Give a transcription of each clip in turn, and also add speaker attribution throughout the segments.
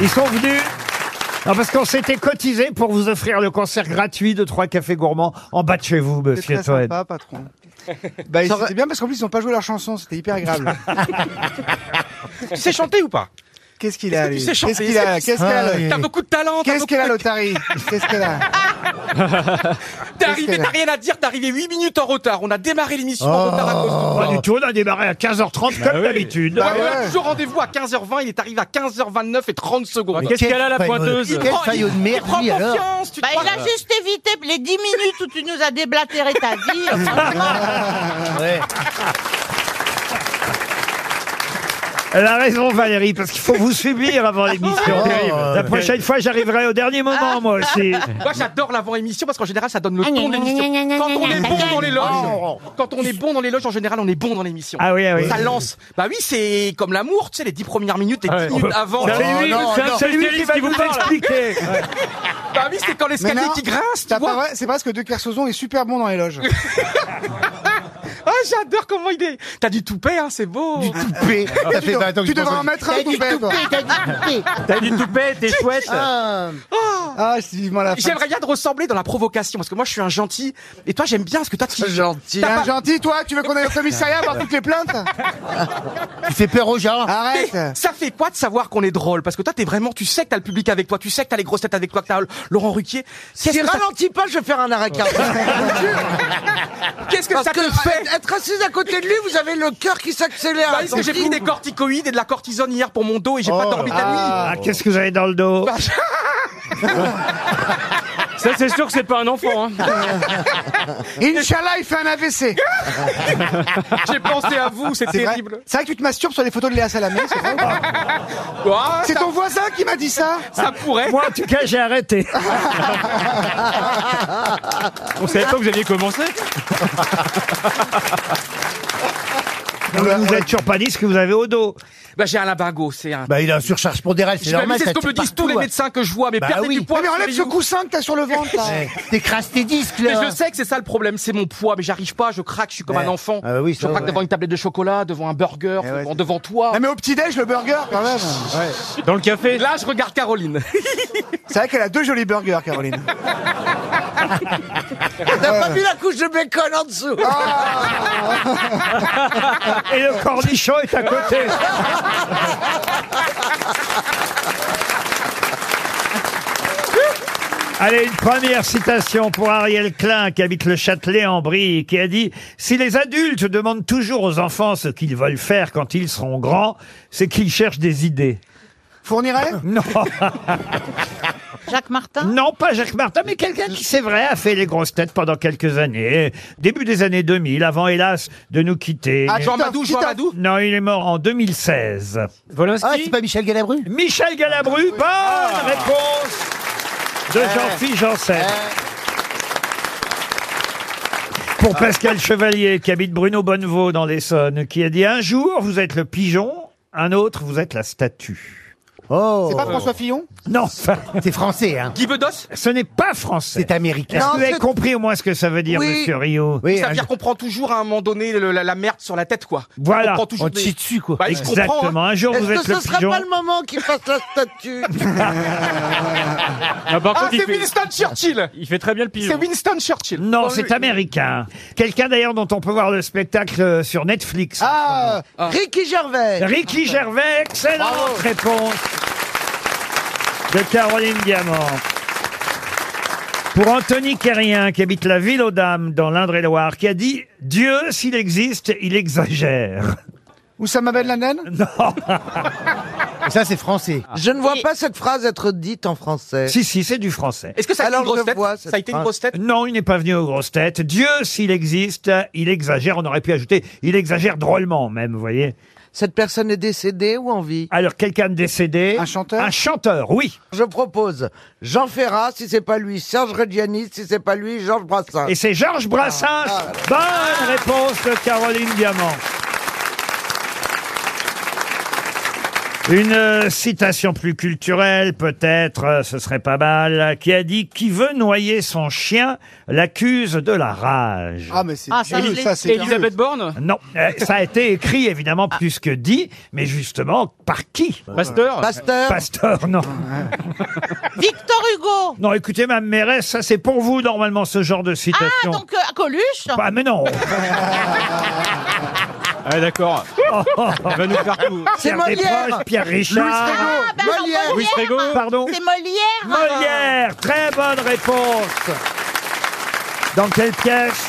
Speaker 1: Ils sont venus. Non, parce qu'on s'était cotisé pour vous offrir le concert gratuit de trois cafés gourmands en bas de chez vous,
Speaker 2: C'est
Speaker 1: monsieur
Speaker 2: très
Speaker 1: Toen.
Speaker 2: sympa, patron. Bah,
Speaker 3: Ça aurait-
Speaker 2: c'était bien parce qu'en plus, ils n'ont pas joué leur chanson. C'était hyper agréable.
Speaker 3: Tu sais chanter ou pas
Speaker 2: Qu'est-ce qu'il a,
Speaker 3: Tu
Speaker 2: lui
Speaker 3: sais chanter
Speaker 2: Qu'est-ce qu'il a Qu'est-ce qu'elle a
Speaker 3: T'as beaucoup de talent, t'as
Speaker 2: Qu'est-ce
Speaker 3: beaucoup
Speaker 2: qu'elle a,
Speaker 3: de-
Speaker 2: l'otarie Qu'est-ce qu'elle a
Speaker 3: T'es arrivé,
Speaker 2: qu'elle a
Speaker 3: t'as rien à dire, t'es arrivé 8 minutes en retard. On a démarré l'émission en
Speaker 1: Oh.
Speaker 3: retard à cause de toi.
Speaker 1: Pas du tout, on a démarré à 15h30 comme d'habitude.
Speaker 2: Bah
Speaker 3: Ouais,
Speaker 2: ouais.
Speaker 3: on a toujours rendez-vous à 15h20, il est arrivé à 15h29 et 30 secondes.
Speaker 4: Qu'est-ce qu'elle a la pointeuse
Speaker 3: Il prend-
Speaker 5: faillot de
Speaker 3: il- il
Speaker 5: merde,
Speaker 3: prend
Speaker 5: lui, alors.
Speaker 3: confiance, tu te
Speaker 6: Bah,
Speaker 3: crois-
Speaker 6: il a juste évité les 10 minutes où tu nous as déblatéré ta vie. Franchement,
Speaker 1: Elle a raison, Valérie, parce qu'il faut vous subir avant l'émission. La prochaine fois, j'arriverai au dernier moment, moi aussi.
Speaker 3: Ah, Moi j'adore l'avant-émission parce qu'en général ça donne le
Speaker 6: Ah,
Speaker 3: ton de
Speaker 6: gna, gna, gna,
Speaker 3: l'émission.
Speaker 6: gna,
Speaker 3: Quand
Speaker 6: gna,
Speaker 3: on
Speaker 6: gna,
Speaker 3: est
Speaker 6: gna,
Speaker 3: bon
Speaker 6: gna.
Speaker 3: dans les loges, quand on est bon dans les loges en général on est bon dans l'émission.
Speaker 1: Ah oui, ah oui.
Speaker 3: Ça lance. Bah oui, c'est comme l'amour, tu sais, les 10 premières minutes et 10 minutes avant.
Speaker 1: Ah C'est lui, c'est- c'est lui qui va vous expliquer.
Speaker 3: Bah oui, c'est quand
Speaker 2: Mais
Speaker 3: l'escalier
Speaker 2: non,
Speaker 3: qui grince, tu
Speaker 2: t'as pas
Speaker 3: vois.
Speaker 2: vrai- C'est parce que De Kersozon est super bon dans les loges.
Speaker 3: Ah, j'adore comment il est. T'as du toupet, hein, c'est beau.
Speaker 5: Coupé.
Speaker 2: Ah,
Speaker 5: Ça fait 20 ans que
Speaker 2: tu
Speaker 5: je pense
Speaker 2: devrais
Speaker 5: à-
Speaker 2: en mettre un, ton père, hein, toi.
Speaker 6: t'as dit coupé.
Speaker 4: T'as du toupet, t'es chouette.
Speaker 5: Ah,
Speaker 2: Ah, c'est vivement la fin.
Speaker 3: J'aimerais bien te ressembler dans la provocation parce que moi je suis un gentil et toi j'aime bien parce que toi tu
Speaker 5: Gentil.
Speaker 2: T'es un gentil, toi Tu veux qu'on aille au commissariat voir toutes les plaintes
Speaker 5: Tu fais peur aux gens.
Speaker 3: Mais
Speaker 2: Arrête
Speaker 3: ça fait quoi de savoir qu'on est drôle Parce que toi, t'es vraiment, tu sais que t'as le public avec toi, tu sais que t'as les grosses têtes avec toi, que t'as Laurent Ruquier. Qu'est-ce
Speaker 5: Si
Speaker 3: que, ça,
Speaker 5: ralentis pas, je vais faire un aracard.
Speaker 3: qu'est-ce que ça te fait
Speaker 5: Être assise à côté de lui, vous avez le cœur qui s'accélère.
Speaker 3: Bah, parce que j'ai pris des corticoïdes et de la cortisone hier pour mon dos et j'ai
Speaker 5: Oh.
Speaker 3: pas dormi de la nuit.
Speaker 1: Ah, qu'est-ce que vous avez dans le dos
Speaker 4: Ça, c'est sûr que c'est pas un enfant. Hein.
Speaker 2: Inch'Allah, il fait un AVC
Speaker 3: J'ai pensé à vous, c'est
Speaker 2: C'est vrai.
Speaker 3: terrible.
Speaker 2: C'est vrai que tu te masturbes sur les photos de Léa Salamé, c'est vrai ou pas
Speaker 3: Ah,
Speaker 2: C'est ton voisin qui m'a dit ça
Speaker 3: ça pourrait.
Speaker 1: Moi, en tout cas, j'ai arrêté.
Speaker 4: On savait pas que vous aviez commencé.
Speaker 1: Vous n'êtes toujours pas dit ce que vous avez au dos.
Speaker 3: Bah, j'ai un limbago, c'est un.
Speaker 5: Bah, il a un surcharge pondérale, c'est
Speaker 3: Je m'amuse,
Speaker 5: normal.
Speaker 3: c'est ce
Speaker 5: ça
Speaker 3: que me
Speaker 5: tire
Speaker 3: disent tous les
Speaker 5: partout, hein.
Speaker 3: médecins que je vois, mais
Speaker 5: Bah
Speaker 3: perdez
Speaker 5: oui.
Speaker 3: du poids.
Speaker 2: Ah, Mais enlève ce
Speaker 3: surveillez-vous.
Speaker 2: coussin que t'as sur le ventre, là
Speaker 5: Ouais. T'écrases tes disques,
Speaker 3: Mais
Speaker 5: là.
Speaker 3: je sais que c'est ça le problème, c'est mon poids, mais j'arrive pas, je craque, je suis comme
Speaker 5: Ouais.
Speaker 3: un enfant.
Speaker 5: Ah bah oui,
Speaker 3: je
Speaker 5: ça,
Speaker 3: craque
Speaker 5: ouais.
Speaker 3: devant une tablette de chocolat, devant un burger,
Speaker 2: Eh ouais,
Speaker 3: devant,
Speaker 2: c'est-
Speaker 3: devant toi.
Speaker 2: Non, mais au petit-déj, le burger, quand même
Speaker 4: Dans le café.
Speaker 3: Là, je regarde Caroline.
Speaker 2: C'est vrai qu'elle a deux jolis burgers, Caroline.
Speaker 5: T'as pas vu la couche de bacon en dessous
Speaker 1: Ah. Et le cornichon est à côté. Allez, une première citation pour Ariel Klein, qui habite le Châtelet en Brie, qui a dit « Si les adultes demandent toujours aux enfants ce qu'ils veulent faire quand ils seront grands, c'est qu'ils cherchent des idées.
Speaker 2: Fournirait »
Speaker 1: Non,
Speaker 6: Jacques Martin
Speaker 1: non, pas Jacques Martin, mais quelqu'un qui, c'est vrai, a fait les grosses têtes pendant quelques années. Début des années 2000, avant, hélas, de nous quitter.
Speaker 3: Ah, Jean
Speaker 2: Titoff,
Speaker 3: Madou, Jean
Speaker 2: Titoff.
Speaker 3: Madou.
Speaker 1: Non, il est mort en 2016.
Speaker 5: Ah, c'est
Speaker 4: Volinsky.
Speaker 5: pas Michel Galabru
Speaker 1: Michel Galabru, bonne réponse de
Speaker 5: Eh.
Speaker 1: Jean-Philippe Janssen. Pour
Speaker 5: Ah.
Speaker 1: Pascal Chevalier, qui habite Bruno Bonnevaux dans l'Essonne, qui a dit Un jour, vous êtes le pigeon, un autre, vous êtes la statue.
Speaker 5: Oh
Speaker 2: C'est pas François Fillon
Speaker 1: Non, enfin,
Speaker 5: C'est français, hein
Speaker 3: Guy Bedos
Speaker 1: ce n'est pas français.
Speaker 5: C'est américain.
Speaker 1: Est-ce que vous avez
Speaker 2: c'est-
Speaker 1: compris au moins ce que ça veut dire,
Speaker 5: Oui.
Speaker 1: monsieur Rio
Speaker 5: Oui,
Speaker 3: Ça
Speaker 5: un-
Speaker 3: veut dire qu'on prend toujours à un moment donné le- la, la merde sur la tête, quoi.
Speaker 1: Voilà.
Speaker 3: On prend
Speaker 5: on
Speaker 3: toujours
Speaker 5: te
Speaker 3: des-
Speaker 5: chie dessus, quoi.
Speaker 3: Bah, il se comprend,
Speaker 1: Exactement. Un jour, vous êtes le pigeon.
Speaker 5: moment qu'il fasse la statue
Speaker 4: Ah,
Speaker 1: bah,
Speaker 4: par
Speaker 3: hein. Ah,
Speaker 4: contre, il
Speaker 3: c'est
Speaker 4: fait,
Speaker 3: Winston Churchill
Speaker 4: il fait très bien le
Speaker 3: C'est
Speaker 4: pigeon.
Speaker 3: Winston Churchill.
Speaker 1: Non,
Speaker 3: Dans
Speaker 1: c'est
Speaker 3: le-
Speaker 1: américain. Quelqu'un d'ailleurs dont on peut voir le spectacle euh, sur Netflix.
Speaker 5: Ah, Ricky Gervais
Speaker 1: Ricky Gervais, excellente réponse de Caroline Diamant. Pour Anthony Quérien, qui habite la ville aux Dames dans l'Indre-et-Loire, qui a dit Dieu, s'il existe, il exagère.
Speaker 2: Ou ça m'appelle la naine
Speaker 5: Ça, c'est français.
Speaker 7: Je ne vois pas cette phrase être dite en français.
Speaker 1: Ah. Si, si, c'est du français.
Speaker 3: Est-ce que ça a
Speaker 7: Alors,
Speaker 3: été une grosse
Speaker 7: je
Speaker 3: tête
Speaker 7: vois cette
Speaker 3: Ça a été une
Speaker 7: phrase.
Speaker 3: grosse tête
Speaker 1: Non, il n'est pas venu aux grosses têtes. Dieu, s'il existe, il exagère. On aurait pu ajouter il exagère drôlement, même, vous voyez.
Speaker 7: Cette personne est décédée ou en vie
Speaker 1: Alors, quelqu'un de décédé.
Speaker 2: Un chanteur
Speaker 1: Un chanteur, oui.
Speaker 7: Je propose Jean Ferrat si c'est pas lui, Serge Reggiani si c'est pas lui, Georges Brassens. Ah.
Speaker 1: Et c'est Georges Brassens. Bonne réponse de Caroline Diamant. Une euh, citation plus culturelle, peut-être, euh, ce serait pas mal, qui a dit Qui veut noyer son chien l'accuse de la rage.
Speaker 2: Ah, mais c'est
Speaker 4: Ah, ça,
Speaker 2: vieux,
Speaker 4: je l'ai-
Speaker 2: ça, c'est vieux.
Speaker 3: Elisabeth Borne
Speaker 1: Non, euh, ça a été écrit évidemment
Speaker 4: Ah.
Speaker 1: plus que dit, mais justement par qui
Speaker 3: Pasteur
Speaker 7: Pasteur
Speaker 1: Pasteur, non.
Speaker 4: Ah, Victor Hugo.
Speaker 1: Non, écoutez, ma mairesse, ça c'est pour vous normalement ce genre de citation.
Speaker 4: Ah, donc euh, Coluche.
Speaker 1: Ah, mais non
Speaker 3: Ah d'accord. Elle va nous faire tout.
Speaker 7: C'est
Speaker 1: Pierre
Speaker 7: Molière.
Speaker 1: Desproges, Pierre Richard,
Speaker 4: Ah, bah alors,
Speaker 7: Molière.
Speaker 3: Louis Frégo
Speaker 1: pardon,
Speaker 4: C'est Molière.
Speaker 1: Molière, très bonne réponse Dans quelle pièce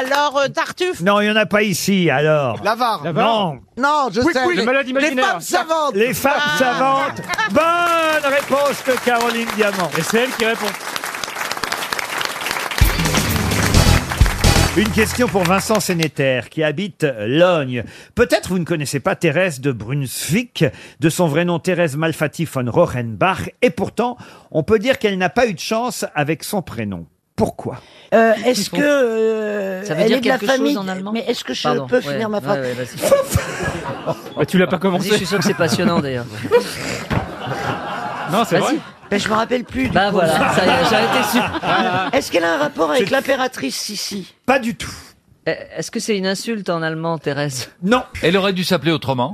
Speaker 4: Alors euh, Tartuffe.
Speaker 1: Non, il n'y en a pas ici, alors.
Speaker 2: L'avare.
Speaker 1: Non,
Speaker 7: Non, je sais.
Speaker 3: Le malade
Speaker 7: Les
Speaker 3: imaginaire.
Speaker 7: femmes savantes Ah.
Speaker 1: les femmes savantes. Bonne réponse de Caroline Diamant.
Speaker 3: Et c'est elle qui répond.
Speaker 1: Une question pour Vincent Sénéter, qui habite Logne. Peut-être vous ne connaissez pas Thérèse de Brunswick, de son vrai nom Thérèse Malfatti von Rohrenbach, et pourtant, on peut dire qu'elle n'a pas eu de chance avec son prénom. Pourquoi
Speaker 8: Euh, est-ce que euh,
Speaker 9: Ça veut
Speaker 8: elle
Speaker 9: dire
Speaker 8: est de la
Speaker 9: quelque chose
Speaker 8: famille
Speaker 9: en allemand
Speaker 8: Mais est-ce que je
Speaker 9: Pardon,
Speaker 8: peux
Speaker 9: ouais,
Speaker 8: finir ma
Speaker 9: ouais,
Speaker 8: phrase
Speaker 9: ouais, vas-y.
Speaker 3: Bah tu l'as pas
Speaker 9: Vas-y, je
Speaker 3: commencé.
Speaker 9: suis sûr que c'est passionnant d'ailleurs.
Speaker 3: Non, c'est vrai.
Speaker 9: Vas-y.
Speaker 8: Ben, Je me rappelle plus. du
Speaker 9: Bah
Speaker 8: coup.
Speaker 9: voilà, ça y est, j'en étais sûr.
Speaker 8: Est-ce qu'elle a un rapport avec l'impératrice Sissi
Speaker 1: Pas du tout.
Speaker 9: Eh, Est-ce que c'est une insulte en allemand, Thérèse
Speaker 1: Non,
Speaker 10: Elle aurait dû s'appeler autrement.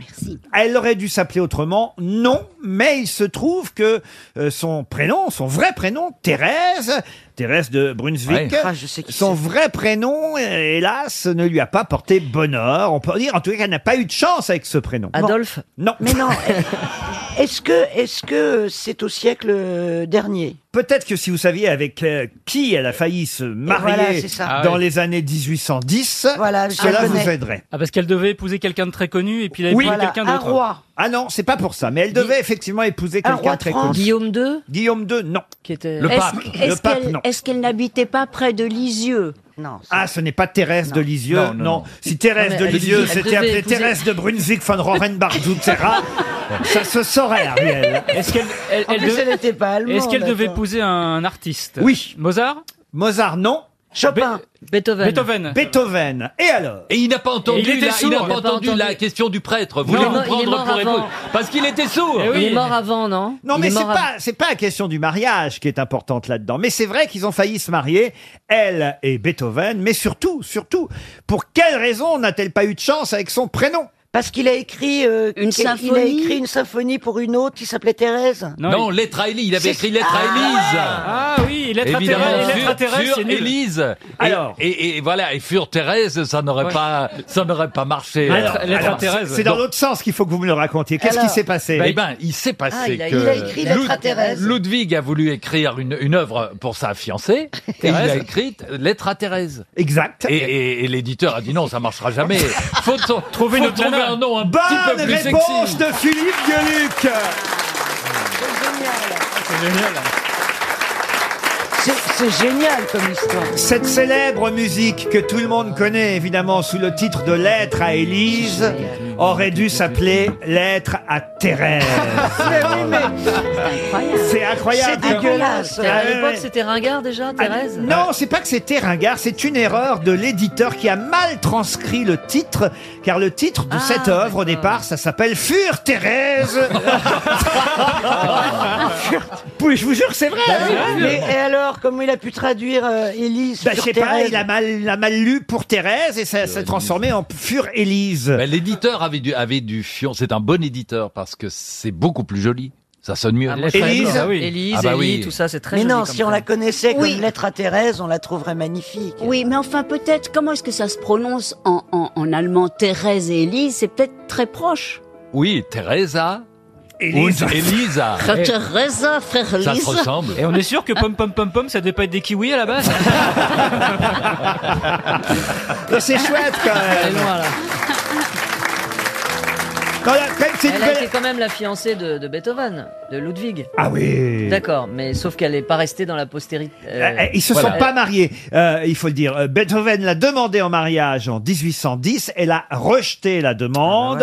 Speaker 1: elle aurait dû s'appeler autrement. Non, mais il se trouve que euh, son prénom, son vrai prénom, Thérèse, Thérèse de Brunswick,
Speaker 10: Ouais.
Speaker 8: Ah, je sais qui
Speaker 1: Son vrai prénom, euh, hélas, ne lui a pas porté bonheur. On peut dire, en tout cas, qu'elle n'a pas eu de chance avec ce prénom.
Speaker 9: Adolphe
Speaker 1: Non.
Speaker 8: Mais non. Est-ce que est-ce que c'est au siècle euh, dernier
Speaker 1: Peut-être que si vous saviez avec euh, qui elle a failli se marier
Speaker 8: voilà, c'est ça.
Speaker 3: Ah
Speaker 1: dans les années 1810,
Speaker 8: Voilà, je
Speaker 1: cela
Speaker 8: la
Speaker 1: vous
Speaker 8: connais.
Speaker 1: aiderait.
Speaker 3: Ah parce qu'elle devait épouser quelqu'un de très connu et puis elle a
Speaker 1: Oui.
Speaker 3: épousé
Speaker 8: Voilà,
Speaker 3: quelqu'un
Speaker 8: un
Speaker 3: d'autre.
Speaker 8: roi.
Speaker 1: Ah non, c'est pas pour ça, mais elle devait effectivement épouser
Speaker 8: Un
Speaker 1: quelqu'un
Speaker 8: roi
Speaker 1: de
Speaker 8: de
Speaker 1: très
Speaker 8: France.
Speaker 1: connu.
Speaker 9: Guillaume II
Speaker 1: Guillaume II, non.
Speaker 9: qui était...
Speaker 10: Le pape.
Speaker 1: Le pape, non.
Speaker 4: n'habitait pas près de Lisieux
Speaker 8: Non. c'est-
Speaker 1: Ah, ce n'est pas Thérèse de Lisieux, non.
Speaker 10: Non, non, non.
Speaker 1: Si Thérèse
Speaker 9: Non, mais
Speaker 1: de
Speaker 9: elle devait-
Speaker 1: Lisieux
Speaker 9: elle
Speaker 1: s'était
Speaker 9: devait
Speaker 1: appelée
Speaker 9: épouser-
Speaker 1: Thérèse de Brunswick von Rohrenbach Zutera, ça se saurait, Ariel.
Speaker 3: Est-ce qu'elle elle,
Speaker 8: En
Speaker 3: elle
Speaker 8: plus,
Speaker 3: devait-
Speaker 8: elle n'était pas allemande.
Speaker 3: est-ce qu'elle devait
Speaker 8: attends.
Speaker 3: épouser un artiste
Speaker 1: Oui.
Speaker 3: Mozart
Speaker 1: Mozart, non.
Speaker 8: Chopin.
Speaker 9: Beethoven.
Speaker 3: Beethoven.
Speaker 1: Beethoven. Et alors
Speaker 10: Et il n'a pas entendu,
Speaker 3: il était
Speaker 10: la,
Speaker 3: sourd.
Speaker 10: n'a
Speaker 3: Il
Speaker 10: pas
Speaker 9: a pas
Speaker 10: entendu la
Speaker 9: entendu.
Speaker 10: question du prêtre. Vous
Speaker 3: Non,
Speaker 10: voulez
Speaker 3: non,
Speaker 10: vous
Speaker 9: il est
Speaker 10: prendre
Speaker 9: mort
Speaker 10: pour
Speaker 9: avant.
Speaker 10: époux. Parce qu'il était sourd.
Speaker 3: Eh oui.
Speaker 9: Il est mort avant, non
Speaker 1: Non,
Speaker 9: Il
Speaker 1: mais
Speaker 9: est
Speaker 1: c'est
Speaker 9: mort
Speaker 1: pas, c'est pas la question du mariage qui est importante là-dedans. Mais c'est vrai qu'ils ont failli se marier, elle et Beethoven. Mais surtout, surtout, pour quelle raison n'a-t-elle pas eu de chance avec son prénom
Speaker 8: Parce qu'il a écrit euh,
Speaker 9: Une
Speaker 8: qu'il- Il a
Speaker 9: symphonie.
Speaker 8: écrit une symphonie pour une autre qui s'appelait Thérèse.
Speaker 10: Non, lettre à Élise. Il avait écrit lettre à Élise.
Speaker 3: Ah oui, il est
Speaker 10: Évidemment, sur,
Speaker 3: Thérèse,
Speaker 10: sur
Speaker 3: c'est nul.
Speaker 10: Élise. Et-
Speaker 1: Alors.
Speaker 10: Et, et voilà, et furent Thérèse, ça n'aurait pas, ça n'aurait pas marché.
Speaker 3: Alors,
Speaker 10: Euh,
Speaker 3: lettre à Thérèse.
Speaker 1: C'est dans l'autre sens qu'il faut que vous me le racontiez. Qu'est-ce qui
Speaker 8: Alors-
Speaker 1: s'est passé
Speaker 10: Eh ben, il s'est passé
Speaker 9: Ah, il a-
Speaker 10: que
Speaker 9: il a
Speaker 8: écrit Lettre à
Speaker 10: Lud-
Speaker 8: Thérèse.
Speaker 10: Ludwig a voulu écrire une, une œuvre pour sa fiancée et il a
Speaker 3: Thérèse.
Speaker 10: écrit Lettre à Thérèse.
Speaker 1: Exact.
Speaker 10: Et, et- et l'éditeur a dit non, ça marchera jamais. Faut t-
Speaker 3: Trouver
Speaker 10: faut
Speaker 3: notre
Speaker 10: trouver
Speaker 3: nana.
Speaker 10: un nom un
Speaker 1: Bonne
Speaker 10: petit peu plus
Speaker 1: réponse
Speaker 10: sexy.
Speaker 1: de Philippe Gueluc
Speaker 3: C'est génial.
Speaker 8: C'est- C'est génial comme histoire.
Speaker 1: Cette célèbre musique que tout le monde connaît évidemment sous le titre de Lettre à Élise aurait dû s'appeler Lettre à Thérèse. c'est incroyable.
Speaker 8: C'est dégueulasse.
Speaker 9: avant. À
Speaker 1: Ah, ouais, ouais. Ah,
Speaker 9: l'époque, c'était ringard déjà, Thérèse
Speaker 1: Non, c'est pas que c'était ringard, c'est une erreur de l'éditeur qui a mal transcrit le titre, car le titre de
Speaker 9: Ah,
Speaker 1: cette œuvre au
Speaker 9: d'accord.
Speaker 1: départ, ça s'appelle Fur Thérèse. Puis je vous jure que c'est vrai.
Speaker 9: Bah
Speaker 1: hein.
Speaker 8: Bah Mais et alors, comment il a pu traduire euh, Élise
Speaker 1: Bah, je
Speaker 8: sur
Speaker 1: sais pas,
Speaker 8: Thérèse
Speaker 1: il a mal, il a mal lu pour Thérèse et
Speaker 10: Bah
Speaker 1: ça s'est transformé en Fur Élise.
Speaker 10: Mais l'éditeur avait du, avait du fion. C'est un bon éditeur parce que c'est beaucoup plus joli. Ça sonne mieux.
Speaker 9: Ah, moi,
Speaker 10: Lettre à
Speaker 9: je suis
Speaker 1: Élise.
Speaker 9: d'accord.
Speaker 10: Ah oui.
Speaker 9: Élise,
Speaker 10: Ah bah
Speaker 9: Élie,
Speaker 10: oui.
Speaker 9: tout ça, c'est très
Speaker 8: Mais
Speaker 9: joli
Speaker 8: non,
Speaker 9: comme
Speaker 8: si on
Speaker 9: ça.
Speaker 8: la connaissait
Speaker 11: Oui.
Speaker 8: comme lettre à Thérèse, on la trouverait magnifique.
Speaker 11: Oui, mais enfin peut-être, comment est-ce que ça se prononce en, en- en allemand Thérèse et Élise C'est peut-être très proche.
Speaker 10: Oui, Teresa.
Speaker 1: Élise.
Speaker 10: und Elisa.
Speaker 11: Thérèse, frère
Speaker 10: Eh. Ça se ressemble.
Speaker 3: Et on est sûr que pom pom pom pom, ça devait pas être des kiwis à la base.
Speaker 1: C'est chouette quand
Speaker 9: Elle est
Speaker 1: même.
Speaker 9: loin, là.
Speaker 1: Non, là, quand même, c'est une
Speaker 9: Elle a
Speaker 1: belle-
Speaker 9: été quand même la fiancée de, de Beethoven, de Ludwig.
Speaker 1: Ah oui.
Speaker 9: D'accord, mais sauf qu'elle n'est pas restée dans la postérité. euh,
Speaker 1: Euh, Ils se
Speaker 10: voilà.
Speaker 1: sont pas mariés, euh, il faut le dire. Euh, Beethoven l'a demandé en mariage en 1810, elle a rejeté la demande,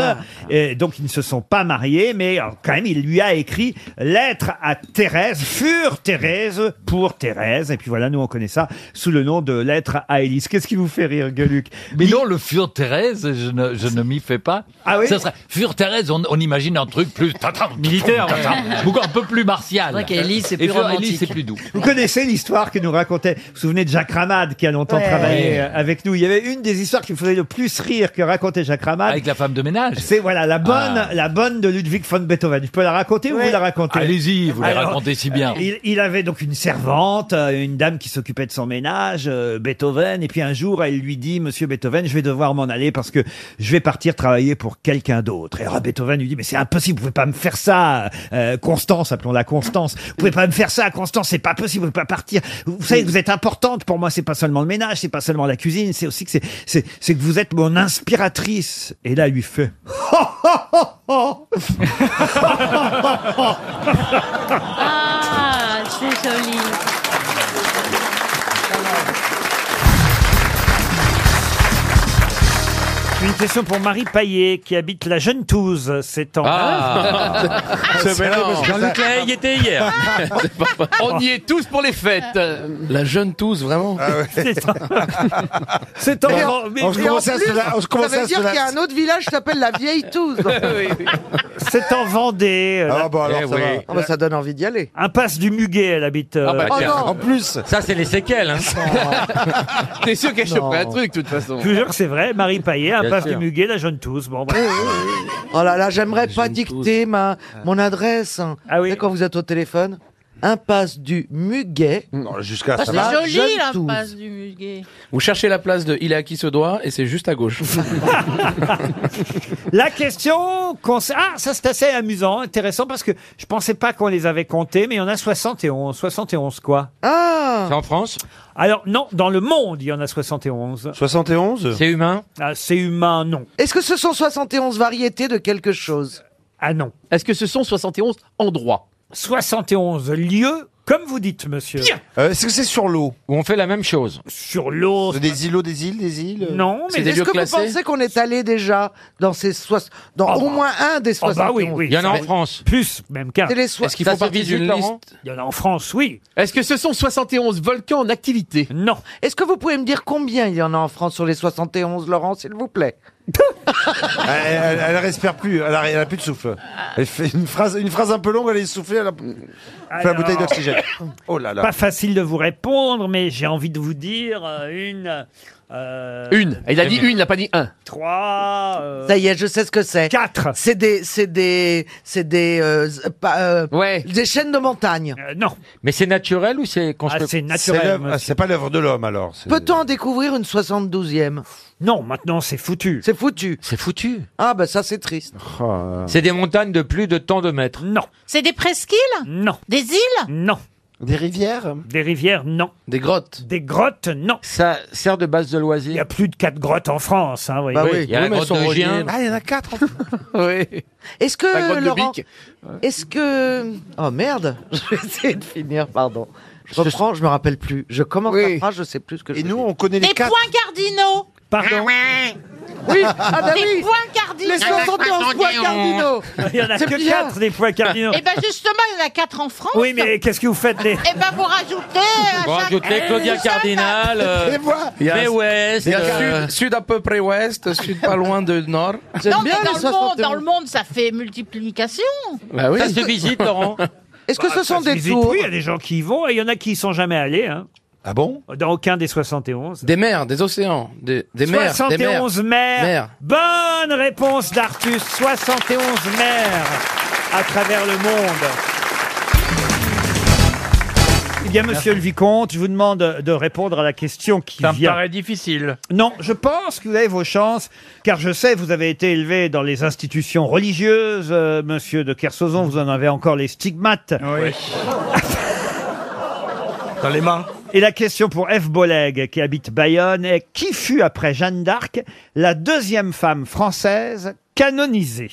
Speaker 1: et donc ils ne se sont pas mariés, mais euh, quand même il lui a écrit lettre à Thérèse, fur Thérèse pour Thérèse, et puis voilà, nous on connaît ça sous le nom de lettre à Élise. Qu'est-ce qui vous fait rire, Gueluc
Speaker 10: Mais non, le Fur Thérèse, je ne, je ne m'y fais pas.
Speaker 1: Ah oui
Speaker 10: Ça serait Fur sur Thérèse, on, on imagine un truc plus
Speaker 12: Militaire, ouais.
Speaker 10: beaucoup un peu plus martial.
Speaker 3: C'est vrai qu'Élie, c'est
Speaker 10: Et
Speaker 3: plus
Speaker 10: sur Élie,
Speaker 3: romantique.
Speaker 10: c'est plus doux.
Speaker 1: Vous connaissez l'histoire que nous racontait, vous vous souvenez de Jacques Ramade qui a longtemps
Speaker 3: Ouais.
Speaker 1: travaillé
Speaker 10: Ouais.
Speaker 1: euh, avec nous. Il y avait une des histoires qui me faisait le plus rire que racontait Jacques Ramade. Avec
Speaker 10: la femme de ménage.
Speaker 1: C'est voilà la bonne,
Speaker 10: Ah.
Speaker 1: la bonne de Ludwig von Beethoven. Je peux la raconter ou vous la racontez
Speaker 10: Allez-y, vous la racontez si bien.
Speaker 1: euh, Il, il avait donc une servante, euh, une dame qui s'occupait de son ménage, euh, Beethoven. Et puis un jour, elle lui dit, Monsieur Beethoven, je vais devoir m'en aller parce que je vais partir travailler pour quelqu'un d'autre. Et alors, Beethoven lui dit, mais c'est impossible, vous pouvez pas me faire ça, euh, Constance, appelons-la Constance. Vous pouvez pas me faire ça, Constance, c'est pas possible, vous pouvez pas partir. Vous vous savez que vous êtes importante pour moi, c'est pas seulement le ménage, c'est pas seulement la cuisine, c'est aussi que c'est, c'est, c'est que vous êtes mon inspiratrice. Et là, il lui fait.
Speaker 6: Ah, c'est joli.
Speaker 1: Une question pour Marie Paillet qui habite la Jeune Touze, c'est en.
Speaker 10: Ah.
Speaker 13: C'est vrai, parce que
Speaker 10: Jean-Luc
Speaker 13: ça-
Speaker 10: Lahaye y était hier. C'est pas vrai. on y est tous pour les fêtes.
Speaker 13: La jeune tous, vraiment.
Speaker 5: Ah
Speaker 1: C'est ça. C'est en-
Speaker 13: Mais
Speaker 1: en- mais-
Speaker 13: on
Speaker 1: mais
Speaker 13: se
Speaker 1: en
Speaker 13: commençait à
Speaker 1: plus,
Speaker 13: se la- on se
Speaker 1: ça
Speaker 13: commençait
Speaker 1: veut
Speaker 13: à se
Speaker 1: dire
Speaker 13: la-
Speaker 1: qu'il y a un
Speaker 7: autre village qui s'appelle la Vieille Touze.
Speaker 1: C'est en Vendée. euh,
Speaker 7: Ah
Speaker 1: la-
Speaker 7: bah alors, Eh ça oui. va. Ah bah ça
Speaker 1: donne envie d'y aller. Impasse du Muguet, elle habite. euh,
Speaker 7: bah Oh tiens. non. En
Speaker 1: plus.
Speaker 14: Ah Ça, c'est les séquelles. Hein.
Speaker 1: T'es sûr
Speaker 14: qu'elle choperait un truc, de toute façon.
Speaker 1: Je vous jure que c'est vrai, Marie Paillet, impasse
Speaker 7: sûr.
Speaker 1: du Muguet, la Jeune Touze. Bon, bah.
Speaker 7: Oh là là, j'aimerais pas dicter ma, mon adresse.
Speaker 1: Ah oui.
Speaker 7: Quand vous êtes au téléphone, impasse du Muguet.
Speaker 13: Jusqu'à
Speaker 7: Ah,
Speaker 13: ça.
Speaker 7: c'est
Speaker 13: va.
Speaker 7: joli,
Speaker 13: Jeune
Speaker 6: la
Speaker 13: Touze.
Speaker 6: face du muguet.
Speaker 13: Vous cherchez la place de Il est à qui ce doigt et c'est juste à gauche.
Speaker 1: La question concerne... Ah, ça c'est assez amusant, intéressant, parce que je pensais pas qu'on les avait comptés, mais il y en a 71. 71 quoi
Speaker 7: Ah
Speaker 14: C'est en France
Speaker 1: Alors non, dans le monde, il y en a 71.
Speaker 13: 71
Speaker 14: C'est humain
Speaker 1: ah, C'est humain, non.
Speaker 7: Est-ce que ce sont 71 variétés de quelque chose
Speaker 1: Ah non.
Speaker 14: Est-ce que ce sont 71 endroits
Speaker 1: 71 lieux, comme vous dites, monsieur.
Speaker 13: Euh, Est-ce que c'est sur l'eau Où on fait la même chose
Speaker 1: Sur l'eau.
Speaker 13: Des îlots, des îles, des îles
Speaker 1: Non,
Speaker 13: C'est des
Speaker 7: est-ce
Speaker 13: lieux
Speaker 7: que
Speaker 13: classés
Speaker 7: vous pensez qu'on est allé déjà dans ces soix- dans au moins un des
Speaker 1: Ah
Speaker 7: 71
Speaker 1: bah oui, oui.
Speaker 14: Il y en a en
Speaker 1: Mais
Speaker 14: France.
Speaker 1: Plus, même qu'un.
Speaker 7: C'est les soix- Est-ce qu'il faut Ça, c'est partir d'une 18, liste Laurent
Speaker 1: Il y en a en France, oui.
Speaker 14: Est-ce que ce sont 71 volcans en activité
Speaker 1: Non.
Speaker 7: Est-ce que vous pouvez me dire combien il y en a en France sur les 71, Laurent, s'il vous plaît
Speaker 13: elle, elle- elle respire plus, elle a, elle a plus de souffle.
Speaker 1: Ah.
Speaker 13: Elle fait une phrase, une phrase un peu longue, elle est soufflée, elle a fait la
Speaker 1: Alors.
Speaker 13: bouteille d'oxygène. Oh là là.
Speaker 1: Pas facile de vous répondre, mais j'ai envie de vous dire euh, une. euh,
Speaker 14: Une. Il a dit une, il n'a pas dit un.
Speaker 1: Trois. euh,
Speaker 7: Ça y est, je sais ce que c'est.
Speaker 1: 4
Speaker 7: C'est des c'est des c'est des euh, z- pas, euh, des chaînes de montagne.
Speaker 1: Euh, non.
Speaker 14: Mais c'est naturel ou c'est
Speaker 1: construit c'est naturel,
Speaker 13: l'œuvre-
Speaker 1: monsieur.
Speaker 13: ah, C'est pas l'œuvre de l'homme alors. c'est-
Speaker 7: Peut-on en découvrir une 72e
Speaker 1: Non, maintenant c'est foutu.
Speaker 7: C'est foutu.
Speaker 14: C'est foutu.
Speaker 7: Ah bah ça c'est triste.
Speaker 14: Oh, C'est des montagnes de plus de tant de mètres.
Speaker 1: Non.
Speaker 6: C'est des presqu'îles
Speaker 1: Non.
Speaker 6: Des îles
Speaker 1: Non.
Speaker 13: Des rivières
Speaker 1: Des rivières, non.
Speaker 14: Des grottes
Speaker 1: Des grottes, non.
Speaker 14: Ça sert de base de loisirs
Speaker 1: Il y a plus de quatre grottes en France. Hein, vous
Speaker 14: Bah
Speaker 1: voyez.
Speaker 14: oui, il y a la
Speaker 1: mais
Speaker 14: grotte
Speaker 1: elles sont
Speaker 14: de Gien.
Speaker 1: reliées.
Speaker 7: Ah, il y en a 4
Speaker 14: Oui.
Speaker 7: Est-ce que
Speaker 14: La grotte de
Speaker 7: Laurent,
Speaker 14: Bic.
Speaker 7: est-ce que oh merde, je vais essayer de finir, pardon. Je reprends, je me rappelle plus. Je commence la phrase, je sais plus ce que Et nous,
Speaker 13: on connaît
Speaker 6: Des points cardinaux Ah
Speaker 1: Pardon
Speaker 7: Oui, ah bah
Speaker 6: Des
Speaker 7: oui.
Speaker 6: points cardinaux
Speaker 7: Les 71 points cardinaux.
Speaker 1: Il y en a
Speaker 7: C'est
Speaker 1: que
Speaker 7: bien.
Speaker 1: quatre des points cardinaux.
Speaker 6: Eh ben justement, il y en a quatre en France.
Speaker 1: Oui, mais qu'est-ce que vous faites les...
Speaker 6: Eh ben vous rajoutez. à
Speaker 14: Bon,
Speaker 6: chaque- Eh,
Speaker 14: ajoutez Claudia Cardinal, euh,
Speaker 13: Il y a-
Speaker 14: mais West,
Speaker 13: Il y a
Speaker 14: euh,
Speaker 13: sud, sud à peu près ouest, sud pas loin de nord.
Speaker 6: Non, mais dans le, monde, dans le monde, ça fait multiplication.
Speaker 13: Bah oui.
Speaker 14: Ça se visite, Laurent.
Speaker 7: Est-ce
Speaker 1: Bah, ça se visite, Oui, il y a des gens qui y vont et il y en a qui y sont jamais allés. hein.
Speaker 13: Ah bon
Speaker 1: Dans aucun des 71.
Speaker 13: Des mers, des océans, des, des mers. des mers.
Speaker 1: 71 mers.
Speaker 13: Mers.
Speaker 1: Bonne réponse d'Artus. 71 mers à travers le monde. Eh bien, monsieur le vicomte, je vous demande de répondre à la question qui
Speaker 14: Ça me
Speaker 1: vient.
Speaker 14: paraît difficile.
Speaker 1: Non, je pense que vous avez vos chances, car je sais, vous avez été élevé dans les institutions religieuses, euh, monsieur de Kersozon, vous en avez encore les stigmates.
Speaker 13: Ah Dans les mains.
Speaker 1: Et la question pour F. Boleg, qui habite Bayonne, est qui fut après Jeanne d'Arc la deuxième femme française canonisée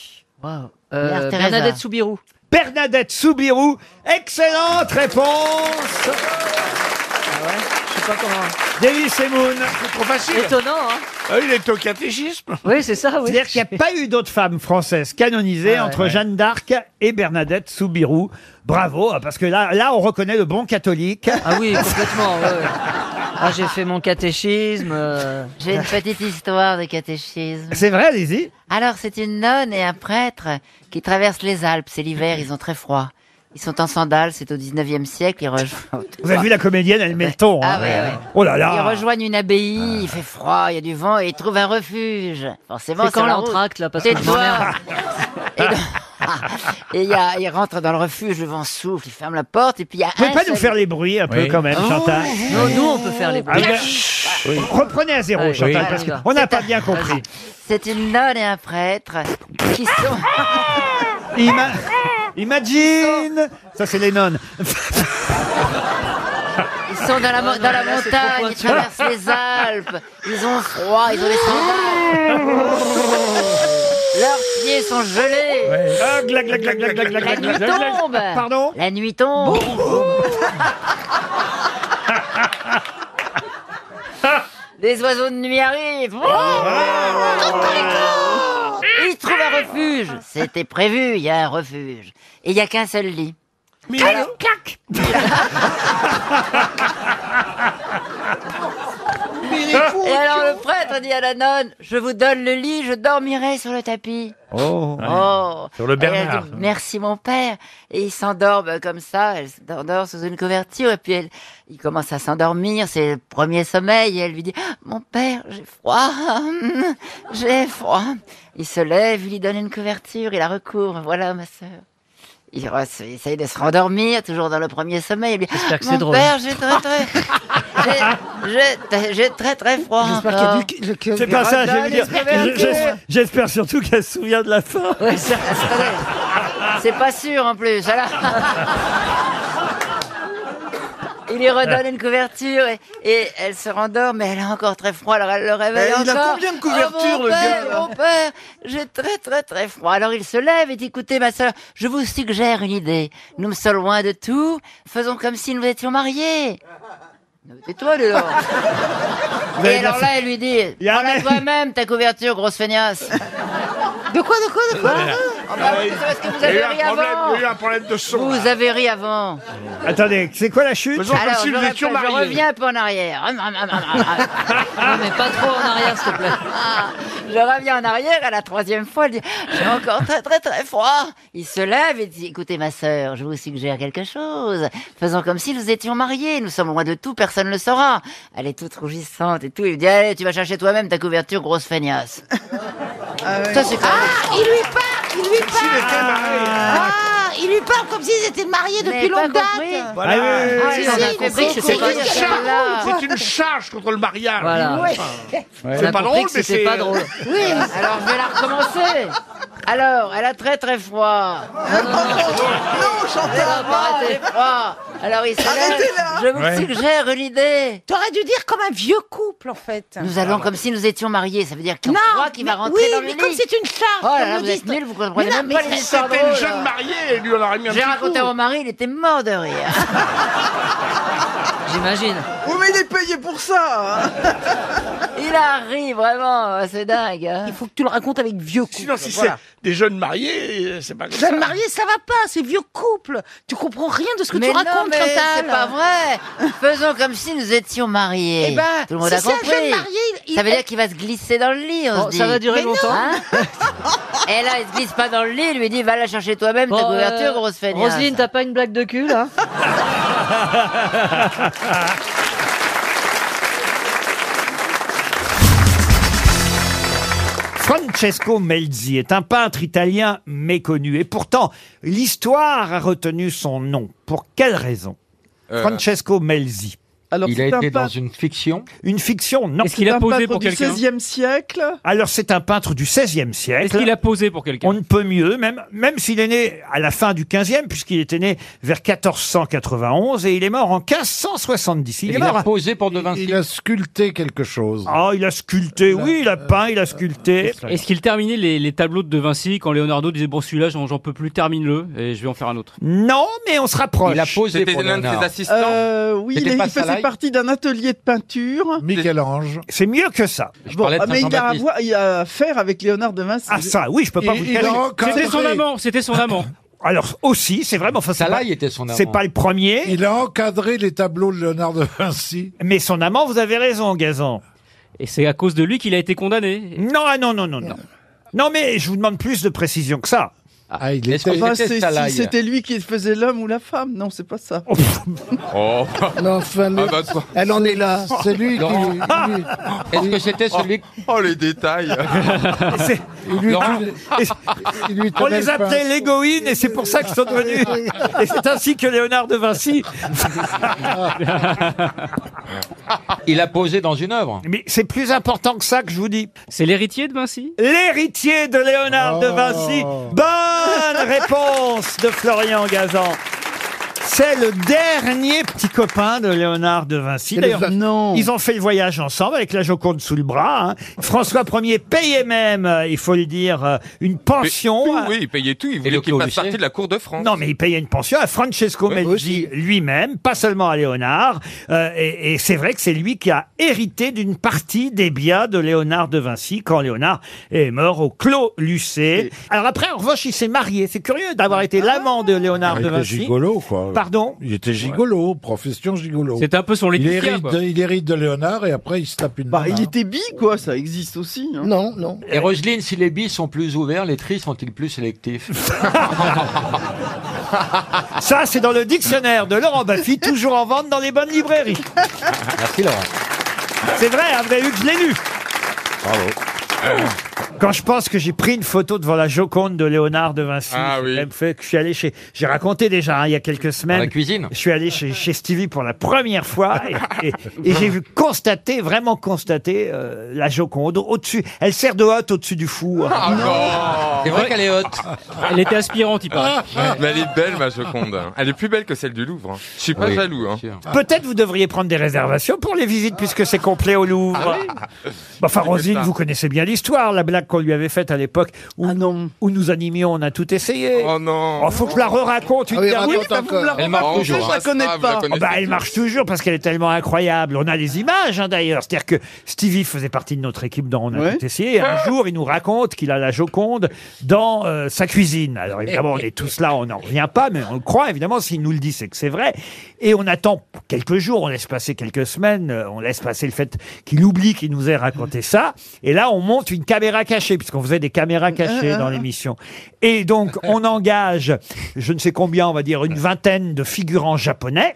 Speaker 3: Euh, Bernadette Soubirou.
Speaker 1: Bernadette Soubirou, excellente réponse
Speaker 3: Je sais pas comment.
Speaker 1: Denis Semoun.
Speaker 13: Trop facile.
Speaker 3: Étonnant, hein
Speaker 1: Ah,
Speaker 13: il est au catéchisme.
Speaker 3: Oui, c'est ça, oui.
Speaker 1: C'est-à-dire qu'il n'y a pas eu d'autres femmes françaises canonisées
Speaker 3: Ah ouais.
Speaker 1: entre Jeanne d'Arc et Bernadette ah, Soubirou. Bravo, parce que là, là, on reconnaît le bon catholique.
Speaker 3: Ah oui, complètement. ouais, ouais.
Speaker 9: Ah, j'ai fait mon catéchisme. euh.
Speaker 6: J'ai une petite histoire de catéchisme.
Speaker 1: C'est vrai, allez-y.
Speaker 6: Alors, c'est une nonne et un prêtre qui traversent les Alpes. C'est l'hiver, ils ont très froid. Ils sont en sandales, c'est au 19e siècle, ils rejoignent...
Speaker 1: Vous avez vu la comédienne, elle met le ton.
Speaker 6: Ah
Speaker 1: hein.
Speaker 6: ouais, ouais.
Speaker 1: Oh là Ah.
Speaker 6: Ils
Speaker 1: là
Speaker 6: rejoignent une abbaye, il fait froid, il y a du vent, et ils trouvent un refuge. Forcément,
Speaker 9: C'est quand
Speaker 6: sur la route.
Speaker 9: l'entracte, là, parce que je
Speaker 6: Tais-toi.
Speaker 9: m'emmerde.
Speaker 6: Et donc- Et il y a- il rentre dans le refuge, le vent souffle, il ferme la porte, et puis il y a
Speaker 1: Vous
Speaker 6: un
Speaker 1: pouvez pas nous
Speaker 6: seul-
Speaker 1: faire les bruits un peu
Speaker 6: Oui.
Speaker 1: quand même,
Speaker 6: Oh,
Speaker 1: Chantal
Speaker 6: Ah, Non, nous, on peut faire les bruits.
Speaker 1: Ah, ben, Reprenez à zéro,
Speaker 6: Allez,
Speaker 1: Chantal,
Speaker 6: oui. Allez,
Speaker 1: parce
Speaker 6: on y va.
Speaker 1: qu'on n'a pas bien compris.
Speaker 6: C'est une nonne et un prêtre qui sont...
Speaker 1: Ima-
Speaker 6: Ah.
Speaker 1: Imagine Ça, c'est les nonnes.
Speaker 6: Ils sont dans la, mo-
Speaker 9: Ah non,
Speaker 6: dans la
Speaker 9: là, c'est trop
Speaker 6: montagne, ils
Speaker 9: pointu.
Speaker 6: traversent les Alpes, ils ont froid, ils ont les sandales. Leurs pieds sont gelés.
Speaker 1: Ah, glac, glac, glac, glac, glac, glac,
Speaker 6: La
Speaker 1: glac,
Speaker 6: nuit
Speaker 1: glac, glac, glac.
Speaker 6: tombe.
Speaker 1: Pardon
Speaker 6: La nuit tombe. Les oiseaux de nuit
Speaker 1: Ah,
Speaker 6: arrivent. Ils trouvent un refuge. C'était prévu, il y a un refuge. Et il n'y a qu'un seul lit. Alors-
Speaker 9: il est fou,
Speaker 6: Et alors le prêtre dit à la nonne, je vous donne le lit, je dormirai sur le tapis.
Speaker 1: Oh.
Speaker 6: Oh.
Speaker 1: Sur
Speaker 6: Et
Speaker 1: le
Speaker 6: elle
Speaker 1: Bernard.
Speaker 6: dit, Merci mon père. Et ils s'endorment comme ça. Elle s'endort sous une couverture et puis elle, il commence à s'endormir. C'est le premier sommeil et elle lui dit Mon père, j'ai froid, j'ai froid. Il se lève, il lui donne une couverture, il la recouvre. Voilà ma sœur. Il re- essaye de se rendormir, toujours dans le premier sommeil. Il lui dit,
Speaker 9: J'espère que c'est
Speaker 6: Mon
Speaker 9: drôle.
Speaker 6: père,
Speaker 8: Ah
Speaker 6: j'ai très très, j'ai- j'ai- j'ai très très froid.
Speaker 1: J'espère qu'il y a
Speaker 6: encore.
Speaker 1: C'est pas ça, je vais
Speaker 6: Donne
Speaker 1: dire.
Speaker 6: une couverture.
Speaker 1: J'es- J'espère surtout qu'elle se souvient de la fin.
Speaker 6: C'est pas sûr en plus. voilà. Il lui redonne une couverture et, et elle se rendort, mais elle a encore très froid, alors elle le réveille
Speaker 9: Mais il a
Speaker 6: encore.
Speaker 9: combien de couvertures,
Speaker 6: Oh, mon
Speaker 9: le
Speaker 6: père,
Speaker 9: gars
Speaker 6: Mon père, j'ai très très très froid. Alors il se lève et dit, écoutez ma soeur, je vous suggère une idée. Nous me sommes loin de tout, faisons comme si nous étions mariés. Et toi, alors
Speaker 9: Vous avez
Speaker 6: Et alors
Speaker 9: bien
Speaker 6: là, elle lui dit, prends-la toi-même ta couverture, grosse feignasse. De quoi, de quoi, de quoi Oh, bah oui, c'est parce que vous
Speaker 4: Il y a eu
Speaker 6: avez
Speaker 4: un
Speaker 6: ri
Speaker 4: problème,
Speaker 6: avant.
Speaker 4: il y a eu un problème de son.
Speaker 6: Vous
Speaker 4: là.
Speaker 6: avez ri avant.
Speaker 1: Attendez, c'est quoi la chute
Speaker 6: Alors, je, répète, je reviens un peu en arrière. Ah, mais pas trop en arrière, s'il te plaît. ah. Je reviens en arrière à la troisième fois. Elle dit J'ai encore très, très, très froid. Il se lève et dit Écoutez, ma sœur, je vous suggère quelque chose. Faisons comme si nous étions mariés. Nous sommes loin de tout, personne ne le saura. Elle est toute rougissante et tout. Il lui dit Allez, tu vas chercher toi-même ta couverture, grosse feignasse. Ça, c'est quand même-
Speaker 15: Ah, il lui parle, il lui parle. Ah, il lui parle comme s'ils étaient mariés depuis longue date.
Speaker 1: Voilà.
Speaker 6: Eh,
Speaker 1: Ah oui, oui, oui.
Speaker 15: Si,
Speaker 1: Ah,
Speaker 15: si,
Speaker 1: on a
Speaker 15: il
Speaker 1: compris que
Speaker 15: faut
Speaker 1: c'était
Speaker 15: qu'on
Speaker 1: pas
Speaker 15: dise
Speaker 1: une
Speaker 15: qu'elle
Speaker 1: charge.
Speaker 15: parle.
Speaker 1: C'est
Speaker 7: une charge contre le mariage.
Speaker 9: Voilà.
Speaker 7: Ouais.
Speaker 9: On
Speaker 7: C'est
Speaker 9: a
Speaker 7: pas
Speaker 9: compris
Speaker 7: drôle,
Speaker 9: que
Speaker 7: mais
Speaker 9: c'était
Speaker 7: c'est euh,
Speaker 9: pas drôle.
Speaker 6: Ah, Oui, alors je vais la recommencer. Alors, elle a très très froid. Non, Chantal,
Speaker 15: Ah.
Speaker 6: arrêtez froid. Alors, il se lève. Je vous
Speaker 9: Ouais.
Speaker 6: suggère une idée.
Speaker 15: T'aurais dû dire comme un vieux couple en fait.
Speaker 6: Nous allons comme si nous étions mariés. Ça veut dire qu'il y
Speaker 15: Non,
Speaker 6: a froid qui va
Speaker 15: mais-
Speaker 6: rentrer
Speaker 15: oui,
Speaker 6: dans le
Speaker 15: mais
Speaker 6: lit.
Speaker 15: comme c'est une charge,
Speaker 6: Oh là
Speaker 15: comme
Speaker 6: là,
Speaker 15: le
Speaker 6: vous êtes
Speaker 15: disent-
Speaker 6: nuls, vous comprenez
Speaker 15: Mais non,
Speaker 6: même
Speaker 15: mais
Speaker 6: pas
Speaker 15: c'est-
Speaker 6: les histoires
Speaker 15: c'était une
Speaker 6: drôles.
Speaker 15: jeune
Speaker 7: mariée, lui on aurait mis un
Speaker 6: J'ai
Speaker 7: petit
Speaker 6: raconté
Speaker 7: coup.
Speaker 6: à mon mari, il était mort de rire.
Speaker 9: J'imagine.
Speaker 6: Vous m'avez payé pour ça
Speaker 7: hein.
Speaker 6: Il a ri, vraiment, c'est dingue. hein. Il faut que tu le racontes avec vieux couple.
Speaker 7: Sinon, si c'est des jeunes mariés, euh, c'est pas comme ça.
Speaker 15: Jeune marié, ça va pas, c'est vieux couple. Tu comprends rien de ce que
Speaker 6: mais
Speaker 15: tu
Speaker 6: non,
Speaker 15: racontes,
Speaker 6: mais
Speaker 15: Chantal.
Speaker 6: c'est pas vrai. Faisons comme si nous étions mariés.
Speaker 15: Eh ben,
Speaker 6: Tout le monde
Speaker 15: si
Speaker 6: a
Speaker 15: c'est un
Speaker 6: compris.
Speaker 15: jeune marié, il-
Speaker 6: Ça veut
Speaker 15: il-
Speaker 6: dire qu'il va se glisser dans le lit, on
Speaker 9: Bon,
Speaker 6: se dit.
Speaker 9: ça va durer Mais longtemps.
Speaker 6: Hein Et là, il se glisse pas dans le lit, il lui dit, va la chercher toi-même, ta
Speaker 9: Bon, euh,
Speaker 6: couverture, grosse feignasse.
Speaker 9: Roselyne, t'as pas une blague de cul, là
Speaker 1: Francesco Melzi est un peintre italien méconnu et pourtant l'histoire a retenu son nom. Pour quelle raison
Speaker 16: Euh,
Speaker 1: Francesco Melzi.
Speaker 16: Alors,
Speaker 1: il
Speaker 16: c'est
Speaker 1: a
Speaker 16: un
Speaker 1: été dans
Speaker 16: peintre-
Speaker 1: une fiction Une fiction, non.
Speaker 17: Est-ce qu'il a
Speaker 16: Un
Speaker 17: posé
Speaker 16: peintre
Speaker 17: pour
Speaker 16: du
Speaker 17: quelqu'un
Speaker 16: 16e siècle
Speaker 1: Alors c'est un peintre du XVIe siècle.
Speaker 17: Est-ce qu'il a posé pour quelqu'un
Speaker 1: On ne peut mieux, même, même s'il est né à la fin du XVe, puisqu'il était né vers 1491 et il est mort en 1570.
Speaker 16: Il a
Speaker 1: posé pour De Vinci. Il a sculpté quelque chose. Ah, il a sculpté, oui, il a peint, il a sculpté.
Speaker 17: Est-ce qu'il terminait les, les tableaux de De Vinci quand Leonardo disait bon celui-là j'en j'en peux plus termine-le et je vais en faire un autre
Speaker 1: Non, mais on se rapproche.
Speaker 17: Il a posé C'était pour l'un de Léonard. ses assistants
Speaker 16: Euh, oui, il,
Speaker 17: C'était
Speaker 16: est-
Speaker 17: pas
Speaker 16: il faisait
Speaker 17: Salaï
Speaker 16: partie d'un atelier de peinture.
Speaker 1: Michel-Ange. C'est mieux que ça.
Speaker 16: Bon, ah, mais il a, à voir- il a à faire avec Léonard de Vinci.
Speaker 1: Ah ça, oui, Ah, je peux pas vous le cacher.
Speaker 16: C'était son amant.
Speaker 17: c'était son amant.
Speaker 1: Alors aussi, c'est vraiment. Enfin, c'est
Speaker 14: Cala,
Speaker 1: pas-
Speaker 14: il était son amant.
Speaker 1: C'est pas le premier. Il a encadré les tableaux de Léonard de Vinci. Mais son amant, vous avez raison, Gazan. Et c'est à cause de lui qu'il a été condamné. Non, ah non, non, non, non. Non, mais je vous demande plus de précision que ça. Ah, il
Speaker 16: Ah bah, c'est- si c'était lui qui faisait l'homme ou la femme, non, c'est pas ça.
Speaker 14: Oh.
Speaker 18: Ah,
Speaker 19: enfin, le-
Speaker 18: bah,
Speaker 19: elle en est là. C'est lui qui.
Speaker 14: Laurent.
Speaker 19: lui-
Speaker 14: Est-ce que c'était celui
Speaker 19: Oh, les détails
Speaker 14: Il lui- Laurent.
Speaker 1: On
Speaker 14: tenait
Speaker 1: les
Speaker 14: le
Speaker 1: appelait
Speaker 14: pinceau.
Speaker 1: les Goïnes et c'est pour ça qu'ils sont devenus. Et c'est ainsi que Léonard de Vinci.
Speaker 14: Il a posé dans une œuvre.
Speaker 1: Mais c'est plus important que ça que je vous dis. C'est l'héritier de Vinci L'héritier de Léonard
Speaker 16: Oh.
Speaker 1: de Vinci. Bonne réponse de Florian Gazan. C'est le dernier petit copain de Léonard de Vinci.
Speaker 16: Et les
Speaker 1: D'ailleurs,
Speaker 16: autres Non.
Speaker 1: Ils ont fait le voyage ensemble avec la Joconde sous le bras. hein. François Ier payait même, euh, il faut le dire, euh, une pension.
Speaker 18: Tout,
Speaker 1: à-
Speaker 18: oui, il payait tout. Il voulait qu'il fasse partie de la cour de France.
Speaker 1: non, mais il payait une pension à Francesco Melzi lui-même, pas seulement à Léonard. Euh, et et c'est vrai que c'est lui qui a hérité d'une partie des biens de Léonard de Vinci quand Léonard est mort au Clos Lucé. Alors après, en revanche, il s'est marié. C'est curieux d'avoir été l'amant de Léonard
Speaker 4: Il
Speaker 1: de
Speaker 4: était
Speaker 1: Vinci.
Speaker 4: gigolo, quoi.
Speaker 1: Pardon
Speaker 4: Il était gigolo, profession gigolo.
Speaker 17: C'était un peu son
Speaker 4: il
Speaker 17: Laetitia,
Speaker 4: hérite,
Speaker 17: quoi.
Speaker 4: de, il hérite de Léonard et après il se tape une.
Speaker 16: Bah, il était bi, quoi, ça existe aussi. hein.
Speaker 19: Non, non.
Speaker 14: Et Roselyne, si les billes sont plus ouverts, les tris sont-ils plus sélectifs
Speaker 1: Ça, c'est dans le dictionnaire de Laurent Baffy, toujours en vente dans les bonnes librairies.
Speaker 14: Merci Laurent.
Speaker 1: C'est vrai, hein, vous avez vu que je l'ai lu.
Speaker 3: hein.
Speaker 1: Quand je pense que j'ai pris une photo devant la Joconde de Léonard de Vinci,
Speaker 18: Ah oui.
Speaker 1: j'ai même fait que je suis allé chez. J'ai raconté déjà hein, il y a quelques semaines.
Speaker 14: Dans la cuisine.
Speaker 1: Je suis allé chez, chez Stevie pour la première fois et, et- et j'ai vu constater, vraiment constater euh, la Joconde au-dessus. Elle sert de hotte au-dessus du four.
Speaker 18: Ah, non. Ah,
Speaker 14: C'est vrai qu'elle est haute.
Speaker 18: Elle était
Speaker 1: aspirante, il paraît.
Speaker 18: Ah. Mais elle est belle, ma Joconde. hein. Elle est plus belle que celle du Louvre. hein. Je suis pas
Speaker 14: Oui,
Speaker 18: jaloux. hein.
Speaker 1: Peut-être vous devriez prendre des réservations pour les visites puisque c'est complet au Louvre. Bon, Enfin, Rosine, vous connaissez bien l'histoire, la blague qu'on lui avait faite à l'époque où,
Speaker 19: Ah
Speaker 1: où nous animions, on a tout essayé. Oh non. faut que je la re-raconte une
Speaker 19: Ah oui,
Speaker 1: dernière
Speaker 19: raconte Oui, mais vous me la encore. Elle marche
Speaker 1: racontez,
Speaker 19: toujours, hein. Ah, vous la
Speaker 1: Oh,
Speaker 19: connaissez
Speaker 1: bah, elle marche toujours parce qu'elle est tellement incroyable. On a les images, hein, d'ailleurs. C'est-à-dire que Stevie faisait partie de notre équipe dans On a tout essayé. Et un jour, il nous raconte qu'il a la Joconde dans euh, sa cuisine. Alors évidemment, on est tous là, on n'en revient pas, mais on le croit, évidemment. S'il nous le dit, c'est que c'est vrai. Et on attend quelques jours, on laisse passer quelques semaines, euh, on laisse passer le fait qu'il oublie qu'il nous ait raconté ça. Et là, on monte une caméra cachée, puisqu'on faisait des caméras cachées dans l'émission. Et donc, on engage, je ne sais combien, on va dire une vingtaine de figurants japonais.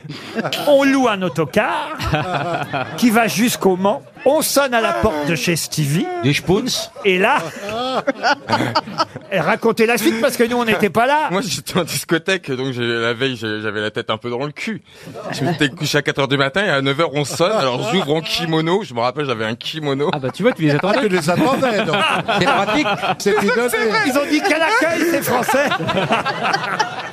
Speaker 1: On loue un autocar qui va jusqu'au Mans. On sonne à la porte de chez Stevie.
Speaker 14: Des spoons
Speaker 1: Et là, racontez la suite parce que nous, on n'était pas là.
Speaker 18: Moi, j'étais en discothèque, donc j'ai- la veille, j'ai- j'avais la tête un peu dans le cul. Je m'étais couché à 4 heures du matin et à 9 heures, on sonne. Alors, j'ouvre en kimono. Je me rappelle, j'avais un kimono. Ah, bah, tu vois, tu les
Speaker 4: attendais. Ah, tu les attendais, donc. C'est pratique. C'est bidonné.
Speaker 1: Ils ont dit qu'elle accueille ces Français.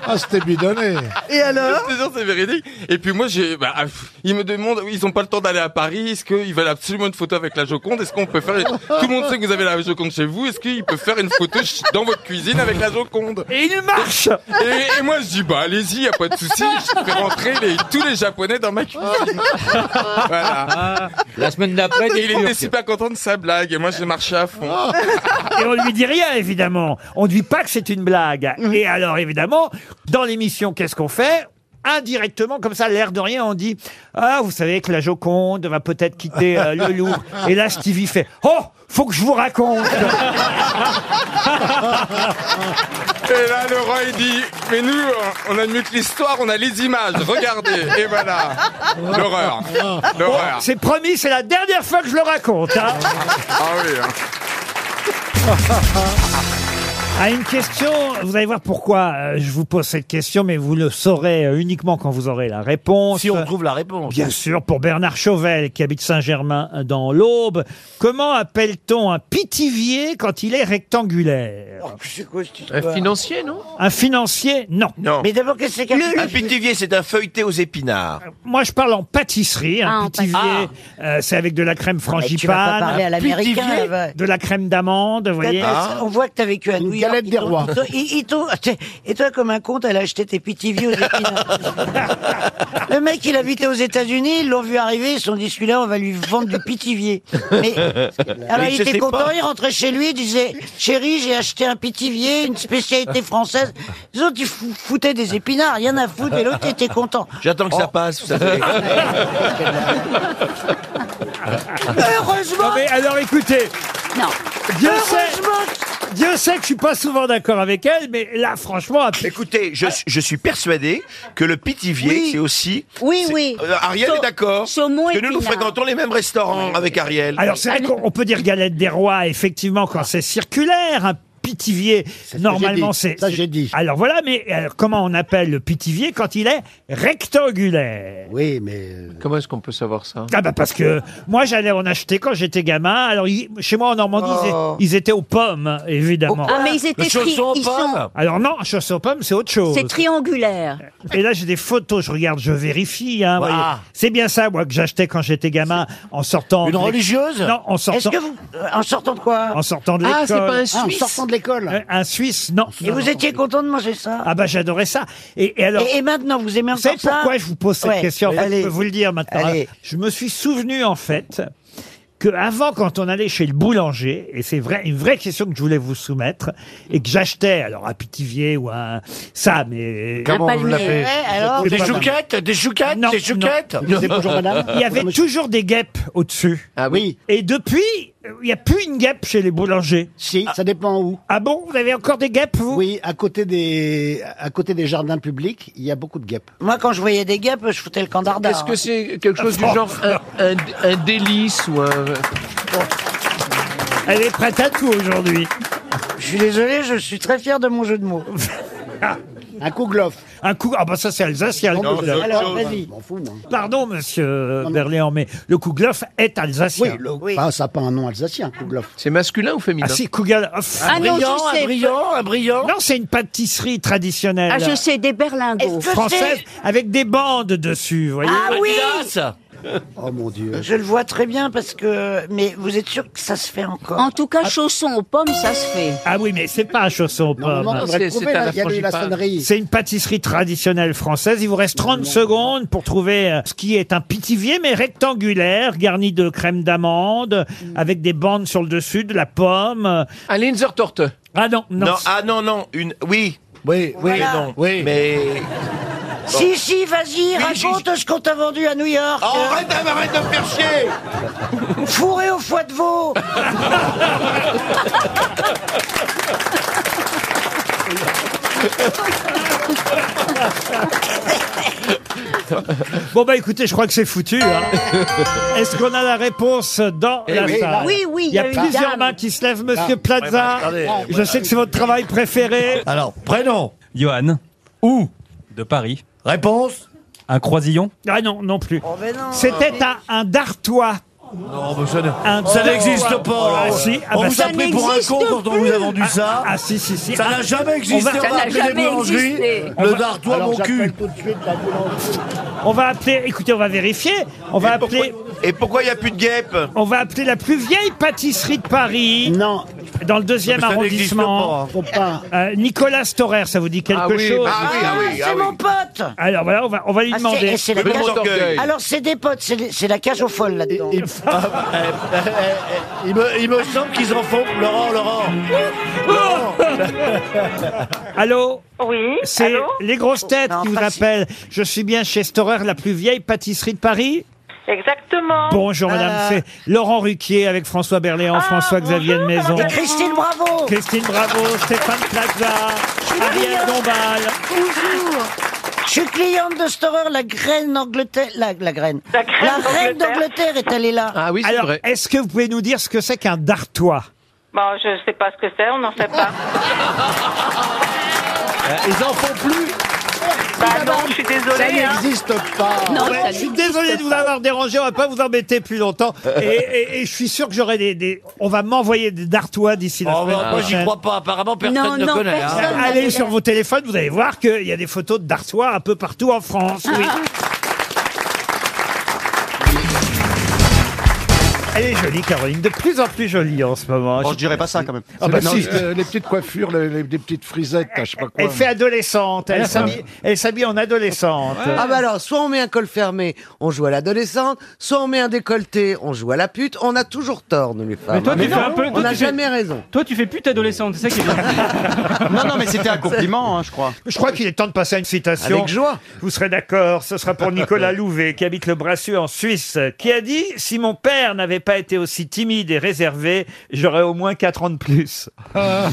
Speaker 4: Ah, c'était bidonné.
Speaker 16: Et alors
Speaker 18: Je te jure, c'est véridique. Et puis moi, j'ai, bah, ah, pff, ils me demandent, ils ont pas le temps d'aller à Paris. Est-ce qu'ils veulent absolument une photo avec la Joconde Est-ce qu'on peut faire Tout le monde sait que vous avez la Joconde chez vous. Est-ce qu'ils peuvent faire une photo ch- dans votre cuisine avec la Joconde
Speaker 1: Et il marche.
Speaker 18: Et, et moi, je dis, bah, allez-y, y a pas de souci. Je fais rentrer les- tous les Japonais dans ma cuisine. voilà.
Speaker 14: La semaine d'après,
Speaker 18: Et
Speaker 14: t'es
Speaker 18: il était
Speaker 14: turc.
Speaker 18: super content de sa blague. Et moi, j'ai marché à fond.
Speaker 1: Ah. Et on lui dit rien, évidemment. On ne dit pas que c'est une blague. Et alors, évidemment, dans l'émission, qu'est-ce qu'on fait Indirectement, comme ça, l'air de rien, on dit Ah, vous savez que la Joconde va peut-être quitter euh, le Louvre. Et là, Stevie fait Oh, faut que je vous raconte
Speaker 18: Et là, le roi, il dit, mais nous, on a mieux que l'histoire, on a les images, regardez. Et voilà. L'horreur. L'horreur.
Speaker 1: C'est promis, c'est la dernière fois que je le raconte. hein.
Speaker 18: Ah oui. hein.
Speaker 1: À une question, vous allez voir pourquoi euh, je vous pose cette question, mais vous le saurez euh, uniquement quand vous aurez la réponse.
Speaker 2: Si on trouve la réponse.
Speaker 1: Bien sûr, pour Bernard Chauvel, qui habite Saint-Germain euh, dans l'Aube, comment appelle-t-on un pitivier quand il est rectangulaire
Speaker 8: Oh, C'est quoi cette histoire
Speaker 1: Un Euh, financier, non Un financier, non.
Speaker 8: Mais d'abord, qu'est-ce que c'est qu'un
Speaker 1: Le-
Speaker 20: Un pitivier, c'est un feuilleté aux épinards.
Speaker 1: Moi, je parle en pâtisserie.
Speaker 20: Ah,
Speaker 1: Un
Speaker 20: en
Speaker 1: pâtisserie.
Speaker 20: pâtisserie.
Speaker 1: euh, c'est avec de la crème
Speaker 8: Ah, mais
Speaker 1: frangipane.
Speaker 8: tu vas pas parler à l'américain,
Speaker 1: pitivier,
Speaker 8: là-bas.
Speaker 1: De la crème d'amande, vous voyez.
Speaker 8: T'as- t'as- On voit que t'as vécu à New
Speaker 1: Une
Speaker 8: Ah. galette des rois. Ils t'ont- et toi, comme un con, elle a acheté tes pitiviers aux épinards. Le mec, il habitait aux États-Unis, ils l'ont vu arriver, ils se sont dit celui-là, on va lui vendre du pitivier.
Speaker 20: Euh,
Speaker 8: Ah, Mais alors,
Speaker 20: Mais
Speaker 8: il
Speaker 20: je
Speaker 8: était
Speaker 20: sais
Speaker 8: content,
Speaker 20: pas.
Speaker 8: il rentrait chez lui, il disait Chérie, j'ai acheté un pitivier, une spécialité française. Les autres, ils fou- foutaient des épinards, rien à foutre, et l'autre était content.
Speaker 20: J'attends que
Speaker 4: Oh.
Speaker 20: ça passe, vous savez.
Speaker 1: Heureusement Ah. Non mais alors écoutez
Speaker 11: Non
Speaker 1: Dieu sait Dieu sait que je suis pas souvent d'accord avec elle, mais là, franchement... Ah.
Speaker 20: Écoutez, je, je suis persuadé que le pitivier,
Speaker 11: Oui.
Speaker 20: c'est aussi...
Speaker 11: Oui,
Speaker 20: c'est-
Speaker 11: oui.
Speaker 20: Euh, Ariel
Speaker 11: Sau-
Speaker 20: est d'accord.
Speaker 11: saumon
Speaker 20: Parce que nous, nous
Speaker 11: épinard.
Speaker 20: fréquentons les mêmes restaurants avec Ariel.
Speaker 1: Alors c'est
Speaker 10: Ah,
Speaker 1: vrai qu'on on peut dire galette des rois, effectivement, quand c'est circulaire, un pitivier, normalement
Speaker 10: dit.
Speaker 1: c'est...
Speaker 10: Ça, j'ai dit.
Speaker 1: Alors voilà, mais alors, comment on appelle le pitivier quand il est rectangulaire
Speaker 10: Oui, mais. euh,
Speaker 14: Comment est-ce qu'on peut savoir ça
Speaker 1: Ah bah parce que moi j'allais en acheter quand j'étais gamin. Alors il- chez moi en Normandie ils é-
Speaker 14: Oh.
Speaker 1: ils, étaient aux pommes évidemment.
Speaker 11: Ah, mais ils étaient Le chausson tri- aux ils sont- pommes
Speaker 1: Alors non, chausson aux pommes c'est autre chose.
Speaker 3: Oh,
Speaker 11: C'est triangulaire.
Speaker 1: Et là j'ai des photos, je regarde, je vérifie. hein,
Speaker 11: Voilà.
Speaker 8: Ah.
Speaker 1: voyez. C'est bien ça moi que j'achetais quand j'étais gamin en sortant. de l'é- Non, en
Speaker 8: Est-ce
Speaker 1: sortant.
Speaker 8: que vous. euh, En sortant de quoi
Speaker 1: En sortant de l'école.
Speaker 8: Ah, En sortant de l'école.
Speaker 1: Euh, Un Suisse, non.
Speaker 8: Et vous étiez content de manger ça
Speaker 1: Ah bah j'adorais ça. Et, et alors.
Speaker 8: Et, et maintenant, vous aimez
Speaker 1: Vous savez
Speaker 8: encore ça
Speaker 1: pourquoi je vous pose cette
Speaker 8: Ouais.
Speaker 1: question En fait,
Speaker 8: Allez.
Speaker 1: Je peux vous le dire maintenant.
Speaker 8: Allez.
Speaker 1: hein. Je me suis souvenu en fait que avant, quand on allait chez le boulanger, et c'est vrai, une vraie question que je voulais vous soumettre, et que j'achetais alors un pitivier ou un ça, mais euh,
Speaker 4: Comment Un vous palmier. l'appelez Ouais, alors Des chouquettes,
Speaker 1: des chouquettes,
Speaker 4: des chouquettes Des bonjour, madame.
Speaker 1: Il y avait toujours des guêpes au-dessus. Ah oui. Et depuis, euh, il n'y a plus une guêpe chez les boulangers.
Speaker 10: Si, ça dépend où.
Speaker 1: Ah bon Vous avez encore des guêpes, vous
Speaker 10: Oui, à côté, des, à côté des jardins publics, il y a beaucoup de guêpes.
Speaker 8: Moi, quand je voyais des guêpes, je foutais le camp d'Arda.
Speaker 14: Est-ce que c'est quelque chose
Speaker 1: Oh.
Speaker 14: du genre un, un- un délice ou un...
Speaker 1: Elle est prête à tout aujourd'hui.
Speaker 8: Je suis désolé, je suis très fier de mon jeu de mots.
Speaker 1: Un kouglof. Un koug... Ah bah ça c'est alsacien. le
Speaker 10: Non,
Speaker 1: kouglof.
Speaker 10: c'est autre
Speaker 8: Alors,
Speaker 10: chose.
Speaker 8: vas-y.
Speaker 10: Je m'en fous, moi.
Speaker 1: Pardon, monsieur Berléand, mais le kouglof est alsacien.
Speaker 10: Oui, le- Ah, ça n'a pas un nom alsacien, Kouglof.
Speaker 14: C'est masculin ou féminin
Speaker 1: Ah si, kouglof.
Speaker 11: Ah non, je sais.
Speaker 1: un brillant. Non, c'est une pâtisserie traditionnelle.
Speaker 11: Ah, je sais, des berlingots.
Speaker 1: Française, avec des bandes dessus, vous voyez.
Speaker 8: Ah oui
Speaker 10: Oh mon Dieu.
Speaker 8: Je le vois très bien parce que. Mais vous êtes sûr que ça se fait encore
Speaker 11: En tout cas, chaussons aux pommes, ça se fait.
Speaker 1: Ah oui, mais c'est pas un chausson aux pommes.
Speaker 10: non, faudrait C'est- trouver, c'est là, un il y a des frangipane. laçonneries.
Speaker 1: C'est une pâtisserie traditionnelle française. Il vous reste 30 secondes pour trouver euh, ce qui est un pitivier, mais rectangulaire, garni de crème d'amande,
Speaker 10: Mm.
Speaker 1: avec des bandes sur le dessus, de la pomme.
Speaker 14: Un Linzertorte.
Speaker 1: Ah non, non.
Speaker 20: Non, ah non, non, une... Oui.
Speaker 10: Oui,
Speaker 20: oui,
Speaker 8: Voilà.
Speaker 20: non. Oui. Mais...
Speaker 8: Si, si, vas-y,
Speaker 20: Oui,
Speaker 8: raconte ce qu'on t'a vendu à New York.
Speaker 20: Oh, arrête, de- arrête de me faire chier
Speaker 8: Fourré au foie de veau
Speaker 1: Bon bah écoutez, je crois que c'est foutu. hein. Est-ce qu'on a la réponse dans
Speaker 11: Eh
Speaker 1: la
Speaker 11: oui,
Speaker 1: salle
Speaker 11: oui, oui,
Speaker 1: Il y a,
Speaker 11: une
Speaker 1: plusieurs
Speaker 11: dame.
Speaker 1: mains qui se lèvent, Monsieur
Speaker 11: Ah,
Speaker 1: Plaza.
Speaker 11: ouais, bah, attendez,
Speaker 1: je sais que c'est votre travail préféré.
Speaker 3: Alors, prénom Johan. Où De Paris. Réponse Un croisillon
Speaker 1: Ah non, non plus.
Speaker 8: mais non.
Speaker 1: C'était un, un Dartois.
Speaker 4: Non, mais ça, ne-
Speaker 1: Un-
Speaker 4: ça n'existe
Speaker 7: Oh,
Speaker 4: pas.
Speaker 1: Ah, si. Ah,
Speaker 4: on
Speaker 1: bah,
Speaker 4: vous
Speaker 1: ça
Speaker 4: a pris pour un
Speaker 1: n'existe
Speaker 4: con quand on vous a vendu
Speaker 1: Ah,
Speaker 4: ça.
Speaker 1: Ah si, si, si.
Speaker 4: Ça
Speaker 1: Ah,
Speaker 4: n'a jamais
Speaker 1: on va-
Speaker 4: existé. On va appeler les boulangeries. Le dartois,
Speaker 10: Alors,
Speaker 4: mon
Speaker 10: j'appelle
Speaker 4: cul.
Speaker 10: tout de suite la boulangerie.
Speaker 1: On va appeler, écoutez, on va vérifier. On va appeler.
Speaker 20: Et pourquoi il n'y a plus de guêpes
Speaker 1: On va appeler la plus vieille pâtisserie de Paris.
Speaker 10: Non.
Speaker 1: Dans le deuxième
Speaker 20: Non, mais ça
Speaker 1: arrondissement.
Speaker 10: Faut pas.
Speaker 1: Euh, Nicolas Storer, ça vous dit quelque chose
Speaker 20: bah
Speaker 8: Ah, c'est mon pote
Speaker 1: Alors voilà, on va, on va lui
Speaker 8: Ah, c'est-
Speaker 1: demander.
Speaker 8: eh, c'est la cage- Alors, c'est des potes, c'est les- c'est la cage aux folles là-dedans.
Speaker 1: Ah,
Speaker 20: Ah,
Speaker 4: Il
Speaker 20: bah,
Speaker 4: me, il me semble qu'ils en font. Laurent, Laurent. Laurent.
Speaker 1: Allô
Speaker 21: Oui.
Speaker 1: C'est
Speaker 21: allô
Speaker 1: les grosses têtes qui vous appellent. Je suis bien chez Storer, la plus vieille pâtisserie de Paris.
Speaker 21: Exactement. Ah,
Speaker 1: Bonjour madame,
Speaker 21: Euh,
Speaker 1: c'est Laurent Ruquier avec François Berléand, François-Xavier de Maison.
Speaker 8: Et Christine Bravo
Speaker 1: Christine Bravo, Stéphane Plaza,
Speaker 21: hein.
Speaker 1: Ariel Dombal.
Speaker 8: Bonjour Je suis cliente de Storer, la graine d'Angleterre. La, la graine. La, reine d'Angleterre est allée là.
Speaker 14: Ah oui, c'est
Speaker 1: Alors,
Speaker 14: vrai.
Speaker 1: est-ce que vous pouvez nous dire ce que c'est qu'un dartois
Speaker 21: Bon, Bah, je sais pas ce que c'est, on n'en sait pas.
Speaker 14: Euh, Ils en font plus
Speaker 21: bah non, je suis désolée. hein.
Speaker 10: pas.
Speaker 21: Non,
Speaker 1: Ouais,
Speaker 21: ça
Speaker 1: je suis
Speaker 21: n'existe
Speaker 1: désolé de vous avoir dérangé, on va pas vous embêter plus longtemps. Et, et- et je suis sûr que j'aurai des, des- On va m'envoyer des dartois d'ici la
Speaker 4: Oh,
Speaker 1: semaine
Speaker 4: bah, moi, j'y
Speaker 1: prochaine.
Speaker 4: crois pas. Apparemment, personne
Speaker 11: Non,
Speaker 4: ne
Speaker 11: non,
Speaker 4: connaît. hein.
Speaker 11: personne.
Speaker 1: Ah. Allez sur vos téléphones, vous allez voir qu'il y a des photos de dartois un peu partout en France. Oui. Elle est jolie, Caroline, de plus en plus jolie en ce moment.
Speaker 13: Bon, je dirais pas ça, quand même.
Speaker 1: Ah bah si.
Speaker 13: euh, les petites coiffures, les, les- des petites frisettes, là, je sais pas quoi.
Speaker 1: Elle fait adolescente, elle
Speaker 13: Ah,
Speaker 1: s'habille- elle s'habille en adolescente.
Speaker 22: Ah bah alors, soit on met un col fermé, on joue à l'adolescente, soit on met un décolleté, on joue à la pute. On a toujours tort, nous les femmes.
Speaker 17: Mais toi, tu fais un peu-
Speaker 22: on
Speaker 17: toi,
Speaker 22: n'a
Speaker 17: tu fais-
Speaker 22: jamais raison.
Speaker 17: Toi, tu fais pute adolescente, c'est ça qui est
Speaker 1: Non, non, mais c'était un
Speaker 13: compliment, hein, je crois.
Speaker 1: Je crois qu'il est temps de passer à une citation.
Speaker 22: Avec joie.
Speaker 1: Vous serez d'accord, ce sera pour Nicolas Louvet, qui habite le Brassieux en Suisse, qui a dit « Si mon père n'avait pas été aussi timide et réservé, j'aurais au moins 4 ans de plus. »
Speaker 13: Ah,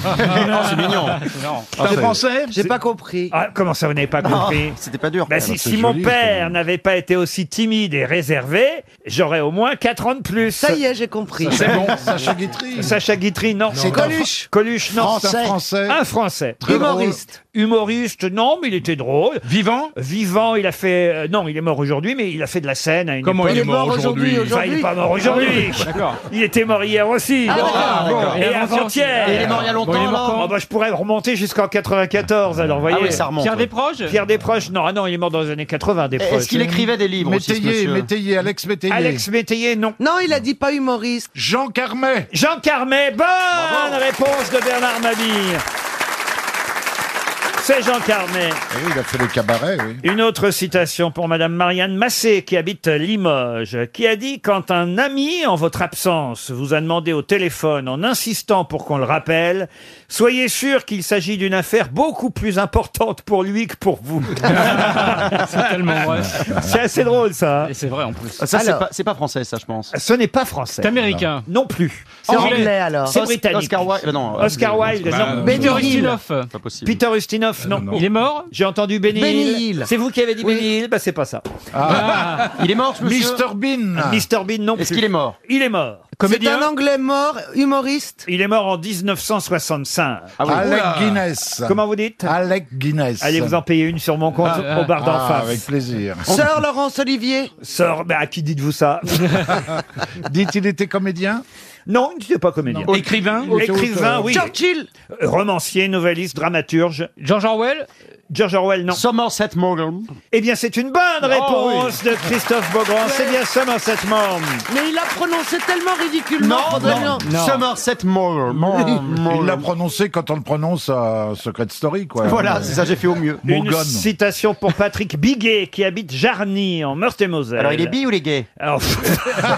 Speaker 13: c'est mignon.
Speaker 1: Ah, c'est-
Speaker 13: C'est français
Speaker 22: J'ai pas compris.
Speaker 1: Ah, comment ça, vous n'avez pas compris
Speaker 13: C'était pas dur.
Speaker 22: Ah,
Speaker 1: Bah si, si mon père n'avait pas été aussi timide et réservé, j'aurais au moins 4 ans de plus. Ça
Speaker 22: y est, j'ai compris.
Speaker 13: C'est bon. Sacha Guitry.
Speaker 1: Sacha Guitry, non.
Speaker 13: C'est
Speaker 1: Coluche. Coluche, non.
Speaker 13: Français. Un Français.
Speaker 1: Un Français.
Speaker 13: Très Humoriste.
Speaker 1: Humoriste, non, mais il était drôle. Vivant Vivant, il a fait... euh, non, il est mort aujourd'hui, mais il a fait de la scène à une
Speaker 7: Comment
Speaker 1: époque.
Speaker 7: il est Il est mort mort aujourd'hui aujourd'hui
Speaker 1: Enfin, il est pas mort aujourd'hui.
Speaker 7: Ah oui, d'accord.
Speaker 1: Il était mort hier aussi.
Speaker 7: Ah, Ah, d'accord. d'accord.
Speaker 1: Et
Speaker 7: Et
Speaker 1: avant-hier.
Speaker 7: avant-hier. Et il est mort il y a longtemps,
Speaker 1: Bon, il est mort
Speaker 7: alors Ah
Speaker 1: quand Ah, bah, Je pourrais remonter jusqu'en 94, alors, voyez.
Speaker 7: oui, ça remonte, Pierre ouais. Desproges
Speaker 1: Pierre Desproches, non. Ah non, il est mort dans les années 80, Desproges.
Speaker 13: Métayer, Métayer, Alex Métayer.
Speaker 1: Alex Métayer, non.
Speaker 22: Non, il a dit pas humoriste.
Speaker 13: Jean Carmet.
Speaker 1: Jean Carmet, bonne réponse de Bernard Mabille. C'est Jean Carmet.
Speaker 13: Ah oui, il a fait le cabaret, oui.
Speaker 1: Une autre citation pour Madame Marianne Massé, qui habite Limoges, qui a dit Quand un ami, en votre absence, vous a demandé au téléphone en insistant pour qu'on le rappelle, soyez sûr qu'il s'agit d'une affaire beaucoup plus importante pour lui que pour vous.
Speaker 17: C'est tellement vrai.
Speaker 1: C'est assez drôle, ça. Ah,
Speaker 17: Et c'est vrai en plus.
Speaker 13: Ça, c'est pas, c'est pas français, ça, je pense.
Speaker 1: Ce n'est pas français.
Speaker 17: C'est américain.
Speaker 1: Non, plus.
Speaker 13: C'est Anglais. anglais, alors.
Speaker 1: C'est
Speaker 13: Os-
Speaker 1: britannique.
Speaker 13: Oscar Wilde, non,
Speaker 1: Oscar
Speaker 13: euh,
Speaker 1: Wilde,
Speaker 13: bah,
Speaker 1: non.
Speaker 13: euh, Benny Peter Hill. Ustinov.
Speaker 1: Pas possible. Peter Ustinov, non. Il est mort J'ai entendu Benny
Speaker 13: Benny
Speaker 1: Hill.
Speaker 13: Hill.
Speaker 1: C'est vous qui avez dit Benny Hill Bah, c'est pas ça.
Speaker 13: Ah. Il est mort, ce monsieur
Speaker 1: Mr. Bean. Mr. Bean, non.
Speaker 13: Est-ce
Speaker 1: plus.
Speaker 13: qu'il est mort
Speaker 1: Il est mort.
Speaker 22: C'est un anglais mort, humoriste.
Speaker 1: Il est mort en 1965.
Speaker 13: Ah oui. Alec Oula. Guinness.
Speaker 1: Comment vous dites
Speaker 13: Alec Guinness.
Speaker 1: Allez vous en payer une sur mon compte
Speaker 13: Ah,
Speaker 1: au bar d'en
Speaker 13: ah,
Speaker 1: face.
Speaker 13: avec plaisir.
Speaker 22: Sœur Laurence Olivier.
Speaker 1: Sœur, bah, à qui dites-vous ça
Speaker 13: Dites, il était comédien
Speaker 1: Non, il n'était pas comédien.
Speaker 13: Non. Écrivain
Speaker 1: Écrivain,
Speaker 13: Auteur.
Speaker 1: oui. Euh,
Speaker 13: Churchill
Speaker 1: Romancier, novelliste, dramaturge. George Orwell George Orwell, non.
Speaker 13: Somerset Maugham. Oh,
Speaker 1: Eh bien, c'est une bonne réponse de Christophe Beaugrand. C'est bien ça, dans cette membre.
Speaker 22: Mais il a prononcé tellement ridiculement. André Lyon.
Speaker 13: Somerset Maugham. Il l'a prononcé quand on le prononce à Secret Story, quoi.
Speaker 1: Voilà, c'est ça, j'ai
Speaker 13: fait au mieux.
Speaker 1: Une citation pour Patrick Biguet, qui habite Jarny, en Meurthe-et-Moselle.
Speaker 13: Alors, il est bi
Speaker 1: ou il est gay
Speaker 13: Non,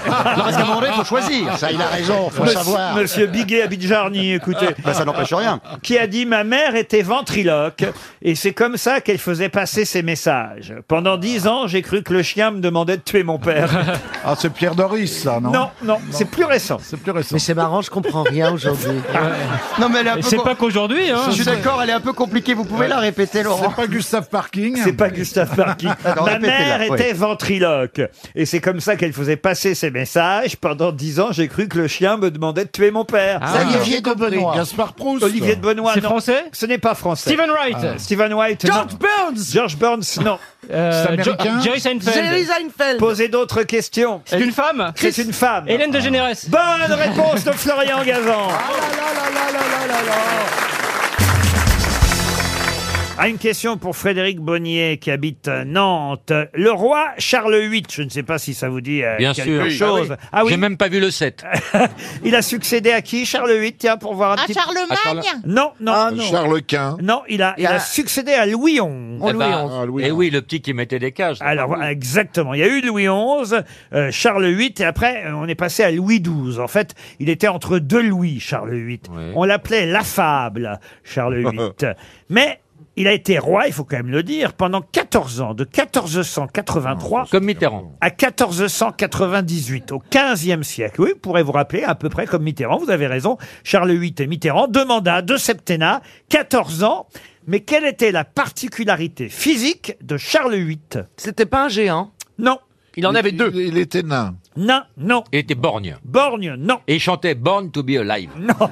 Speaker 13: parce qu'à un moment donné, il faut choisir. Ça, il a raison, faut
Speaker 1: Monsieur-
Speaker 13: savoir.
Speaker 1: Monsieur Biguet habite Jarny, écoutez.
Speaker 13: Bah, ça n'empêche rien.
Speaker 1: Qui a dit ma mère était ventriloque et c'est comme ça qu'elle faisait passer ses messages. Pendant dix ans, j'ai cru que le chien me demandait de tuer mon père.
Speaker 13: Ah, c'est Pierre Doris, ça, non
Speaker 1: Non, non, c'est plus récent.
Speaker 13: C'est plus récent.
Speaker 22: Mais c'est marrant, je comprends rien aujourd'hui.
Speaker 13: Non, mais elle est un
Speaker 17: Et
Speaker 13: peu
Speaker 17: c'est
Speaker 13: com-
Speaker 17: pas qu'aujourd'hui, hein.
Speaker 13: Je suis d'accord, elle est un peu compliquée, vous pouvez la répéter, Laurent.
Speaker 22: C'est
Speaker 13: pas Gustave Parking.
Speaker 1: C'est pas Gustave Parking.
Speaker 13: Alors,
Speaker 1: Ma
Speaker 13: répétez-la,
Speaker 1: mère
Speaker 13: oui.
Speaker 1: était ventriloque. Et c'est comme ça qu'elle faisait passer ses messages. Pendant dix ans, j'ai cru que le chien me demandait de tuer mon père.
Speaker 13: Ah, Olivier de Benoît. Gaspard Proust.
Speaker 1: Olivier de Benoît,
Speaker 17: C'est
Speaker 1: non.
Speaker 17: français
Speaker 1: Ce n'est pas français.
Speaker 17: Stephen Wright. Ah.
Speaker 1: Stephen White,
Speaker 17: George
Speaker 1: Burns George Burns, non.
Speaker 17: Euh, C'est américain Jo- Jerry Seinfeld. Jerry Seinfeld.
Speaker 1: Posez d'autres questions.
Speaker 17: C'est une femme
Speaker 1: C'est une femme.
Speaker 17: Hélène de Généresse.
Speaker 1: Bonne réponse de Florian Gazan.
Speaker 4: Oh
Speaker 23: Oh
Speaker 1: Ah, une question pour Frédéric Bonnier qui habite euh, Nantes. Le roi Charles VIII, je ne sais pas si ça vous dit euh,
Speaker 14: Bien sûr.
Speaker 1: quelque chose. Ah oui,
Speaker 14: J'ai même pas vu le 7.
Speaker 1: il a succédé à qui Charles VIII, tiens, pour voir un
Speaker 15: À
Speaker 1: petit
Speaker 15: Charlemagne
Speaker 14: À Charle-
Speaker 1: Non, Ah, non.
Speaker 19: Charles Quint.
Speaker 1: Non, il a, il a
Speaker 14: Ah.
Speaker 1: succédé à Louis XI.
Speaker 14: Eh ben, eh oui, le petit qui mettait des cages. Ah
Speaker 1: Alors voilà, exactement, il y a eu Louis XI, euh, Charles VIII, et après euh, on est passé à Louis XII. En fait, il était entre deux Louis, Charles VIII. On l'appelait l'affable, Charles VIII. Mais il a été roi, il faut quand même le dire, pendant 14 ans, de 1483
Speaker 14: Comme Ah, Mitterrand.
Speaker 1: à 1498, au 15e siècle. Oui, vous pourrez vous rappeler, à peu près comme Mitterrand, vous avez raison, Charles VIII et Mitterrand, deux mandats, deux septennats, 14 ans. Mais quelle était la particularité physique de Charles VIII
Speaker 22: C'était pas un géant.
Speaker 1: Non.
Speaker 14: Il en avait deux.
Speaker 19: Il était nain.
Speaker 1: Non, non.
Speaker 14: Il était borgne.
Speaker 1: Borgne, non.
Speaker 14: Et il chantait Born to be alive.
Speaker 1: Non.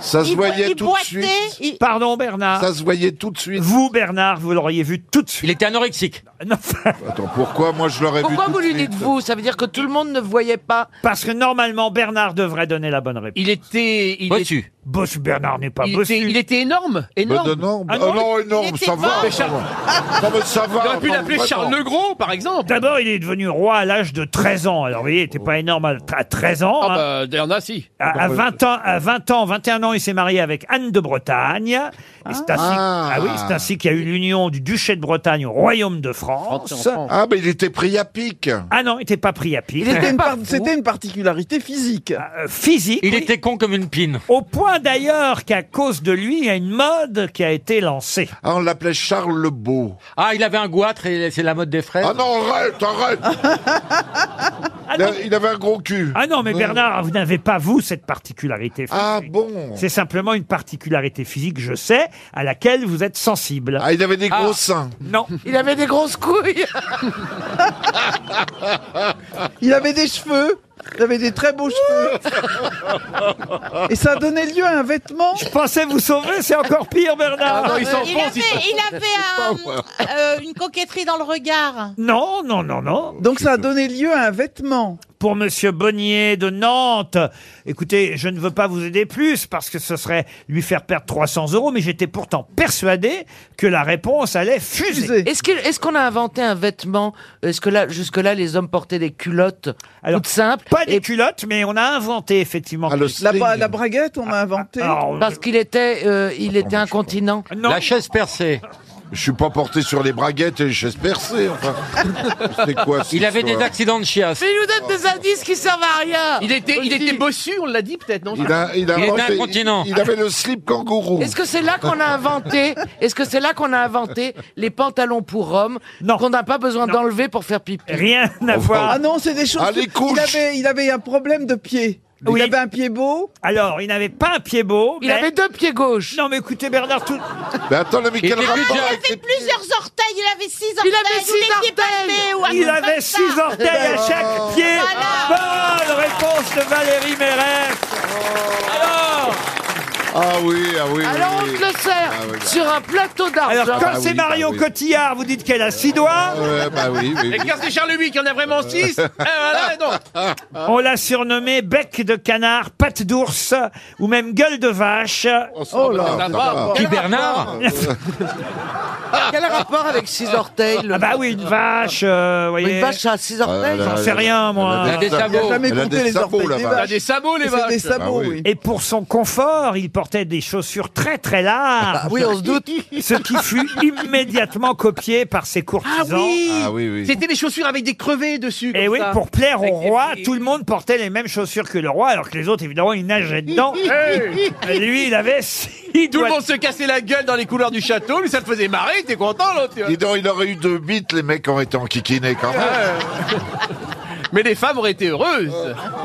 Speaker 19: Ça se
Speaker 15: Il-
Speaker 19: voyait
Speaker 15: il
Speaker 19: tout de
Speaker 15: boitait,
Speaker 19: suite.
Speaker 15: il-
Speaker 1: Pardon Bernard.
Speaker 19: Ça se voyait tout de suite.
Speaker 1: Vous Bernard, vous l'auriez vu tout de
Speaker 14: Il
Speaker 1: suite.
Speaker 14: était anorexique.
Speaker 1: Non.
Speaker 19: Attends, pourquoi moi je l'aurais vu
Speaker 22: Pourquoi
Speaker 19: tout
Speaker 22: vous
Speaker 19: de
Speaker 22: lui
Speaker 19: suite
Speaker 22: dites vous Ça veut dire que tout le monde ne voyait pas.
Speaker 1: Parce que normalement Bernard devrait donner la bonne réponse.
Speaker 14: Il était. Il Bossu.
Speaker 1: Bossu Bernard n'est pas
Speaker 3: Il
Speaker 1: bossu.
Speaker 3: était, il était
Speaker 19: Ben,
Speaker 3: énorme, énorme.
Speaker 1: Bah, de norme.
Speaker 19: Oh
Speaker 1: Ah non, Ah non, il- énorme, il était ça va,
Speaker 3: Mais
Speaker 1: ça
Speaker 3: Charles-
Speaker 1: va. Non, mais ça va,
Speaker 3: Il aurait pu
Speaker 1: enfin,
Speaker 3: l'appeler Charles
Speaker 1: vraiment.
Speaker 3: Le Gros, par exemple.
Speaker 1: D'abord, il est devenu roi à l'âge de 13 ans. Alors, vous voyez, il
Speaker 19: Oh.
Speaker 1: n'était pas énorme à à 13 ans. hein.
Speaker 3: Ah bah, il y en a, si.
Speaker 1: À,
Speaker 4: Bah,
Speaker 1: à 20 ans, à 20 ans, 21 ans, il s'est marié avec Anne de Bretagne. Et c'est ainsi,
Speaker 13: Ah.
Speaker 1: ah. oui, c'est ainsi qu'il y a eu l'union du duché de Bretagne au royaume de France.
Speaker 13: Ah, mais il était pris à pic.
Speaker 1: Ah non, il n'était pas pris à pic.
Speaker 16: Il était une par-
Speaker 1: C'était une particularité physique. physique. Il était con comme une pine. Au point d'ailleurs qu'à cause de lui, il y a une mode qui a été lancée.
Speaker 13: Ah, on l'appelait Charles le Beau.
Speaker 14: Ah, il avait un goitre et c'est la mode des fraises.
Speaker 13: Ah non, arrête, arrête Il a- Il avait un gros cul.
Speaker 1: Ah non, mais
Speaker 13: Ouais.
Speaker 1: Bernard, vous n'avez pas, vous, cette particularité physique.
Speaker 13: Ah bon
Speaker 1: C'est simplement une particularité physique, je sais, à laquelle vous êtes sensible. Ah,
Speaker 13: il avait des gros seins.
Speaker 1: Non.
Speaker 7: Il avait des grosses couilles.
Speaker 16: Il avait des cheveux. Il avait des très beaux cheveux. Et ça a donné lieu à un vêtement. Je
Speaker 1: pensais vous sauver, c'est encore pire, Bernard.
Speaker 16: Ah non, il s'en
Speaker 1: Il
Speaker 6: Il a fait, il a fait
Speaker 14: hein.
Speaker 6: un- euh, une coquetterie dans le regard.
Speaker 1: Non, non, non, non.
Speaker 16: Donc ça a donné lieu à un vêtement.
Speaker 1: Pour Monsieur Bonnier de Nantes, écoutez, je ne veux pas vous aider plus parce que ce serait lui faire perdre 300 euros, mais j'étais pourtant persuadé que la réponse allait fuser.
Speaker 7: Est-ce que- est-ce qu'on a inventé un vêtement Est-ce que là, jusque-là, les hommes portaient des culottes
Speaker 1: Alors,
Speaker 7: toutes simples
Speaker 1: Pas des culottes, mais on a inventé effectivement.
Speaker 16: La, bra- la braguette, on m'a inventé.
Speaker 1: Ah,
Speaker 7: Parce qu'il était, euh, il
Speaker 1: Oh,
Speaker 7: était incontinent.
Speaker 13: La chaise percée. Je suis pas porté sur les braguettes et les chaises percées, enfin. C'était quoi cette
Speaker 14: Il avait des
Speaker 13: histoire
Speaker 14: accidents de chiasse.
Speaker 7: il nous donne des indices qui servent à rien.
Speaker 3: Il était, il était bossu, on l'a dit peut-être, non
Speaker 13: Il, a, il, a
Speaker 14: Il était
Speaker 13: inventé-
Speaker 14: incontinent.
Speaker 13: il avait le slip
Speaker 1: Ah,
Speaker 13: kangourou.
Speaker 7: Est-ce que c'est là qu'on a inventé Est-ce que c'est là qu'on a inventé les pantalons pour hommes qu'on n'a pas besoin d'enlever pour faire pipi
Speaker 1: Rien à voir.
Speaker 16: Ah non, c'est des choses.
Speaker 1: Ah, les
Speaker 16: il,
Speaker 1: couches.
Speaker 16: avait, il avait un problème de pied.
Speaker 1: Oui.
Speaker 16: Il avait un pied beau.
Speaker 1: Alors, il n'avait pas un pied beau.
Speaker 16: Il avait
Speaker 7: deux pieds gauches.
Speaker 1: Non, mais écoutez, Bernard, tout.
Speaker 13: Mais attends, mais quel rapport
Speaker 6: Il
Speaker 13: avec
Speaker 6: avait
Speaker 13: les-
Speaker 6: plusieurs orteils, il avait six orteils.
Speaker 7: Il avait six
Speaker 6: ou les pieds
Speaker 7: orteils.
Speaker 6: palmés, ou un
Speaker 1: Il
Speaker 6: truc
Speaker 1: avait
Speaker 6: comme ça. Ah
Speaker 1: six orteils à
Speaker 3: Oh.
Speaker 13: Oh.
Speaker 1: chaque pied. Bonne réponse de Valérie Mérès. Alors,
Speaker 13: Ah oui, ah oui. oui,
Speaker 7: Alors on
Speaker 13: oui.
Speaker 7: te le sert
Speaker 13: Ah oui.
Speaker 7: sur un plateau d'argent.
Speaker 1: alors quand
Speaker 3: ah
Speaker 1: c'est
Speaker 3: bah
Speaker 1: Marion Cotillard, vous dites qu'elle a six doigts.
Speaker 13: Ouais, bah oui, oui,
Speaker 3: Et
Speaker 13: oui.
Speaker 3: quand c'est Charles VIII qui en a vraiment 6, voilà, donc.
Speaker 1: On l'a surnommé bec de canard, patte d'ours ou même gueule de vache.
Speaker 7: Oh là, va, ça va. Qui,
Speaker 1: Bernard
Speaker 7: Quel rapport avec six orteils le-
Speaker 1: Ah bah oui, une vache, euh, vous voyez.
Speaker 7: Une vache à six orteils
Speaker 1: J'en sais rien, moi.
Speaker 13: Ah, elle a des Elle a des sabots. sabots. Elle a des sabots, Ah la vache.
Speaker 3: Elle a des sabots, les
Speaker 16: C'est des
Speaker 3: vaches.
Speaker 16: sabots, oui.
Speaker 1: Et pour son confort, il portait des chaussures très très larges.
Speaker 7: Ah oui, on se doute.
Speaker 1: Ce qui fut immédiatement copié par ses
Speaker 3: Ah
Speaker 1: courtisans.
Speaker 3: oui,
Speaker 13: oui.
Speaker 3: C'était des chaussures avec des crevets dessus.
Speaker 1: Et
Speaker 3: comme
Speaker 1: Eh oui,
Speaker 3: ça.
Speaker 1: pour plaire au roi, tout le monde portait les mêmes chaussures que le roi, alors que les autres, évidemment, ils nageaient dedans.
Speaker 3: Hey
Speaker 1: Et lui, il avait six
Speaker 3: Eh. Tout le
Speaker 1: doigts.
Speaker 3: monde se cassait la gueule dans les couloirs du château, mais ça le faisait marrer, t'es content l'autre. tu vois.
Speaker 13: Dis donc, il aurait eu deux bites, les mecs auraient été enquiquinés quand même.
Speaker 3: Mais les femmes auraient été heureuses.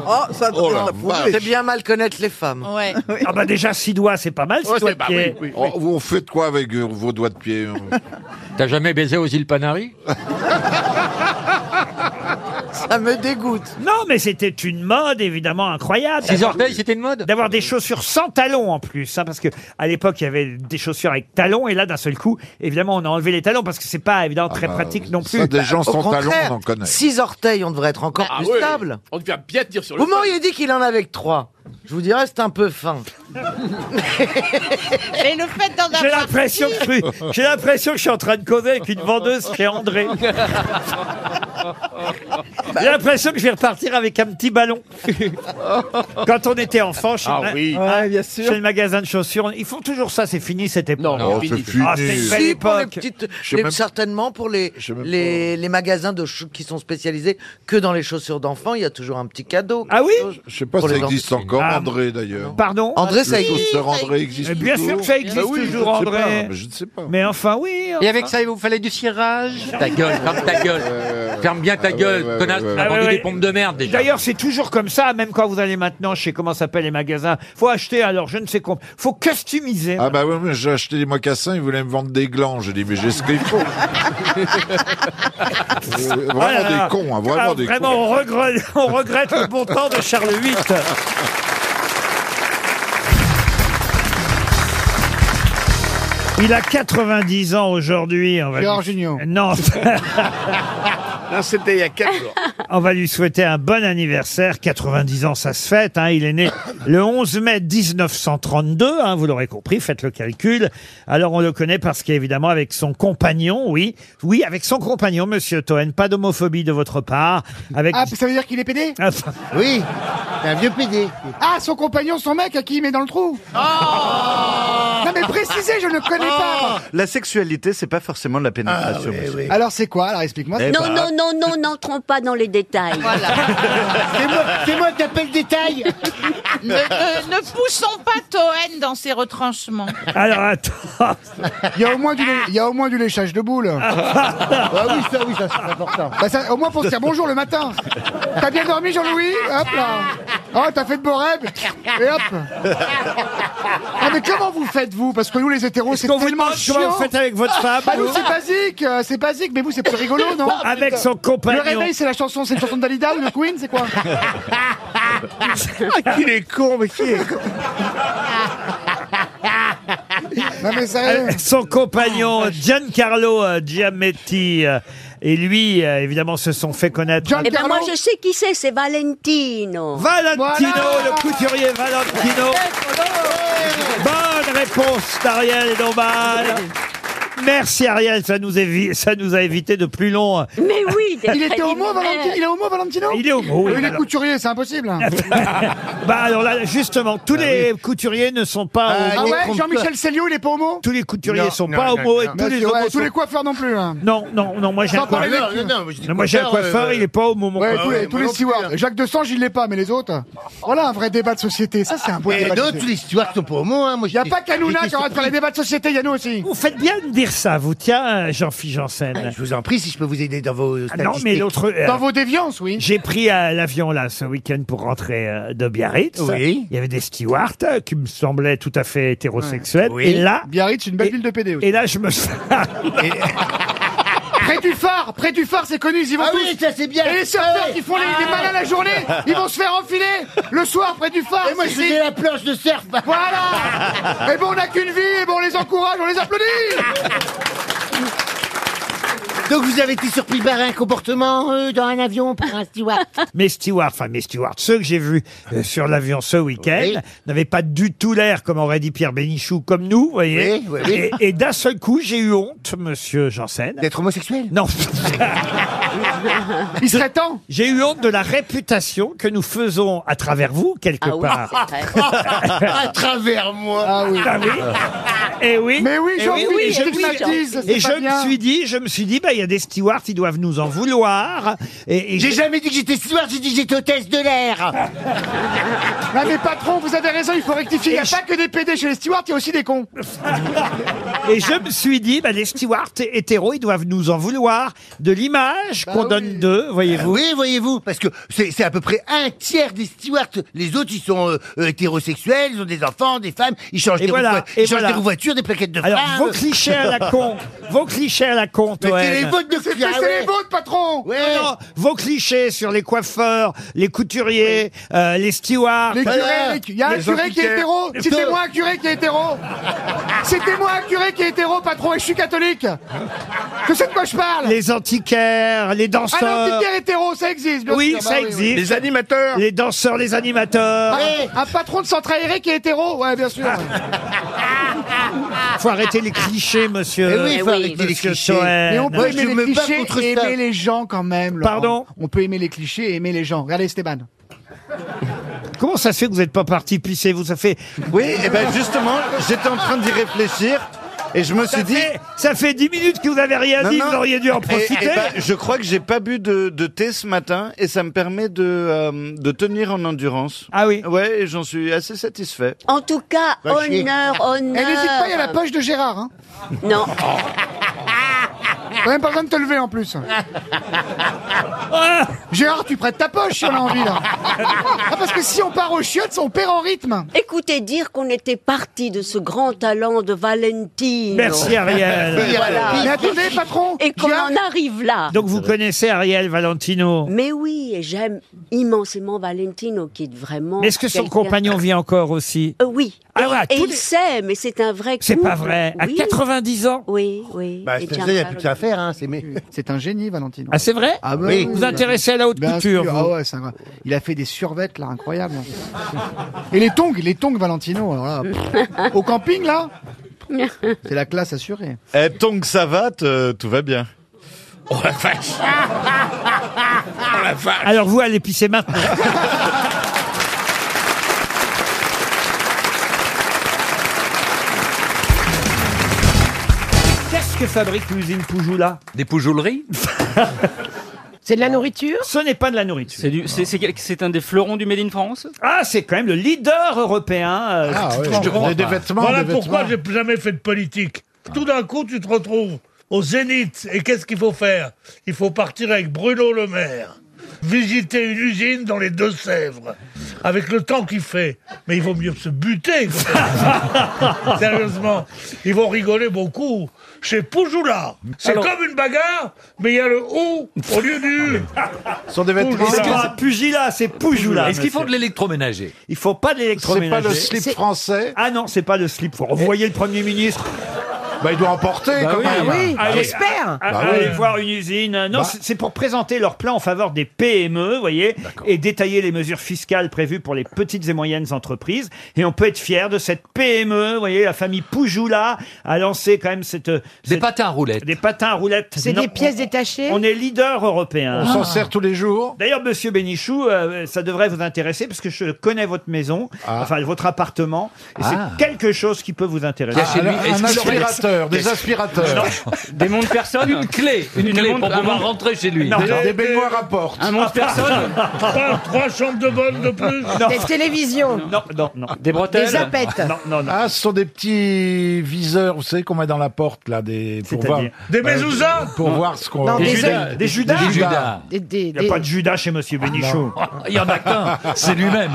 Speaker 16: Oh, ça
Speaker 13: Oh la vache.
Speaker 7: C'est bien mal connaître les femmes.
Speaker 6: Ouais.
Speaker 1: Ah bah déjà, six doigts, c'est pas mal, six
Speaker 3: Ouais,
Speaker 1: doigts
Speaker 3: c'est
Speaker 1: de
Speaker 3: pas-
Speaker 1: pied.
Speaker 3: oui, oui.
Speaker 13: Oh, vous faites quoi avec euh, vos doigts de pied hein
Speaker 14: T'as jamais baisé aux îles Canaries
Speaker 7: Ça me dégoûte.
Speaker 1: Non, mais c'était une mode évidemment incroyable.
Speaker 14: Six
Speaker 1: D'avoir-
Speaker 14: orteils, c'était une mode
Speaker 1: D'avoir des chaussures sans talons en plus, hein, parce que à l'époque il y avait des chaussures avec talons et là d'un seul coup, évidemment on a enlevé les talons parce que c'est pas évidemment très
Speaker 13: bah,
Speaker 1: pratique non plus.
Speaker 13: ça, des gens
Speaker 7: Au
Speaker 13: sans talons,
Speaker 7: contraire,
Speaker 13: on en connaît.
Speaker 7: Six orteils, on devrait être encore
Speaker 3: Ah
Speaker 7: plus
Speaker 3: ouais.
Speaker 7: stable.
Speaker 3: On devient bien dire sur le
Speaker 7: Vous m'auriez dit qu'il en avait que trois. Je vous dirais, c'est un peu fin.
Speaker 6: Et le fait d'en avoir.
Speaker 1: J'ai l'impression que je suis- j'ai l'impression que je suis en train de causer avec une vendeuse chez André. J'ai l'impression que je vais repartir avec un petit ballon. Quand on était enfant, chez,
Speaker 3: Ah
Speaker 1: le ma-
Speaker 3: oui.
Speaker 16: Ouais, bien sûr.
Speaker 1: chez le magasin de chaussures, ils font toujours ça. C'est fini cette époque.
Speaker 13: Oh, c'est fini.
Speaker 1: Ah, c'est une belle
Speaker 7: Si, pour les
Speaker 1: époque.
Speaker 7: petites-
Speaker 13: sais
Speaker 7: les-
Speaker 13: même-
Speaker 7: certainement pour les,
Speaker 13: sais même
Speaker 7: les, les magasins de chou- qui sont spécialisés que dans les chaussures d'enfants, il y a toujours un petit cadeau.
Speaker 1: Ah oui
Speaker 13: Je sais pas
Speaker 7: Pour
Speaker 13: si ça
Speaker 7: les gens-
Speaker 13: existe encore,
Speaker 1: Ah,
Speaker 13: André d'ailleurs.
Speaker 1: Pardon
Speaker 7: André, ça
Speaker 13: Le
Speaker 7: existe.
Speaker 13: chausseur André existe
Speaker 1: Mais bien
Speaker 13: toujours
Speaker 1: sûr que ça existe
Speaker 13: Bah oui,
Speaker 1: toujours,
Speaker 13: je ne sais
Speaker 1: André.
Speaker 13: pas, mais Je ne sais pas.
Speaker 1: Mais enfin, oui.
Speaker 14: Et
Speaker 1: enfin.
Speaker 14: avec ça, il vous fallait du cirage Ta gueule, ferme ta gueule. Ferme bien ta gueule,
Speaker 13: ouais,
Speaker 14: connasse.
Speaker 13: ouais,
Speaker 14: T'as
Speaker 1: ouais,
Speaker 14: vendu
Speaker 1: ouais.
Speaker 14: des pompes de merde déjà.
Speaker 1: D'ailleurs, c'est toujours comme ça, même quand vous allez maintenant chez comment s'appellent les magasins. Faut acheter alors, je ne sais quoi. Faut customiser.
Speaker 13: Ah bah oui, mais j'ai acheté des mocassins, ils voulaient me vendre des glands. J'ai dit, mais j'ai ce qu'il faut. Euh, vraiment
Speaker 1: Ah là là.
Speaker 13: des cons, hein, vraiment
Speaker 1: Ah,
Speaker 13: des
Speaker 1: vraiment,
Speaker 13: cons.
Speaker 1: on regrette, on regrette le bon temps de Charles VIII. Il a 90 ans aujourd'hui. on va
Speaker 4: Gérard
Speaker 1: lui- Euh,
Speaker 4: Jugnot.
Speaker 1: Non.
Speaker 20: c'était il y a 4 jours.
Speaker 1: On va lui souhaiter un bon anniversaire. 90 ans, ça se fête. hein. Il est né le 11 mai 1932. hein, vous l'aurez compris, faites le calcul. Alors, on le connaît parce qu'évidemment, avec son compagnon, oui. Oui, avec son compagnon, monsieur Toen. Pas d'homophobie de votre part. Avec...
Speaker 2: Ah, ça veut dire qu'il est pédé
Speaker 1: oui, un vieux pédé.
Speaker 2: Ah, son compagnon, son mec, à qui il met dans le trou Non mais précisez, je ne connais pas
Speaker 4: La sexualité, c'est pas forcément
Speaker 13: Ah
Speaker 4: de la pénétration. monsieur.
Speaker 2: Alors c'est quoi Alors explique-moi.
Speaker 4: Ah, Eh
Speaker 11: non,
Speaker 4: ben.
Speaker 11: non, non, non, n'entrons pas dans les détails.
Speaker 6: C'est moi, c'est moi qui appelle détail.
Speaker 14: Ah,
Speaker 24: Ne, Euh, ne- ne poussons pas Toen dans ses retranchements.
Speaker 1: Alors euh, attends.
Speaker 2: Il y a au moins du, lé- il y a au moins du léchage de boules.
Speaker 6: Ah
Speaker 2: oui, ça, oui, ça c'est important. au moins pour se dire bonjour le matin. T'as bien dormi Jean-Louis Hop là. Oh, t'as fait de beaux rêves Et hop. Ah mais comment vous faites vous Parce que nous les hétéros, c'est
Speaker 1: qu'on vous
Speaker 2: tellement
Speaker 1: demande
Speaker 2: chiant.
Speaker 1: comment vous faites avec votre femme,
Speaker 2: Ah nous
Speaker 1: vous Bah,
Speaker 2: c'est basique, euh, c'est basique. Mais vous c'est plus rigolo, non
Speaker 1: Avec son compagnon.
Speaker 2: Le réveil, c'est la chanson, c'est une chanson de Dalida ou de Queen, c'est quoi
Speaker 1: Ah, qu'il est con, mais qui est
Speaker 2: Non, mais sérieux.
Speaker 1: Euh, Son compagnon Giancarlo euh, Giametti euh, et lui, euh, évidemment, se sont fait connaître.
Speaker 11: Eh ben moi je sais qui c'est, c'est Valentino.
Speaker 1: Valentino, le couturier Valentino. Bonne réponse d'Ariel et Dombal. Merci Ariel, ça nous, évi- ça nous a évité de plus long.
Speaker 11: Mais oui,
Speaker 2: Il était homo, Valentino Il est homo, Valentino Euh,
Speaker 1: Il est homo, oui,
Speaker 2: Il est
Speaker 1: alors. Ah,
Speaker 2: couturier, c'est impossible.
Speaker 1: bah alors là, justement, tous les couturiers ne sont pas.
Speaker 2: Ah,
Speaker 1: homo.
Speaker 2: ouais, Jean-Michel Céliot, il est pas homo
Speaker 1: Tous les couturiers
Speaker 2: Non,
Speaker 1: sont
Speaker 2: non,
Speaker 1: pas
Speaker 2: non,
Speaker 1: homo et
Speaker 2: non.
Speaker 1: tous les
Speaker 2: Monsieur, ouais,
Speaker 1: homos
Speaker 2: tous
Speaker 1: sont-
Speaker 2: les coiffeurs non plus. hein.
Speaker 1: Non, non, non, moi j'ai un
Speaker 2: Sans parler
Speaker 1: coiffeur.
Speaker 2: des culs.
Speaker 1: Non, moi j'ai un coiffeur,
Speaker 6: euh,
Speaker 1: il est pas homo. Mon
Speaker 2: Ouais,
Speaker 1: coiffeur.
Speaker 2: tous les, tous les stewards.
Speaker 6: hein.
Speaker 2: Jacques Dessange, il l'est pas, mais les autres. Voilà un vrai débat de société. Ça, c'est un beau
Speaker 6: Et
Speaker 2: débat. de
Speaker 6: d'autres,
Speaker 2: société.
Speaker 6: les stewards sont pas homo.
Speaker 1: Ah,
Speaker 6: Hein. Moi,
Speaker 2: Y a pas qu'Anouna qui aura de faire les débats de société, y a nous aussi.
Speaker 1: Vous faites bien de dire ça, vous. Tiens, Jean-Philippe Janssen.
Speaker 6: Ah, Je vous en prie, si je peux vous aider dans vos
Speaker 1: Ah
Speaker 6: statistiques.
Speaker 1: non, mais l'autre. euh,
Speaker 2: Dans vos déviances, oui.
Speaker 1: J'ai pris euh, l'avion là ce week-end pour rentrer euh, de Biarritz.
Speaker 6: Oui.
Speaker 1: Il y avait des stewards euh, qui me semblaient tout à fait hétérosexuels.
Speaker 6: Ouais. Oui.
Speaker 1: Et là.
Speaker 2: Biarritz, une belle ville de PD aussi.
Speaker 1: Et là, je me.
Speaker 2: Près du phare, près du phare, c'est connu, ils y vont
Speaker 6: Ah
Speaker 2: tous.
Speaker 6: oui, ça, c'est bien.
Speaker 2: Et les surfeurs
Speaker 6: Ah oui.
Speaker 2: qui font les, des malins la journée, ils vont se faire enfiler le soir près du phare.
Speaker 6: Et moi, je
Speaker 2: c'est-
Speaker 6: faisais la planche de surf.
Speaker 2: Voilà. Et bon, Eh ben, on n'a qu'une vie, et bon, on les encourage, on les applaudit.
Speaker 6: Donc, vous avez été surpris par un comportement euh, dans un avion, par un steward.
Speaker 1: mes stewards, enfin mes stewards, ceux que j'ai vus euh, sur l'avion ce week-end,
Speaker 6: Oui.
Speaker 1: n'avaient pas du tout l'air, comme aurait dit Pierre Bénichou, comme nous, vous voyez.
Speaker 6: Oui, oui, oui.
Speaker 1: Et, et d'un seul coup, j'ai eu honte, monsieur Janssen. D'être homosexuel Non.
Speaker 2: Il serait temps.
Speaker 1: J'ai eu honte de la réputation que nous faisons à travers vous, quelque
Speaker 6: Ah oui,
Speaker 1: part.
Speaker 6: c'est vrai. À travers moi.
Speaker 2: Ah oui.
Speaker 1: Ah oui. Et oui.
Speaker 2: Mais oui,
Speaker 1: Eh
Speaker 2: Jean-Philippe,
Speaker 1: et je,
Speaker 2: tu
Speaker 1: me suis-
Speaker 2: stigmatises, c'est
Speaker 1: et
Speaker 2: pas
Speaker 1: je me
Speaker 2: bien.
Speaker 1: suis dit, je me suis dit, bah, il y a des stewards, ils doivent nous en vouloir. Et, et
Speaker 6: J'ai jamais dit que j'étais steward, j'ai dit que j'étais hôtesse de l'air.
Speaker 2: Non, Ah, mais patron, vous avez raison, il faut rectifier. Il n'y a pas que des PD chez les stewards, il y a aussi des cons.
Speaker 1: Et je me suis dit, bah, les stewards hétéros, ils doivent nous en vouloir de
Speaker 2: Bah
Speaker 1: l'image qu'on donne d'eux, voyez-vous.
Speaker 6: Oui, voyez-vous, parce que c'est c'est à peu près un tiers des stewards. Les autres, ils sont euh, euh, hétérosexuels, ils ont des enfants, des femmes, ils changent,
Speaker 1: Et
Speaker 6: des,
Speaker 1: voilà,
Speaker 6: roues- ils
Speaker 1: et
Speaker 6: changent
Speaker 1: voilà.
Speaker 6: des voitures, des plaquettes de
Speaker 1: Alors,
Speaker 6: frein,
Speaker 1: vos
Speaker 6: euh.
Speaker 1: clichés à la con, vos clichés à la con,
Speaker 6: Mais c'est
Speaker 1: Toen.
Speaker 6: les vôtres de
Speaker 2: C'est
Speaker 6: Ah
Speaker 2: c'est
Speaker 6: ouais.
Speaker 2: les vôtres, patron.
Speaker 6: Ouais.
Speaker 1: Non, vos clichés sur les coiffeurs, les couturiers, euh, les stewards.
Speaker 2: Les curés,
Speaker 6: Voilà.
Speaker 2: les cu- il y a un
Speaker 1: Les
Speaker 2: curé qui est
Speaker 1: antiquaires.
Speaker 2: hétéro. C'était moi un curé qui est hétéro. C'était moi un curé qui est hétéro, patron, et je suis catholique. Je sais de quoi je parle.
Speaker 1: Les antiquaires, les danseurs.
Speaker 2: Ah non, Peter hétéro, ça existe. bien
Speaker 1: Oui,
Speaker 2: sûr. Bah
Speaker 1: ça existe.
Speaker 2: oui. Ah,
Speaker 1: animateurs. Les danseurs, les animateurs.
Speaker 2: Un, un patron de centre aéré qui est hétéro, ouais, bien sûr.
Speaker 1: Ah,
Speaker 2: Ah.
Speaker 1: Faut arrêter les clichés, monsieur.
Speaker 6: Eh oui, faut
Speaker 1: Monsieur
Speaker 6: arrêter les clichés.
Speaker 1: Toen.
Speaker 2: Mais on peut
Speaker 6: Moi, je
Speaker 2: aimer
Speaker 6: me
Speaker 2: les
Speaker 6: bats
Speaker 2: clichés
Speaker 6: contre
Speaker 2: et
Speaker 6: ça.
Speaker 2: aimer les gens quand même. Laurent.
Speaker 1: Pardon
Speaker 2: On peut aimer les clichés et aimer les gens. Regardez Stéban.
Speaker 1: Comment ça se fait que vous n'êtes pas parti pisser Vous, ça fait.
Speaker 4: Oui, et ben justement, j'étais en train d'y réfléchir et je me suis dit.
Speaker 1: Ça fait 10 minutes que vous n'avez rien
Speaker 4: Non,
Speaker 1: dit,
Speaker 4: non.
Speaker 1: vous auriez dû en
Speaker 4: Et-
Speaker 1: profiter.
Speaker 4: et ben, je crois que j'ai pas bu de, de thé ce matin et ça me permet de, euh, de tenir en endurance.
Speaker 1: Ah oui
Speaker 4: Ouais, et j'en suis assez satisfait.
Speaker 11: En tout cas,
Speaker 4: Va chier.
Speaker 11: honneur, honneur.
Speaker 2: Et Eh, n'hésite pas, il y a la poche de Gérard. Hein.
Speaker 11: Non.
Speaker 2: T'as même pas besoin de te lever en plus. Ah Gérard, tu prêtes ta poche si on a envie là. Ah, parce que si on part aux chiottes, on perd en rythme.
Speaker 11: Écoutez dire qu'on était parti de ce grand talent de Valentino.
Speaker 1: Merci, Ariel.
Speaker 11: Voilà.
Speaker 2: Mais attendez, patron.
Speaker 11: Et qu'on
Speaker 2: Gérard,
Speaker 11: en arrive là.
Speaker 1: Donc
Speaker 4: Ah.
Speaker 1: vous connaissez Ariel Valentino.
Speaker 11: Mais oui, et j'aime immensément Valentino qui est vraiment.
Speaker 1: Est-ce que son
Speaker 11: quelqu'un-
Speaker 1: compagnon vit encore aussi
Speaker 11: Euh, Oui.
Speaker 1: Ah
Speaker 11: et
Speaker 1: ouais,
Speaker 11: et
Speaker 1: tous
Speaker 11: il
Speaker 1: les-
Speaker 11: sait, mais c'est un vrai
Speaker 1: C'est
Speaker 11: couple.
Speaker 1: pas vrai. À
Speaker 11: Oui.
Speaker 1: 90 ans
Speaker 11: Oui, oui.
Speaker 6: Bah,
Speaker 11: Et Mm.
Speaker 6: c'est ça, y a
Speaker 11: Giancarlo-
Speaker 6: plus que ça à faire.
Speaker 9: faire. Hein, c'est, mais... c'est un génie, Valentine.
Speaker 1: Ah, c'est vrai
Speaker 9: Ah, bah
Speaker 1: Oui. Vous intéressez à la haute
Speaker 9: Bien
Speaker 1: couture,
Speaker 9: sûr,
Speaker 1: vous.
Speaker 9: ah ouais, c'est un- Il a fait des survettes, là, incroyables. Et les tongs, les tongs Valentino. Alors là, pff, au camping, là, c'est la classe assurée.
Speaker 18: Eh, tant que ça va, te- tout va bien. Oh la vache Oh la vache
Speaker 1: Alors vous allez pisser maintenant. Qu'est-ce que fabrique l'usine Poujoula
Speaker 14: Des poujouleries
Speaker 1: C'est de la nourriture Ce n'est pas de la nourriture.
Speaker 17: C'est du- c'est- c'est quel- C'est un des fleurons du Made in France
Speaker 1: Ah, c'est quand même le leader européen. euh,
Speaker 25: Ah,
Speaker 17: oui.
Speaker 1: je comprends pas.
Speaker 25: Voilà pourquoi j'ai jamais fait de politique. Tout d'un coup, tu te retrouves au Zénith. Et qu'est-ce qu'il faut faire Il faut partir avec Bruno Le Maire. Visiter une usine dans les Deux-Sèvres. Avec le temps qu'il fait. Mais il vaut mieux se buter. quoi. Sérieusement. Ils vont rigoler beaucoup. Chez Poujoula, c'est
Speaker 18: Alors-
Speaker 25: comme une bagarre, mais il y a le O au lieu du U.
Speaker 1: Sont des vêtements- C'est pas Pugila, c'est Poujoula,
Speaker 14: Est-ce qu'ils font
Speaker 1: monsieur.
Speaker 14: de l'électroménager
Speaker 1: Il faut pas de l'électroménager.
Speaker 14: C'est pas le slip C'est-
Speaker 1: français Ah non, c'est pas le slip. Vous voyez le Premier ministre
Speaker 13: Bah, il doit en porter,
Speaker 1: Bah
Speaker 13: quand
Speaker 1: oui,
Speaker 13: même.
Speaker 1: bah oui,
Speaker 13: Allez,
Speaker 1: l'expert.
Speaker 13: Bah oui.
Speaker 1: Allez voir une usine. Non,
Speaker 13: Bah.
Speaker 1: c'est- c'est pour présenter leur plan en faveur des PME, vous voyez, et détailler les mesures fiscales prévues pour les petites et moyennes entreprises. Et on peut être fier de cette PME, vous voyez, la famille Poujoula a lancé quand même cette... Des patins à roulettes. Des patins à roulettes.
Speaker 23: C'est
Speaker 1: Non,
Speaker 23: des pièces
Speaker 1: on-
Speaker 23: détachées
Speaker 1: On est leader européen.
Speaker 23: On s'en Ah. sert
Speaker 1: tous les jours. D'ailleurs, monsieur Bénichou, euh, ça devrait vous intéresser parce que je connais votre maison, enfin votre appartement, et
Speaker 13: Ah.
Speaker 1: c'est quelque chose qui peut vous intéresser.
Speaker 13: Ah, alors, un aspirateur, des aspirateurs.
Speaker 1: Des mondes personnes
Speaker 14: Une clé, une,
Speaker 1: Une
Speaker 14: clé
Speaker 1: montre-
Speaker 14: pour
Speaker 1: un
Speaker 14: pouvoir
Speaker 1: montre-
Speaker 14: rentrer chez lui.
Speaker 1: Non. Des- des
Speaker 14: baignoires
Speaker 13: à porte.
Speaker 14: Un montre personne
Speaker 25: trois, trois chambres de bonne de plus.
Speaker 23: Des télévisions.
Speaker 1: Non, non, non.
Speaker 25: Des
Speaker 23: bretelles. Des appettes.
Speaker 1: Non, non, non.
Speaker 13: Ah, ce sont des petits viseurs, vous savez, qu'on met dans la porte, là, des. Pour voir,
Speaker 25: Des mezuzahs
Speaker 13: Pour voir ce qu'on.
Speaker 23: Non, des
Speaker 1: Des, Judas.
Speaker 23: Des-
Speaker 13: Des
Speaker 23: des-
Speaker 1: Il n'y a
Speaker 23: des-
Speaker 1: pas de Judas chez monsieur Bénichou.
Speaker 14: Il y en a qu'un, c'est lui-même.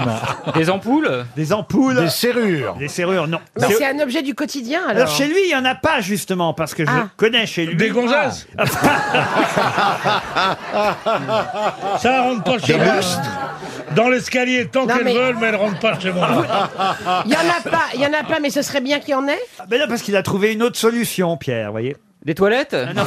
Speaker 1: Des ampoules Des ampoules. Des serrures. Des serrures, non.
Speaker 23: Non,
Speaker 1: C'est-
Speaker 23: c'est un objet du quotidien alors.
Speaker 1: Alors, chez lui, il n'y en a pas justement, parce que je
Speaker 23: Ah.
Speaker 1: connais chez lui. Ah.
Speaker 25: Des gonzesses Ça rentre pas chez
Speaker 1: Des
Speaker 25: moi.
Speaker 1: lustres
Speaker 25: Dans l'escalier, tant
Speaker 23: Non,
Speaker 25: qu'elles
Speaker 23: mais-
Speaker 25: veulent, mais elles rentrent pas chez moi.
Speaker 23: Il y en a pas, il y en a pas, mais ce serait bien qu'il y en ait.
Speaker 1: Ah, Mais non, parce qu'il a trouvé une autre solution, Pierre, voyez. Des toilettes non.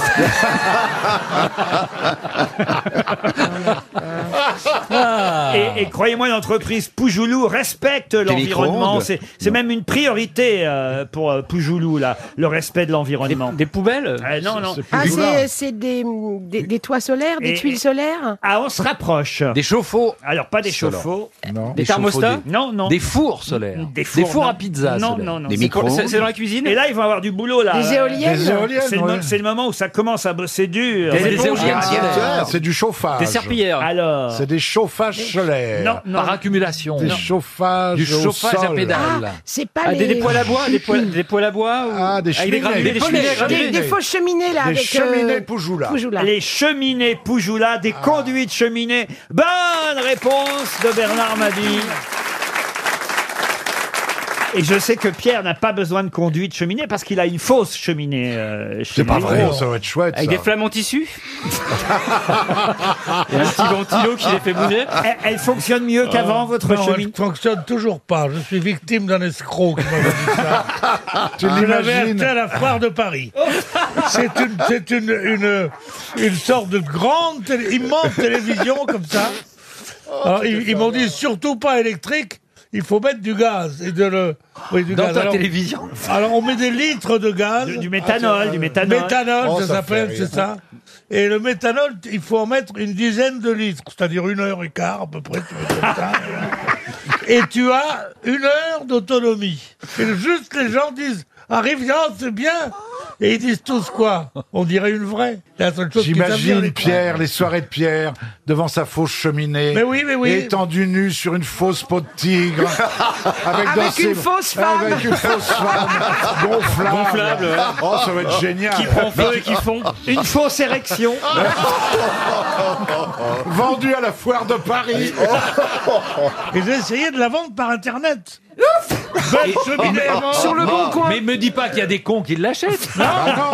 Speaker 1: et et croyez-moi, l'entreprise Poujoulou respecte l'environnement.
Speaker 17: micro-ondes
Speaker 1: C'est c'est même une priorité euh, pour euh, Poujoulou, là, le respect de l'environnement. Des, poubelles Non, non.
Speaker 23: Ah, c'est, c'est des, des, des toits solaires, des
Speaker 1: Et-
Speaker 23: tuiles solaires.
Speaker 1: Ah, on se rapproche. Des chauffe-eau Alors, pas des
Speaker 14: Solaires.
Speaker 1: chauffe-eau.
Speaker 14: Des thermostats
Speaker 1: Non, non.
Speaker 14: Des fours solaires.
Speaker 1: Des fours, non.
Speaker 14: à pizza.
Speaker 1: Non,
Speaker 14: solaires.
Speaker 1: non, non. C'est pour- c'est- c'est dans la cuisine Et là, ils vont avoir du boulot, là.
Speaker 23: Des éoliennes Des éoliennes,
Speaker 1: C'est le, mo-
Speaker 23: ouais.
Speaker 1: c'est le moment où ça commence à bosser dur.
Speaker 13: Des- des éponges Ah, c'est du chauffage.
Speaker 1: Des serpillères. Alors.
Speaker 13: C'est des chauffages solaires.
Speaker 1: Non, non. Par
Speaker 14: accumulation.
Speaker 13: Des
Speaker 14: Non.
Speaker 13: chauffages.
Speaker 14: Du
Speaker 13: Ah, au
Speaker 14: chauffage à
Speaker 13: sol.
Speaker 14: pédale.
Speaker 23: C'est pas
Speaker 17: Ah,
Speaker 23: les...
Speaker 17: des, des poêles à bois, des poêles, des poêles à bois ou...
Speaker 13: Ah, des
Speaker 17: avec des
Speaker 13: cheminées.
Speaker 17: granulés, des cheminées
Speaker 23: Des-
Speaker 17: granulées.
Speaker 23: des fausses cheminées là
Speaker 13: Des
Speaker 23: avec
Speaker 13: cheminées
Speaker 23: euh,
Speaker 13: Poujoula.
Speaker 23: Poujoula.
Speaker 1: Les cheminées Poujoula, des conduites cheminées. Bonne réponse de Bernard Mabille. Et je sais que Pierre n'a pas besoin de conduite cheminée parce qu'il a une fausse cheminée. euh,
Speaker 13: C'est pas vrai, ça va être chouette.
Speaker 17: Avec
Speaker 13: ça.
Speaker 17: des flammes en tissu Et un petit ventilo qui les fait bouger
Speaker 1: Elle, elle fonctionne mieux qu'avant, votre
Speaker 25: Euh, non,
Speaker 1: cheminée.
Speaker 25: Elle fonctionne toujours pas. Je suis victime d'un escroc qui m'avait dit ça.
Speaker 1: Ah,
Speaker 13: Tu
Speaker 25: Je l'avais
Speaker 13: l'imagines
Speaker 25: acheté à Ah, la foire de Paris.
Speaker 1: Oh.
Speaker 25: C'est une, c'est une, une, une sorte de grande, télé- immense télévision comme ça.
Speaker 1: Oh,
Speaker 25: Alors, ils ils m'ont dit surtout pas électrique. Il faut mettre du gaz et de le oui, du
Speaker 14: Dans
Speaker 25: gaz.
Speaker 14: ta
Speaker 25: alors,
Speaker 14: télévision.
Speaker 25: Alors on met des litres de gaz,
Speaker 1: Du- du méthanol, du méthanol.
Speaker 25: méthanol,
Speaker 1: Oh, ça
Speaker 25: ça,
Speaker 1: fait
Speaker 25: s'appelle,
Speaker 1: rien.
Speaker 25: c'est ça. Et le méthanol, il faut en mettre une dizaine de litres, c'est-à-dire une heure et quart à peu près. tu mets comme ça. et tu as une heure d'autonomie. Et juste les gens disent, arrive, oh, c'est bien. Et ils disent tous quoi On dirait une vraie. La seule chose qui s'appelle
Speaker 13: J'imagine
Speaker 25: les-
Speaker 13: Pierre, les soirées de Pierre, devant sa fausse cheminée.
Speaker 25: Mais oui, mais oui.
Speaker 13: Étendu nu sur une fausse peau de tigre.
Speaker 23: Avec une fausse femme.
Speaker 13: Avec une fausse femme. Gonflable.
Speaker 25: Gonflable, ouais.
Speaker 13: Oh, ça va être génial.
Speaker 25: Qui prend feu et qui fond.
Speaker 1: Une fausse érection.
Speaker 13: Vendu à la foire de Paris.
Speaker 25: Et j'ai essayé de la vendre par Internet. Belle cheminée à vent.
Speaker 10: Oh, Mais me dis pas qu'il y a des cons qui l'achètent.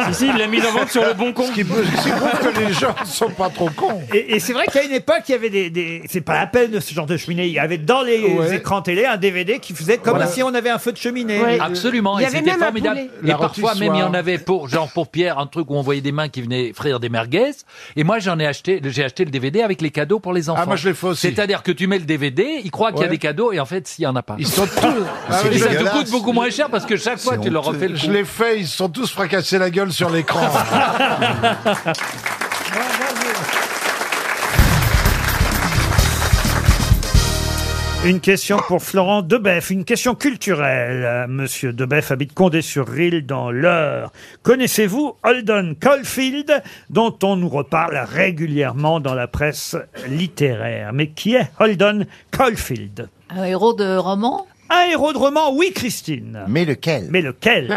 Speaker 10: Si, si, il l'a mis en vente sur le bon con.
Speaker 13: Ce qui peut- ce qui prouve que les gens ne sont pas trop cons.
Speaker 1: Et, et c'est vrai qu'à une époque, il y avait des, des- C'est pas la peine ce genre de cheminée. Il y avait dans les
Speaker 10: Ouais.
Speaker 1: écrans télé un DVD qui faisait comme
Speaker 10: Voilà.
Speaker 1: si on avait un feu de cheminée.
Speaker 10: Absolument, et c'était formidable. Et
Speaker 1: La
Speaker 10: parfois
Speaker 1: rôtissoire.
Speaker 10: même il y en avait pour genre pour Pierre un truc où on voyait des mains qui venaient frire des merguez. Et moi j'en ai acheté, j'ai acheté le DVD avec les cadeaux pour les enfants.
Speaker 13: Ah, moi, je l'ai fait aussi.
Speaker 10: C'est-à-dire que tu mets le DVD, il croit qu'il y a
Speaker 13: Ouais.
Speaker 10: des cadeaux et en fait s'il y en a pas.
Speaker 13: Ils sont tous- Ah oui,
Speaker 10: et ça te
Speaker 13: dégueulasse.
Speaker 10: coûte beaucoup moins cher parce que chaque fois
Speaker 13: C'est
Speaker 10: tu leur
Speaker 13: honteux.
Speaker 10: refais le
Speaker 13: Je
Speaker 10: coup.
Speaker 13: l'ai fait, ils se sont tous fracassés la gueule sur l'écran.
Speaker 1: Une question pour Florent Debeff, une question culturelle. Euh, Monsieur Debeff habite Condé-sur-Risle dans l'Eure. Connaissez-vous Holden Caulfield, dont on nous reparle régulièrement dans la presse littéraire Mais qui est Holden Caulfield
Speaker 8: Un héros de roman
Speaker 1: Un héros de roman, Ah oui, Christine.
Speaker 6: Mais lequel
Speaker 1: Mais lequel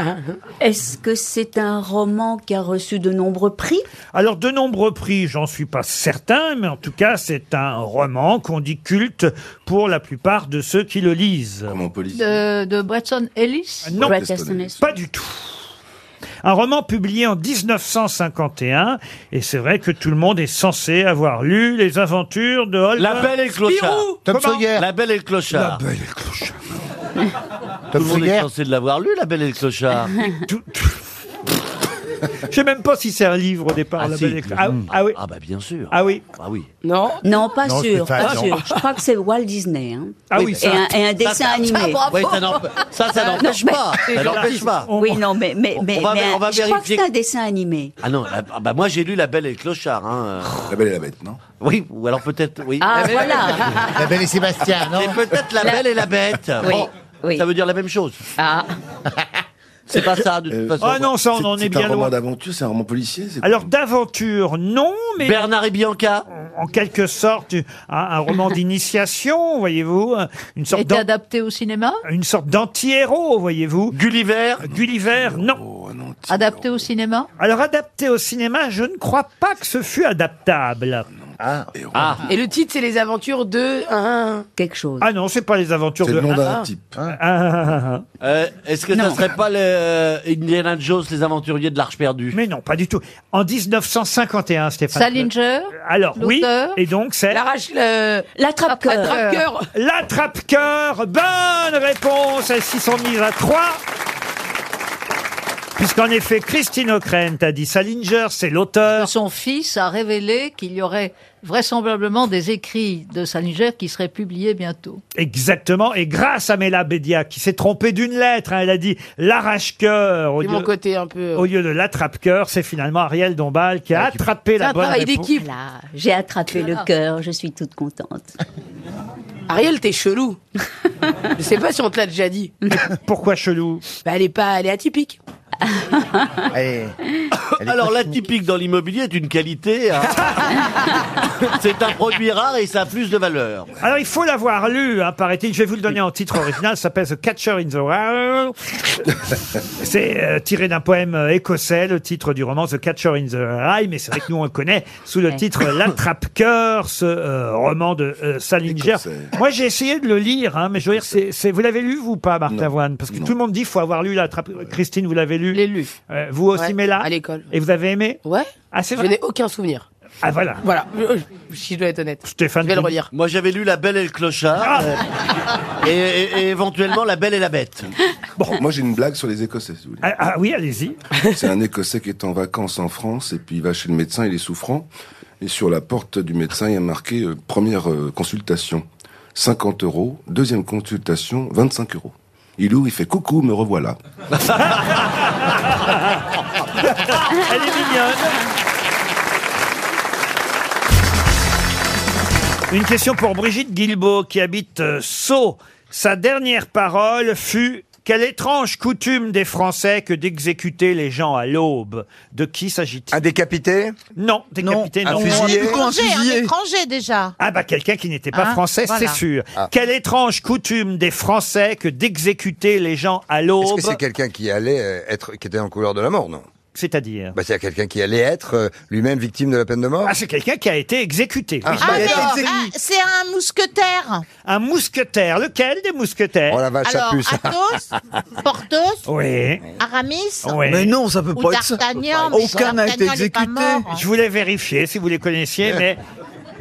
Speaker 11: Est-ce que c'est un roman Ah, qui a reçu de nombreux prix
Speaker 1: Alors, de nombreux prix, j'en suis pas certain, mais en tout cas, c'est un roman qu'on dit culte pour la plupart de ceux qui le lisent.
Speaker 8: de, de Bretton Ellis
Speaker 1: Ah, Non, pas du tout. Un roman publié en 1951, et c'est vrai que tout le monde est censé avoir lu les aventures de Holden.
Speaker 4: La Belle et le Clochard.
Speaker 1: Spirou.
Speaker 4: Tom
Speaker 1: Comment
Speaker 4: Sawyer. La Belle et le Clochard.
Speaker 1: La Belle et
Speaker 4: Tout le monde est
Speaker 1: Sawyer.
Speaker 4: censé de l'avoir lu, La Belle et le Clochard.
Speaker 1: Je sais même pas si c'est un livre au départ.
Speaker 4: Ah,
Speaker 1: la
Speaker 4: si.
Speaker 1: Belle et le- ah, ah oui.
Speaker 4: Ah bah bien sûr.
Speaker 1: Ah oui.
Speaker 4: Ah oui.
Speaker 11: Non. Non, pas
Speaker 4: Non,
Speaker 11: sûr.
Speaker 4: c'est pas-
Speaker 11: pas
Speaker 4: non.
Speaker 11: sûr. Je crois que c'est Walt Disney. hein.
Speaker 4: Ah oui,
Speaker 11: et,
Speaker 4: ça-
Speaker 11: un, et un
Speaker 4: ça,
Speaker 11: dessin
Speaker 4: ça-
Speaker 11: animé.
Speaker 4: ça, bravo. Oui, ça n'emp- ça, ça
Speaker 11: Euh,
Speaker 4: n'empêche
Speaker 11: non,
Speaker 4: pas.
Speaker 11: mais-
Speaker 4: Ça n'empêche pas.
Speaker 11: Oui, non, mais, mais,
Speaker 4: On-
Speaker 11: mais,
Speaker 4: on va-
Speaker 11: mais
Speaker 4: on va
Speaker 11: je crois que
Speaker 4: vérifier.
Speaker 11: c'est un dessin animé.
Speaker 4: Ah non, la- ah bah moi j'ai lu La Belle et le Clochard. La Belle et la Bête, non Oui, ou alors peut-être, oui.
Speaker 11: Ah, voilà.
Speaker 4: La Belle et Sébastien, Ah, non C'est peut-être La
Speaker 11: La-
Speaker 4: Belle et la Bête.
Speaker 11: Oui,
Speaker 1: Oh.
Speaker 4: Bon, Ça veut dire la même chose. Ah. Euh, C'est pas ça, de toute façon.
Speaker 1: Ah non, ça, on en est bien loin.
Speaker 4: d'aventure, c'est un roman policier
Speaker 1: Alors d'aventure, non, mais
Speaker 4: Bernard et Bianca,
Speaker 1: en quelque sorte, un, un roman d'initiation, voyez-vous, euh, une sorte
Speaker 8: Était
Speaker 1: d'en-
Speaker 8: adapté au cinéma
Speaker 1: une sorte d'anti-héros, voyez-vous.
Speaker 4: Gulliver.
Speaker 1: Gulliver, non.
Speaker 23: Oh,
Speaker 8: Adapté au cinéma
Speaker 1: Alors adapté au cinéma, je ne crois pas que ce fût adaptable. Ah,
Speaker 23: Et le titre, c'est Les aventures de. un-
Speaker 11: Quelque chose.
Speaker 1: Ah non, c'est pas les aventures
Speaker 4: C'est
Speaker 1: de
Speaker 4: le nom d'un
Speaker 1: Ah.
Speaker 4: type.
Speaker 1: Ah, ah, ah, ah.
Speaker 4: Euh, Est-ce que ça
Speaker 1: Non.
Speaker 4: serait pas le, euh, Indiana Jones, les aventuriers de l'Arche perdue
Speaker 1: Mais non, pas du tout. En 1951, Stéphane.
Speaker 8: Salinger
Speaker 1: Alors oui,
Speaker 8: L'auteur
Speaker 1: et donc c'est
Speaker 11: L'attrape-cœur.
Speaker 8: L'attrape-cœur.
Speaker 1: L'attrape-cœur. Bonne réponse. Elles s'y sont mises à trois. Puisqu'en effet, Christine O'Krent a dit Salinger, c'est l'auteur.
Speaker 8: Son fils a révélé qu'il y aurait vraisemblablement des écrits de Salinger qui seraient publiés bientôt.
Speaker 1: Exactement. Et grâce à Mela Bédia, qui s'est trompée d'une lettre, hein, elle a dit l'arrache-cœur au,
Speaker 23: C'est mon
Speaker 1: lieu-
Speaker 23: côté un peu. euh,
Speaker 1: au lieu de l'attrape-cœur. C'est finalement Ariel Dombal qui a attrapé la bonne réponse.
Speaker 11: Voilà, J'ai attrapé le cœur, je suis toute contente.
Speaker 23: Ariel, t'es chelou. Je sais pas si on te l'a déjà dit.
Speaker 1: Pourquoi chelou
Speaker 23: Bah, elle est pas, elle est atypique.
Speaker 4: Alors l'atypique dans l'immobilier est une qualité. hein. c'est un produit rare et ça a plus de valeur.
Speaker 1: Alors, il faut l'avoir lu, hein, paraît-il. Je vais vous le donner en titre original. Ça s'appelle The Catcher in the Rye. C'est euh, tiré d'un poème euh, écossais, le titre du roman The Catcher in the Rye. Mais c'est vrai que nous, on le connaît sous le
Speaker 11: Ouais.
Speaker 1: titre L'Attrape-Cœur, ce euh, roman de euh, Salinger. Moi, j'ai essayé de le lire, hein, mais je veux dire, c'est, c'est- vous l'avez lu, vous, ou pas, Marc Lavoine Parce que tout le monde dit, faut avoir lu l'attrape... Christine, vous l'avez lu Je l'ai
Speaker 23: lu.
Speaker 1: vous aussi,
Speaker 23: Ouais,
Speaker 1: Mela
Speaker 23: à l'école.
Speaker 1: Et vous avez aimé
Speaker 23: Ouais.
Speaker 1: Ah, c'est
Speaker 23: Je
Speaker 1: vrai
Speaker 23: n'ai aucun souvenir.
Speaker 1: Ah, voilà.
Speaker 23: Voilà. Je- je- Si je dois être honnête.
Speaker 1: Stéphane,
Speaker 23: Je
Speaker 1: Ah.
Speaker 23: vais le relire.
Speaker 4: Moi j'avais lu La Belle et le Clochard euh, et, et- et éventuellement La Belle et la Bête.
Speaker 3: Moi, j'ai une blague sur les Écossais. si vous voulez.
Speaker 1: Ah, ah oui, allez-y.
Speaker 3: C'est un Écossais qui est en vacances en France et puis il va chez le médecin, il est souffrant. Et sur la porte du médecin, il y a marqué euh, première euh, consultation, 50 euros. Deuxième consultation, 25 euros. Il ouvre, il fait coucou, me revoilà.
Speaker 1: Elle est mignonne. Une question pour Brigitte Guilbeault qui habite euh, Sceaux. Sa dernière parole fut Quelle étrange coutume des Français que d'exécuter les gens à l'aube. De qui s'agit-il Un
Speaker 21: décapité
Speaker 1: Non, décapité, non.
Speaker 23: Étranger, un étranger déjà.
Speaker 1: Ah bah quelqu'un qui n'était pas
Speaker 23: Ah,
Speaker 1: français,
Speaker 23: voilà.
Speaker 1: c'est sûr.
Speaker 15: Ah.
Speaker 1: Quelle étrange coutume des Français que d'exécuter les gens à l'aube.
Speaker 21: Est-ce que c'est quelqu'un qui allait euh, être, qui était en couleur de la mort, non
Speaker 1: C'est-à-dire
Speaker 15: bah, C'est-à-dire quelqu'un qui allait être euh, lui-même victime de la peine de mort
Speaker 1: Ah, c'est quelqu'un qui a été exécuté.
Speaker 15: Ah,
Speaker 24: Ah, mais- ah, c'est un mousquetaire.
Speaker 1: Un mousquetaire. Lequel des mousquetaires
Speaker 15: Oh la vache
Speaker 24: Alors,
Speaker 15: à puce
Speaker 24: Athos, Porthos,
Speaker 1: Oui.
Speaker 24: Aramis.
Speaker 1: Mais non, ça peut
Speaker 24: ou
Speaker 1: pas être ça.
Speaker 24: D'Artagnan, mais
Speaker 1: Aucun n'a été
Speaker 24: D'Artagnan, il est pas
Speaker 1: exécuté.
Speaker 24: mort.
Speaker 1: Je voulais vérifier si vous les connaissiez, mais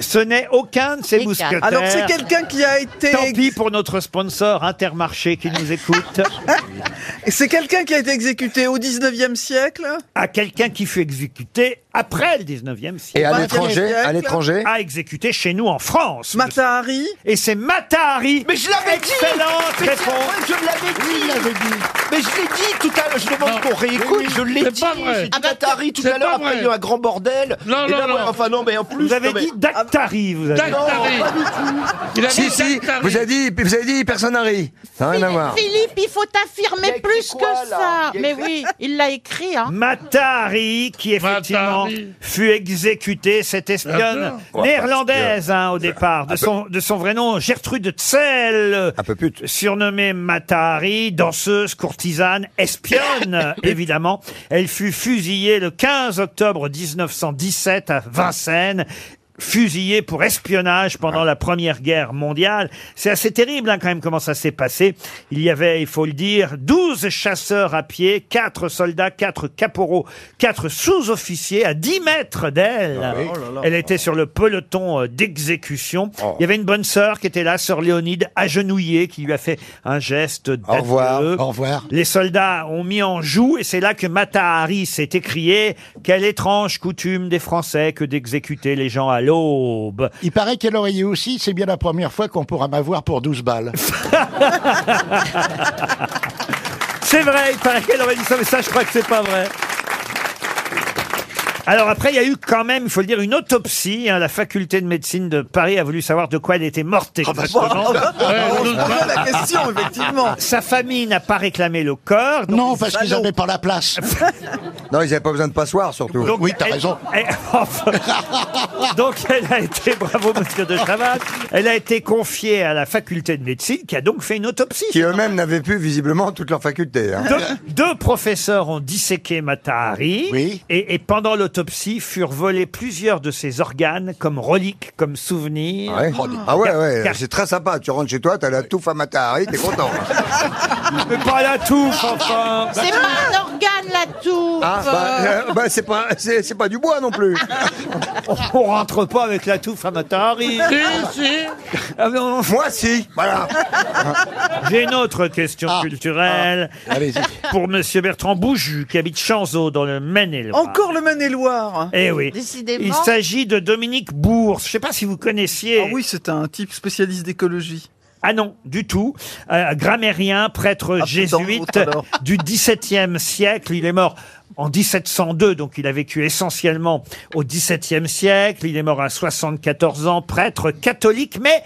Speaker 1: ce n'est aucun de ces
Speaker 24: Les quatre.
Speaker 1: mousquetaires.
Speaker 24: Alors, c'est quelqu'un
Speaker 1: qui a été. Tant pis pour notre sponsor Intermarché qui nous écoute.
Speaker 16: Et c'est quelqu'un qui a été exécuté au 19e siècle
Speaker 1: à Ah, quelqu'un qui fut exécuté après le 19e siècle.
Speaker 15: Et à l'étranger, à l'étranger
Speaker 1: A exécuté chez nous en France. Matahari Et c'est Matahari
Speaker 6: Mais je l'avais dit
Speaker 1: Excellente
Speaker 6: Mais c'est
Speaker 1: réponse
Speaker 6: vrai, Je l'avais dit Mais je l'ai dit tout à l'heure, je demande qu'on réécoute,
Speaker 1: Oui, oui.
Speaker 6: je l'ai
Speaker 1: C'est
Speaker 6: dit
Speaker 1: pas vrai.
Speaker 6: J'ai dit Atari tout à l'heure, après il y a eu un grand bordel
Speaker 1: Non,
Speaker 6: Et
Speaker 1: non,
Speaker 6: d'abord,
Speaker 1: non.
Speaker 6: Enfin non, mais en plus...
Speaker 1: Vous avez
Speaker 6: non, mais-
Speaker 1: dit Dactari, vous
Speaker 2: Ah,
Speaker 1: avez dit.
Speaker 6: Non, pas du tout.
Speaker 15: Si, si, vous avez dit, vous avez dit personne n'a ri. Ça n'a rien à voir.
Speaker 24: Philippe, il faut t'affirmer plus que ça. Mais oui, il l'a écrit. Hein.
Speaker 1: Matahari, qui effectivement fut exécuté, cette espionne
Speaker 15: Bien sûr.
Speaker 1: néerlandaise hein, au départ,
Speaker 15: Ah,
Speaker 1: de son, de son vrai nom Gertrude Tsel, surnommée Matahari, danseuse, courtisane, espionne évidemment. Elle fut fusillée le 15 octobre 1917 à Vincennes fusillée pour espionnage pendant la Première Guerre mondiale. C'est assez terrible hein, quand même comment ça s'est passé. Il y avait, il faut le dire, 12 chasseurs à pied, 4 soldats, 4 caporaux, 4 sous-officiers à 10 mètres d'elle.
Speaker 15: Ah oui. Oh là là.
Speaker 1: Elle était sur le peloton euh, d'exécution.
Speaker 26: Oh.
Speaker 1: Il y avait une bonne sœur qui était là, sœur Léonide, agenouillée, qui lui a fait un geste
Speaker 15: Au revoir,
Speaker 1: Au revoir. Les soldats ont mis en joue et c'est là que Matahari s'est écrié Quelle étrange coutume des Français que d'exécuter les gens à l'aube.
Speaker 26: Il paraît qu'elle aurait eu aussi, c'est bien la première fois qu'on pourra m'avoir pour 12 balles.
Speaker 1: C'est vrai, il paraît qu'elle aurait dit ça, mais ça, je crois que c'est pas vrai. Alors après, il y a eu quand même, il faut le dire, une autopsie. hein. La faculté de médecine de Paris a voulu savoir de quoi elle était morte.
Speaker 16: Ah,
Speaker 1: exactement.
Speaker 16: bah, on se posait la question, effectivement.
Speaker 1: Sa famille n'a pas réclamé le corps. non, parce qu'ils n'avaient pas la place.
Speaker 15: Non, ils n'avaient pas besoin de passoire surtout.
Speaker 1: oui, t'as raison. donc elle a été, bravo monsieur de Chavannes, elle a été confiée à la faculté de médecine qui a donc fait une autopsie.
Speaker 15: Qui eux-mêmes n'avaient plus visiblement toutes leurs facultés. hein.
Speaker 1: Deux, deux professeurs ont disséqué Matahari et, et pendant l'autopsie furent volés plusieurs de ses organes comme reliques, comme souvenirs.
Speaker 15: Ouais. Ah ouais, ouais,
Speaker 1: Car-
Speaker 15: c'est très sympa. Tu rentres chez toi, t'as la touffe à Matahari, t'es content.
Speaker 1: Mais pas la touffe, enfin
Speaker 24: C'est pas un organe, la touffe.
Speaker 15: Ah, bah, euh, bah, c'est pas, c'est, c'est pas du bois non plus.
Speaker 1: On rentre pas avec la touffe à Matahari. Ah
Speaker 24: Si, si.
Speaker 15: Moi si, voilà. Ah.
Speaker 1: J'ai une autre question culturelle pour Monsieur Bertrand Bouju qui habite Chanzeau dans le Maine-et-Loire.
Speaker 16: Encore le Maine-et-Loire.
Speaker 1: Eh oui.
Speaker 16: Décidément.
Speaker 1: Il s'agit de Dominique Bourse. Je ne sais pas si vous connaissiez.
Speaker 16: Ah oui, c'est un type spécialiste d'écologie.
Speaker 1: Ah non, du tout. Euh, grammairien, prêtre jésuite
Speaker 16: autre Ah, alors.
Speaker 1: du XVIIe siècle. Il est mort en 1702, donc il a vécu essentiellement au XVIIe siècle. Il est mort à 74 ans, prêtre catholique, mais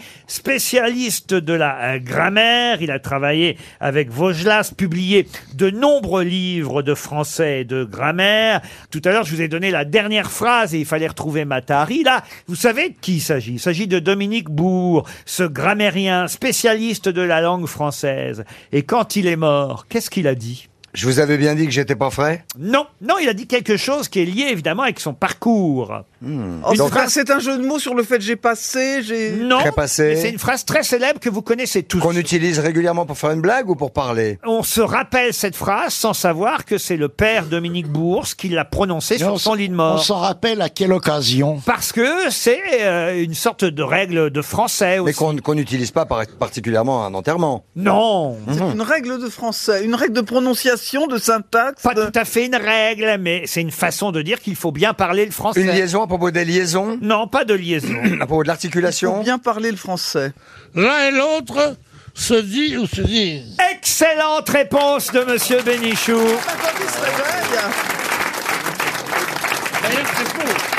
Speaker 1: spécialiste de la euh, grammaire. Il a travaillé avec Vaugelas, publié de nombreux livres de français et de grammaire. Tout à l'heure, je vous ai donné la dernière phrase et il fallait retrouver Matari. Là, vous savez de qui il s'agit Il s'agit de Dominique Bourg, ce grammairien spécialiste de la langue française. Et quand il est mort, qu'est-ce qu'il a dit
Speaker 15: Je vous avais bien dit que j'étais pas frais.
Speaker 1: non, non, il a dit quelque chose qui est lié évidemment avec son parcours.
Speaker 15: Hmm.
Speaker 16: Oh,
Speaker 1: Une
Speaker 16: c'est un-
Speaker 1: phrase-
Speaker 16: c'est un jeu de mots sur le fait que j'ai passé, j'ai...
Speaker 1: non,
Speaker 15: Très passé.
Speaker 1: mais c'est une phrase très célèbre que vous connaissez tous.
Speaker 15: Qu'on utilise régulièrement pour faire une blague ou pour parler.
Speaker 1: On se rappelle cette phrase sans savoir que c'est le père Dominique Bourse qui l'a prononcée
Speaker 26: Mais on
Speaker 1: sur son
Speaker 26: s-
Speaker 1: lit de mort.
Speaker 26: On s'en rappelle à quelle occasion
Speaker 1: Parce que c'est euh, une sorte de règle de français
Speaker 15: Mais
Speaker 1: aussi.
Speaker 15: qu'on qu'on n'utilise pas par- particulièrement à un enterrement.
Speaker 1: Non
Speaker 16: C'est une règle de français, une règle de prononciation, de syntaxe.
Speaker 1: Pas tout à fait une règle, mais c'est une façon de dire qu'il faut bien parler le français.
Speaker 15: Une liaison à propos des liaisons
Speaker 1: Non, pas de liaison.
Speaker 15: À propos de
Speaker 16: Faut
Speaker 15: l'articulation
Speaker 16: bien parler le français.
Speaker 25: L'un et l'autre se dit ou se disent.
Speaker 1: Excellente réponse de Monsieur Bénichou.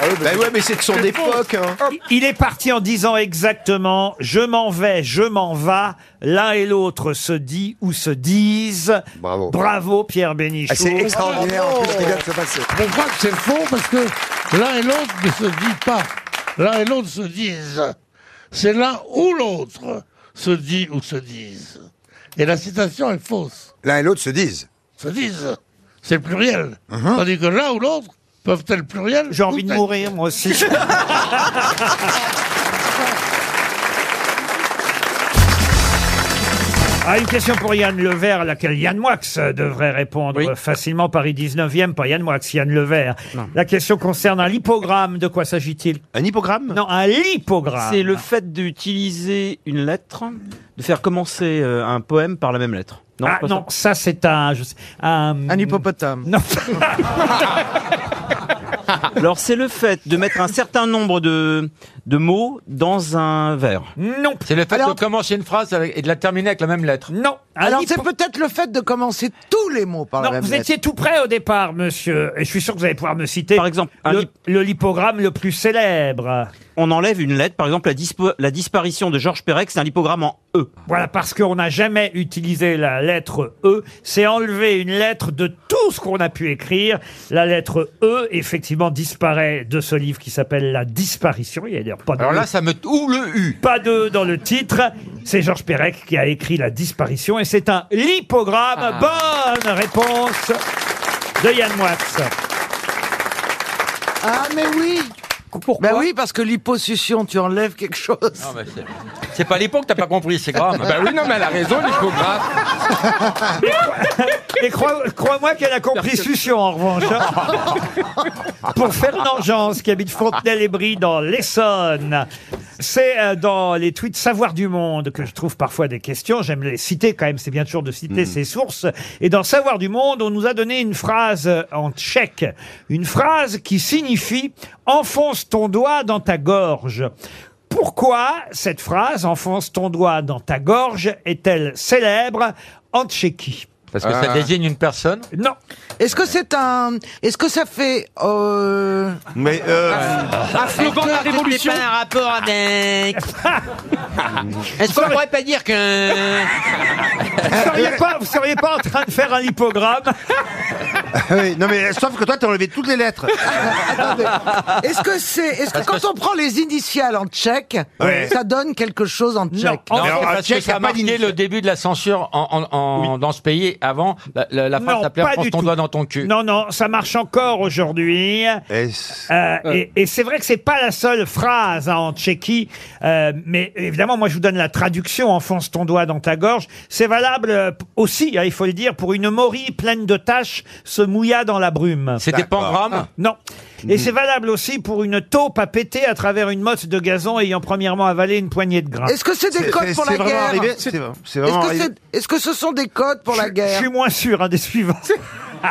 Speaker 16: Ah
Speaker 6: Bah ouais, mais c'est de son époque hein.
Speaker 1: Il est parti en disant exactement Je m'en vais, je m'en va. L'un et l'autre se dit ou se disent.
Speaker 15: Bravo.
Speaker 1: Bravo Pierre Bénichou.
Speaker 15: Ah, c'est extraordinaire en plus ce qui vient de se passer.
Speaker 25: Je crois que c'est faux parce que l'un et l'autre ne se disent pas. L'un et l'autre se disent. C'est l'un ou l'autre se dit ou se Uh-huh. disent. Et la citation est fausse.
Speaker 15: L'un et l'autre se disent.
Speaker 25: Se disent. c'est le pluriel. Tandis que l'un ou l'autre peuvent être pluriel. J'ai envie de mourir, moi aussi.
Speaker 1: Ah, une question pour Yann Levert, à laquelle Yann Moix euh, devrait répondre euh, facilement. Paris 19e, pas Yann Moix, Yann Levert. La question concerne un lipogramme. De quoi s'agit-il Un hippogramme Non, un lipogramme.
Speaker 22: C'est le fait d'utiliser une lettre, de faire commencer euh, un poème par la même lettre. Non,
Speaker 1: Ah
Speaker 22: c'est pas
Speaker 1: non, ça, c'est un, je sais- un...
Speaker 22: hippopotame.
Speaker 1: Non.
Speaker 22: Alors c'est le fait de mettre un certain nombre de, de mots dans un verre.
Speaker 1: Non.
Speaker 22: C'est le fait
Speaker 10: de commencer une phrase avec- et de la terminer avec la même lettre.
Speaker 1: Non.
Speaker 22: Ah,
Speaker 7: Alors c'est peut-être le fait de commencer tous les mots par la
Speaker 1: Non,
Speaker 7: même
Speaker 1: vous
Speaker 7: lettre.
Speaker 1: étiez tout près au départ, monsieur, et je suis sûr que vous allez pouvoir me citer. Par exemple, le, le lipogramme le plus célèbre.
Speaker 22: On enlève une lettre, par exemple la, dispo- la disparition de Georges Perec, c'est un lipogramme en E.
Speaker 1: Voilà, parce qu'on n'a jamais utilisé la lettre E. C'est enlever une lettre de tout ce qu'on a pu écrire. La lettre E, effectivement, disparaît de ce livre qui s'appelle La Disparition. Il y a d'ailleurs pas de.
Speaker 10: Alors là, ça me. Ou le U.
Speaker 1: Pas de dans le titre. C'est Georges Perec qui a écrit La Disparition et c'est un lipogramme. Ah, Bonne réponse de Yann Moix.
Speaker 7: Ah mais oui
Speaker 1: Pourquoi
Speaker 7: Ben oui, parce que l'hyposuction, tu enlèves quelque chose.
Speaker 10: Non, mais c'est- C'est pas l'époque que t'as pas compris, c'est grave. Ben
Speaker 7: Bah oui, non, mais elle a raison,
Speaker 10: l'hypographe.
Speaker 1: Et crois- crois-moi qu'elle a compris Succion, en revanche. hein. Ah, Pour Fernand Jans, qui habite Fontenay-les-Bris dans l'Essonne. C'est euh, dans les tweets Savoir du Monde que je trouve parfois des questions. J'aime les citer quand même, c'est bien toujours de citer ses sources. Et dans Savoir du Monde, on nous a donné une phrase euh, en tchèque. Une phrase qui signifie « enfonce ton doigt dans ta gorge ». Pourquoi cette phrase « enfonce ton doigt dans ta gorge » est-elle célèbre en Tchéquie
Speaker 10: Parce que ça Ah. désigne
Speaker 1: une personne Non.
Speaker 7: Est-ce que c'est un. Est-ce que ça fait. Euh...
Speaker 4: Mais euh...
Speaker 7: Un slogan de la Révolution.
Speaker 19: C'est pas un rapport avec. Est-ce qu'on pourrait pas dire que. euh,
Speaker 1: Vous seriez pas, vous seriez pas en train de faire un lipogramme
Speaker 4: oui, non mais sauf que toi t'as enlevé toutes les lettres.
Speaker 7: Attendez. Est-ce que c'est. Est-ce que quand on prend les initiales en tchèque,
Speaker 10: Ouais.
Speaker 7: ça donne quelque chose en tchèque
Speaker 10: Non, parce que ça a marqué le début de la censure en, en- en- dans ce pays. Avant, la, la, la phrase
Speaker 1: Non,
Speaker 10: s'appelait
Speaker 1: pas
Speaker 10: « Pense
Speaker 1: du
Speaker 10: ton
Speaker 1: tout.
Speaker 10: doigt dans ton cul ».
Speaker 1: Non, non, ça marche encore aujourd'hui. Euh, et et c'est vrai que c'est pas la seule phrase hein, en Tchéquie, euh, mais évidemment, moi je vous donne la traduction. Enfonce ton doigt dans ta gorge. C'est valable euh, p- aussi, hein, il faut le dire, pour une morille pleine de taches se mouilla dans la brume.
Speaker 10: C'est des D'accord. pangrammes
Speaker 1: Non. Et c'est valable aussi pour une taupe à péter à travers une motte de gazon ayant premièrement avalé une poignée de grains.
Speaker 7: Est-ce que c'est des codes pour la guerre
Speaker 1: C'est-
Speaker 7: Est-ce que, c'est- est-ce que ce sont des codes pour la
Speaker 1: Je
Speaker 7: guerre
Speaker 1: suis moins sûr hein, des suivants.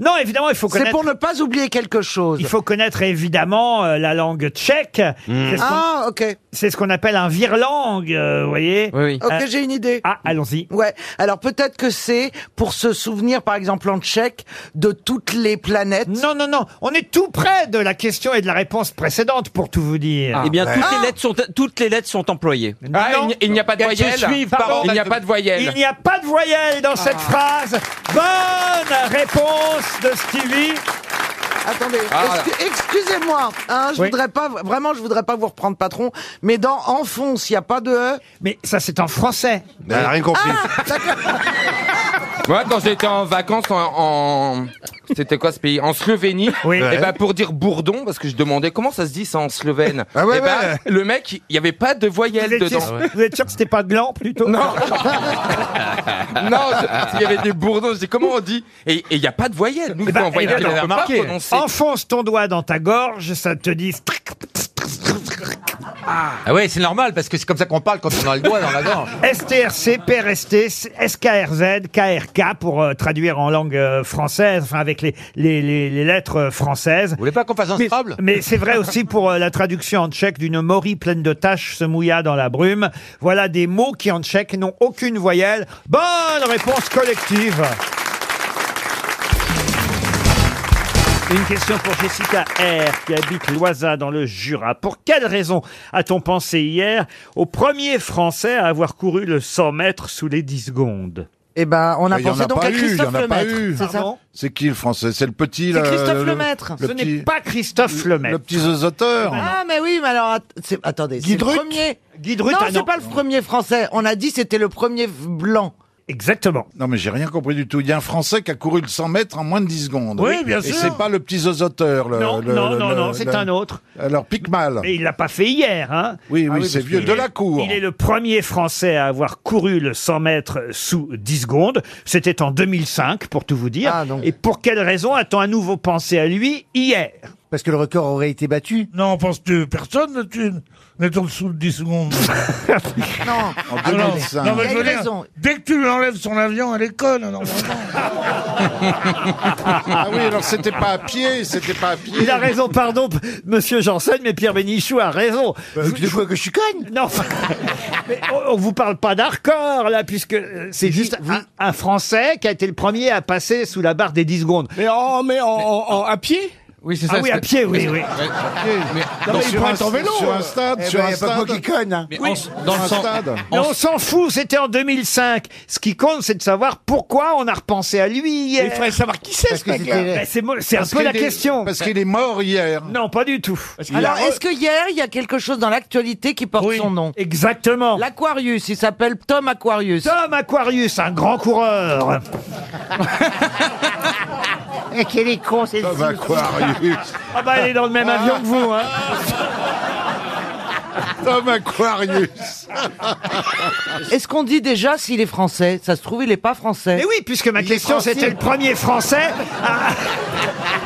Speaker 1: non, évidemment, il faut
Speaker 7: C'est
Speaker 1: connaître.
Speaker 7: pour ne pas oublier quelque chose.
Speaker 1: Il faut connaître évidemment euh, la langue tchèque. C'est ce qu'on-
Speaker 7: Ah, ok.
Speaker 1: C'est ce qu'on appelle un virlangue, euh, vous voyez
Speaker 7: Ok,
Speaker 1: Euh,
Speaker 7: j'ai une idée.
Speaker 1: Ah, allons-y.
Speaker 7: Ouais. Alors peut-être que c'est pour se souvenir, par exemple en tchèque, de toutes les planètes.
Speaker 1: Non, non, non. On est tout près de la question et de la réponse précédente, pour tout vous dire.
Speaker 22: Eh bien toutes,
Speaker 7: Ah.
Speaker 1: Ah.
Speaker 22: les lettres sont, toutes les lettres sont employées.
Speaker 1: Non. Qu'elles se suivent, pardon. Il n'y a pas de voyelle dans cette
Speaker 7: Ah.
Speaker 1: phrase. Bonne réponse de Stevie.
Speaker 7: Attendez,
Speaker 1: Ah,
Speaker 7: excu- excusez-moi, hein, je
Speaker 1: Oui.
Speaker 7: voudrais pas, vraiment, je voudrais pas vous reprendre patron, mais dans enfonce, il n'y a pas de E.
Speaker 1: Mais ça, c'est en français.
Speaker 4: Elle a rien compris.
Speaker 1: Ah,
Speaker 21: Moi, quand j'étais en vacances en, en- c'était quoi ce pays En Slovénie.
Speaker 1: Oui.
Speaker 21: Et ben pour dire bourdon, parce que je demandais comment ça se dit ça en slovène.
Speaker 1: Ah ouais,
Speaker 21: Eh ben,
Speaker 1: ouais.
Speaker 21: le mec, il y avait pas de voyelle
Speaker 1: Vous êtes,
Speaker 21: dedans.
Speaker 1: sûr, vous êtes sûr que c'était pas gland plutôt Eh
Speaker 21: Non. non, je- il y avait des bourdons. Je dis comment on dit Et il y a pas de voyelle. Nous,
Speaker 1: Eh ben,
Speaker 21: en voyelle,
Speaker 1: eh
Speaker 21: on
Speaker 1: ben,
Speaker 21: peut pas
Speaker 1: remarquez,
Speaker 21: prononcer.
Speaker 1: Enfonce ton doigt dans ta gorge, ça te dit.
Speaker 10: Ah ouais, c'est normal, parce que c'est comme ça qu'on parle quand on a le doigt dans la gorge.
Speaker 1: STRC, PRST, SKRZ, KRK pour euh, traduire en langue euh, française, enfin avec les, les, les, les lettres euh, françaises. Vous
Speaker 10: voulez pas qu'on fasse un
Speaker 1: mais,
Speaker 10: Scrabble
Speaker 1: Mais c'est vrai aussi pour euh, la traduction en tchèque d'une morille pleine de taches se mouilla dans la brume. Voilà des mots qui en tchèque n'ont aucune voyelle. Bonne réponse collective. Une question pour Jessica R, qui habite Loisa dans le Jura. Pour quelle raison a-t-on pensé hier au premier Français à avoir couru le 100 mètres sous les 10 secondes
Speaker 7: Eh ben, on a
Speaker 1: Mais il y en
Speaker 7: pensé
Speaker 1: a
Speaker 7: donc
Speaker 1: pas
Speaker 7: à
Speaker 1: eu,
Speaker 7: Christophe
Speaker 1: il y en a pas
Speaker 7: Lemaître.
Speaker 1: eu.
Speaker 7: c'est ça
Speaker 1: Pardon
Speaker 13: C'est qui le français C'est le petit.
Speaker 7: C'est
Speaker 13: le-
Speaker 7: Christophe
Speaker 13: le-
Speaker 7: Lemaître.
Speaker 13: le
Speaker 7: Ce
Speaker 13: petit-
Speaker 7: n'est
Speaker 1: pas Christophe Lemaître.
Speaker 13: Le petit zozoteur.
Speaker 7: Ah, mais oui, mais alors, att- c'est- attendez, c'est
Speaker 13: Guy
Speaker 7: le
Speaker 13: Drut
Speaker 7: premier.
Speaker 1: Guy
Speaker 13: Drut,
Speaker 7: non,
Speaker 13: ah, non.
Speaker 7: c'est pas le premier français. On a dit c'était le premier blanc.
Speaker 1: Exactement.
Speaker 13: Non, mais j'ai rien compris du tout. Il y a un Français qui a couru le 100 mètres en moins de 10 secondes.
Speaker 1: Oui, bien
Speaker 13: Et
Speaker 1: sûr.
Speaker 13: c'est pas le petit zozoteur. Le,
Speaker 1: Non,
Speaker 13: le-
Speaker 1: non,
Speaker 13: le-
Speaker 1: non,
Speaker 13: le-
Speaker 1: non, c'est
Speaker 13: le- Euh,
Speaker 1: un autre.
Speaker 13: Alors, Picmal.
Speaker 1: Et il l'a pas fait hier, hein
Speaker 13: Oui, oui, c'est
Speaker 1: parce
Speaker 13: vieux
Speaker 1: qu'il
Speaker 13: de
Speaker 1: est-
Speaker 13: la cour.
Speaker 1: Il est le premier Français à avoir couru le 100 mètres sous 10 secondes. C'était en 2005, pour tout vous
Speaker 13: Ah,
Speaker 1: dire. Et pour quelle raison a-t-on à nouveau pensé à lui hier
Speaker 2: Parce que le record aurait été battu
Speaker 25: Non, penses-tu, personne ne tue- n'est en dessous de 10 secondes.
Speaker 2: Non.
Speaker 25: Ah non, non, mais
Speaker 2: Il a
Speaker 25: je veux
Speaker 2: une
Speaker 25: dire,
Speaker 2: raison.
Speaker 25: dès que tu lui enlèves son avion, elle est conne. Non,
Speaker 1: Ah oui, alors c'était pas à pied, c'était pas à pied. Il a raison, pardon, p- monsieur Janssen, mais Pierre Bénichou a raison. Tu crois que Bah, je suis conne Non, enfin, mais on, on vous parle pas d'Arcor, là, puisque euh, c'est juste un, un Français qui a été le premier à passer sous la barre des 10 secondes. Mais en, mais en, à pied Oui,
Speaker 9: c'est ça,
Speaker 1: Ah oui,
Speaker 9: c'est-
Speaker 1: à pied, oui, oui.
Speaker 9: Ouais, à pied, mais-
Speaker 1: Non, mais il
Speaker 9: Sur
Speaker 1: pourrait
Speaker 9: un-
Speaker 1: être en vélo,
Speaker 9: sur
Speaker 1: hein.
Speaker 9: un stade,
Speaker 1: Eh
Speaker 9: sur
Speaker 1: ben,
Speaker 9: un
Speaker 1: y a pas
Speaker 9: stade.
Speaker 1: quoi qu'il conne, hein.
Speaker 9: Mais
Speaker 1: Oui.
Speaker 9: en- dans
Speaker 1: Sur
Speaker 9: le
Speaker 1: un
Speaker 9: sens-
Speaker 1: stade.
Speaker 9: en-
Speaker 1: Mais on s'en fout, c'était en 2005. Ce qui compte, c'est de savoir pourquoi on a repensé à lui hier.
Speaker 9: Il faudrait savoir qui c'est, Parce ce que mec-là. c'était-
Speaker 1: Ben, C'est mo- c'est un
Speaker 9: Parce
Speaker 1: peu
Speaker 9: qu'il
Speaker 1: la
Speaker 9: est-
Speaker 1: question.
Speaker 9: parce qu'il
Speaker 1: est mort hier. Non, pas du tout.
Speaker 7: Alors, est-ce que hier, il y a quelque chose dans l'actualité qui porte son nom
Speaker 1: Exactement.
Speaker 7: L'Aquarius, il s'appelle Tom Aquarius.
Speaker 1: Tom Aquarius, un grand coureur.
Speaker 2: Eh, Quel est con, c'est
Speaker 1: Tom Aquarius. Ah bah, elle est dans le même avion que vous, hein.
Speaker 13: Tom Aquarius.
Speaker 7: Est-ce qu'on dit déjà s'il est français Ça se trouve, il n'est pas français.
Speaker 1: Mais oui, puisque ma question, c'était le premier français. à-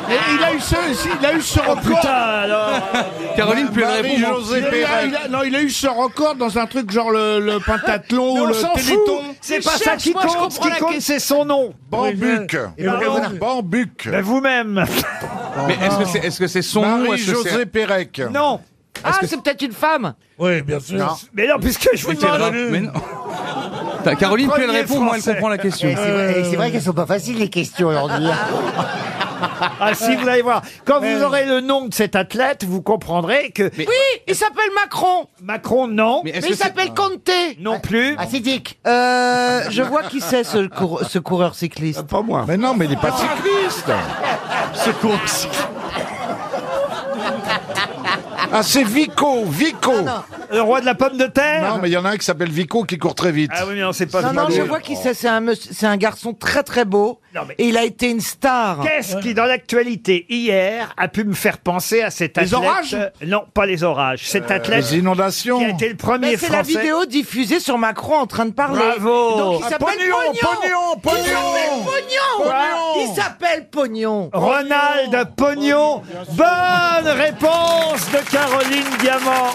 Speaker 9: Mais il a eu ce, il a eu ce record.
Speaker 1: putain, alors.
Speaker 9: Caroline, plus
Speaker 1: Marie-
Speaker 9: répondre.
Speaker 1: José
Speaker 9: Il a-
Speaker 1: Perret.
Speaker 9: il a- Non, il a eu ce record dans un truc genre le, le pentathlon
Speaker 1: Mais
Speaker 9: ou
Speaker 1: on
Speaker 9: le
Speaker 1: s'en fout.
Speaker 9: téléthon.
Speaker 1: C'est pas ça qui compte. Ce qui compte, c'est son nom.
Speaker 13: Bambuc.
Speaker 1: Et alors
Speaker 13: Bambuc.
Speaker 1: Ben, vous-même.
Speaker 21: Mais est-ce que c'est est -ce son nom ou est-ce que c'est-
Speaker 13: Marie-José Pérec.
Speaker 1: Non.
Speaker 7: Ah, c'est peut-être une femme
Speaker 25: Oui, bien sûr.
Speaker 13: Non.
Speaker 1: Mais non, puisque je vous
Speaker 21: Mais t'es
Speaker 1: demande.
Speaker 21: grave, mais non. Attends, Bah, Caroline,
Speaker 1: Le
Speaker 21: puis elle
Speaker 1: premier
Speaker 21: répond, moi elle
Speaker 1: Français.
Speaker 21: comprend la question.
Speaker 2: Eh, c'est vrai, c'est vrai qu'elles sont pas faciles les questions aujourd'hui.
Speaker 1: Ah si, vous allez voir. Quand vous aurez le nom de cet athlète, vous comprendrez que...
Speaker 7: Oui, il s'appelle Macron.
Speaker 1: Macron, non.
Speaker 7: Oh, Mais, il s'appelle Ah, Conte.
Speaker 1: Non plus.
Speaker 2: Acidique.
Speaker 7: Euh, je vois qui c'est ce, cour- ce coureur cycliste.
Speaker 13: Euh, Pas moi. Mais non, mais il n'est pas cycliste.
Speaker 9: Ce cours.
Speaker 13: Ah, c'est Vico, Vico.
Speaker 1: Le roi de la pomme de terre
Speaker 13: Non, mais il y en a un qui s'appelle Vico qui court très vite. Oh.
Speaker 1: Ah oui, mais on sait pas.
Speaker 7: Non, non, je vois qui c'est. C'est un, monsieur- c'est un garçon très très beau. Et il a été une star.
Speaker 1: Qu'est-ce qui, dans l'actualité, hier, a pu me faire penser à cet
Speaker 7: Les
Speaker 1: athlète
Speaker 7: orages Euh,
Speaker 1: Euh, Non, pas les orages. Cet athlète...
Speaker 13: les inondations.
Speaker 1: Qui a été le premier
Speaker 7: Mais Ben, c'est la
Speaker 1: Français...
Speaker 7: vidéo diffusée sur Macron en train de parler.
Speaker 1: Bravo.
Speaker 7: Donc il
Speaker 1: Ah,
Speaker 7: s'appelle
Speaker 1: Pognon,
Speaker 7: Pognon.
Speaker 1: Pognon,
Speaker 7: Il s'appelle
Speaker 1: Pognon.
Speaker 7: Pognon.
Speaker 1: Pognon.
Speaker 7: Il s'appelle Pognon.
Speaker 1: Ronald Pognon. Bonne réponse de Caroline Diamant.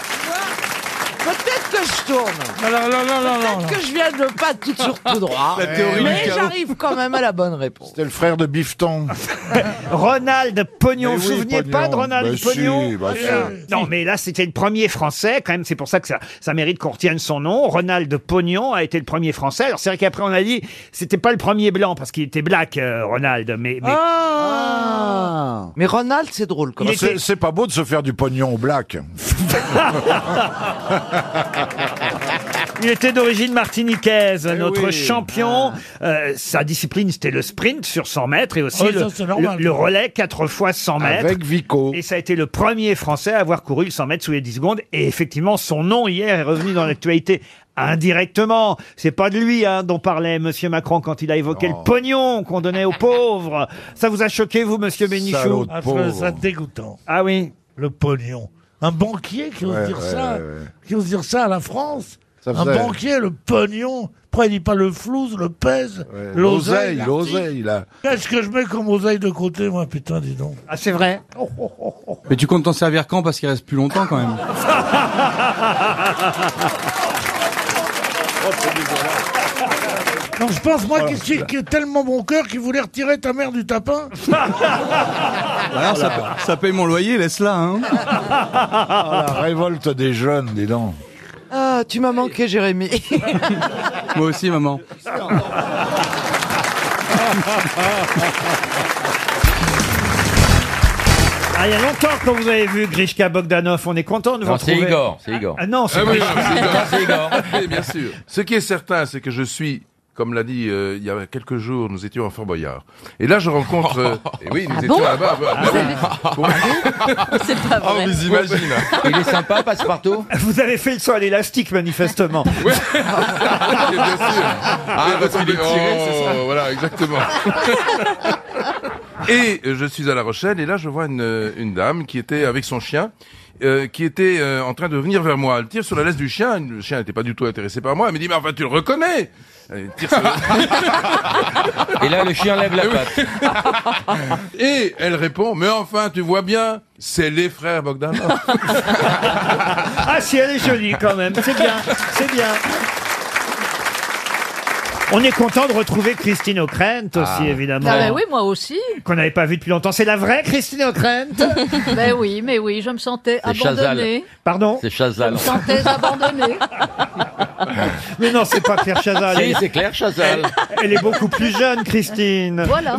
Speaker 7: Peut-être que je tourne.
Speaker 25: Alors, non, non, non, non.
Speaker 7: Peut-être que je viens de pas tout sur tout droit.
Speaker 13: La théorie
Speaker 7: mais
Speaker 13: du chaos.
Speaker 7: j'arrive quand même à la bonne réponse.
Speaker 13: Ah, C'était le frère de Bifton.
Speaker 1: Ronald Pognon,
Speaker 13: Mais
Speaker 1: vous
Speaker 13: oui,
Speaker 1: vous souveniez
Speaker 13: Pognon.
Speaker 1: pas de Ronald
Speaker 13: Bah si,
Speaker 1: Pognon
Speaker 13: bah si.
Speaker 1: Euh, Non, mais là, c'était le premier Français, quand même, c'est pour ça que ça, ça mérite qu'on retienne son nom. Ronald Pognon a été le premier Français. Alors, c'est vrai qu'après, on a dit, c'était pas le premier blanc, parce qu'il était black, euh, Ronald, mais... mais-
Speaker 7: Mais Ronald, c'est drôle. Quand
Speaker 1: Il
Speaker 7: même.
Speaker 1: était-
Speaker 13: Ah, C'est c'est pas beau de se faire du pognon au black.
Speaker 1: Il était d'origine martiniquaise,
Speaker 13: Eh
Speaker 1: notre
Speaker 21: oui.
Speaker 1: champion.
Speaker 13: Ah.
Speaker 1: Euh, sa discipline, c'était le sprint sur 100 mètres et aussi
Speaker 25: Oui,
Speaker 1: le,
Speaker 25: Oh, ça, c'est normal.
Speaker 1: le- le relais 4 fois 100 mètres.
Speaker 13: Avec Vico.
Speaker 1: Et ça a été le premier Français à avoir couru le 100 mètres sous les 10 secondes. Et effectivement, son nom hier est revenu dans l'actualité indirectement. C'est pas de lui hein, dont parlait Monsieur Macron quand il a évoqué le pognon qu'on donnait aux pauvres. Ça vous a choqué, vous, Monsieur Bénichou
Speaker 25: Ah, ça, ça dégoûtant.
Speaker 1: Ah oui
Speaker 25: Le pognon. Un banquier qui ose
Speaker 13: Ouais,
Speaker 25: dire
Speaker 13: ouais,
Speaker 25: ça,
Speaker 13: ouais, ouais.
Speaker 25: qui ose dire ça à la France.
Speaker 13: Ça
Speaker 25: un
Speaker 13: faisait-
Speaker 25: banquier, le pognon. Pourquoi il dit pas le flouze, le pèse, l'oseille.
Speaker 13: L'oseille, l'oseille, là.
Speaker 25: Qu'est-ce que je mets comme oseille de côté, moi, putain, dis donc.
Speaker 1: Ah, c'est vrai
Speaker 21: Mais tu comptes t'en servir quand Parce qu'il reste plus longtemps quand même.
Speaker 25: Non, je pense, moi, qui suis qui est tellement bon cœur qu'il voulait retirer ta mère du tapin.
Speaker 13: Bah,
Speaker 21: Alors ça, pa- ça paye mon loyer, laisse-la. Hein.
Speaker 13: Ah, la révolte des jeunes, dis donc.
Speaker 7: Ah, tu m'as manqué, Jérémy.
Speaker 21: Moi aussi, maman.
Speaker 1: Ah, il y a longtemps qu'on vous avez vu, Grishka Bogdanov. On est content de vous
Speaker 14: Non, c'est
Speaker 1: retrouver.
Speaker 14: Igor, c'est Igor.
Speaker 1: Ah, non, c'est
Speaker 14: Ah oui,
Speaker 1: pas-
Speaker 14: non, c'est Igor, c'est Igor.
Speaker 9: bien sûr.
Speaker 14: Ce qui est certain, c'est que je suis
Speaker 17: Comme l'a dit euh, il y a quelques jours, nous étions à Fort Boyard. Et là, je rencontre. euh, eh oui, nous
Speaker 23: Ah
Speaker 17: étions
Speaker 23: bon
Speaker 17: là-bas. bah, bah oui. Pour-
Speaker 4: Ah,
Speaker 23: C'est pas
Speaker 17: Oh,
Speaker 23: vrai.
Speaker 17: mais imagine.
Speaker 1: Il est sympa, passe partout. Vous avez fait le saut à l'élastique, manifestement.
Speaker 17: Ah, parce qu'il est
Speaker 1: tirer, c'est ça
Speaker 17: oh, Voilà, exactement. et euh, je suis à La Rochelle, et là, je vois une, euh, une dame qui était avec son chien, euh, qui était euh, en train de venir vers moi. Elle tire sur la laisse du chien. Le chien n'était pas du tout intéressé par moi. Elle me dit, mais enfin, tu le reconnais Elle tire sur la- Eh
Speaker 14: Et là, le chien lève la patte.
Speaker 17: Et elle répond, mais enfin, tu vois bien, c'est les frères Bogdanov.
Speaker 1: Ah si, elle est jolie quand même. C'est bien, c'est bien. On est content de retrouver Christine O'Krent aussi,
Speaker 8: Ah.
Speaker 1: évidemment.
Speaker 8: Ah ben oui, moi aussi.
Speaker 1: Qu'on n'avait pas vu depuis longtemps. C'est la vraie Christine O'Krent
Speaker 8: ben oui, mais oui, je me sentais abandonnée.
Speaker 1: Pardon
Speaker 14: C'est Chazal.
Speaker 8: Je me sentais abandonnée.
Speaker 1: Mais non, c'est pas Claire Chazal.
Speaker 14: Si,
Speaker 1: Elle-
Speaker 14: c'est Claire Chazal.
Speaker 1: Elle, elle est beaucoup plus jeune, Christine.
Speaker 8: Voilà.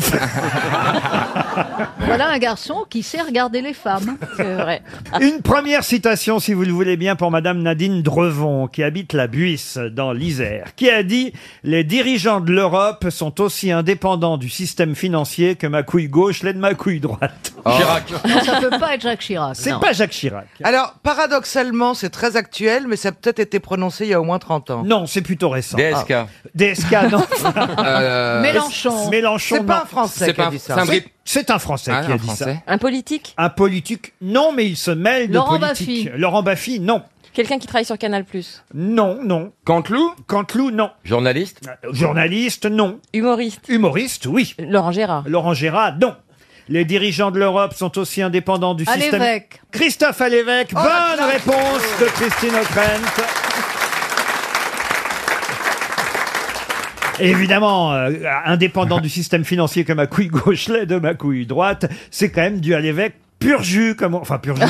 Speaker 8: Voilà un garçon qui sait regarder les femmes. C'est
Speaker 20: Euh,
Speaker 8: vrai.
Speaker 1: Une première citation, si vous le voulez bien, pour Madame Nadine Drevon, qui habite la Buisse, dans l'Isère, qui a dit « Les dirigeants de l'Europe sont aussi indépendants du système financier que ma couille gauche l'est de ma couille droite.
Speaker 14: Chirac.
Speaker 8: Non, ça peut pas être Jacques Chirac.
Speaker 1: C'est
Speaker 8: non.
Speaker 1: pas Jacques Chirac.
Speaker 7: Alors, paradoxalement, c'est très actuel, mais ça a peut-être été prononcé il y a au moins 30 ans.
Speaker 1: Non, c'est plutôt récent. Ah.
Speaker 7: DSK.
Speaker 1: DSK, non.
Speaker 7: Euh,
Speaker 8: Mélenchon.
Speaker 1: Mélenchon,
Speaker 7: C'est pas
Speaker 1: non.
Speaker 7: un Français C'est qui a pas un- dit ça. c'est un Brit-
Speaker 1: C'est- C'est un Français
Speaker 7: Ah,
Speaker 1: qui a
Speaker 7: un
Speaker 1: dit
Speaker 7: Français.
Speaker 1: ça. Un politique Un politique, non, mais il se mêle
Speaker 18: Laurent
Speaker 1: de politique.
Speaker 18: Baffy.
Speaker 1: Laurent Baffy, non.
Speaker 18: Quelqu'un qui travaille sur Canal+.
Speaker 6: Ah,
Speaker 1: Non, non.
Speaker 17: Canteloup
Speaker 1: Canteloup, non. Euh,
Speaker 14: Journaliste
Speaker 1: Journaliste, non.
Speaker 18: Humoriste
Speaker 1: Humoriste, oui.
Speaker 18: Laurent Gérard.
Speaker 1: Laurent Gérard, non. Les dirigeants de l'Europe sont aussi indépendants du
Speaker 18: À
Speaker 1: système.
Speaker 18: l'évêque.
Speaker 1: Christophe à l'évêque.
Speaker 18: Oh, la
Speaker 1: Bonne
Speaker 18: classe.
Speaker 1: réponse de Christine O'Krent. Et Évidemment, euh, indépendant du système financier que ma couille gauche l'est de ma couille droite, c'est quand même dû à l'évêque pur jus, comme on- enfin pur jus.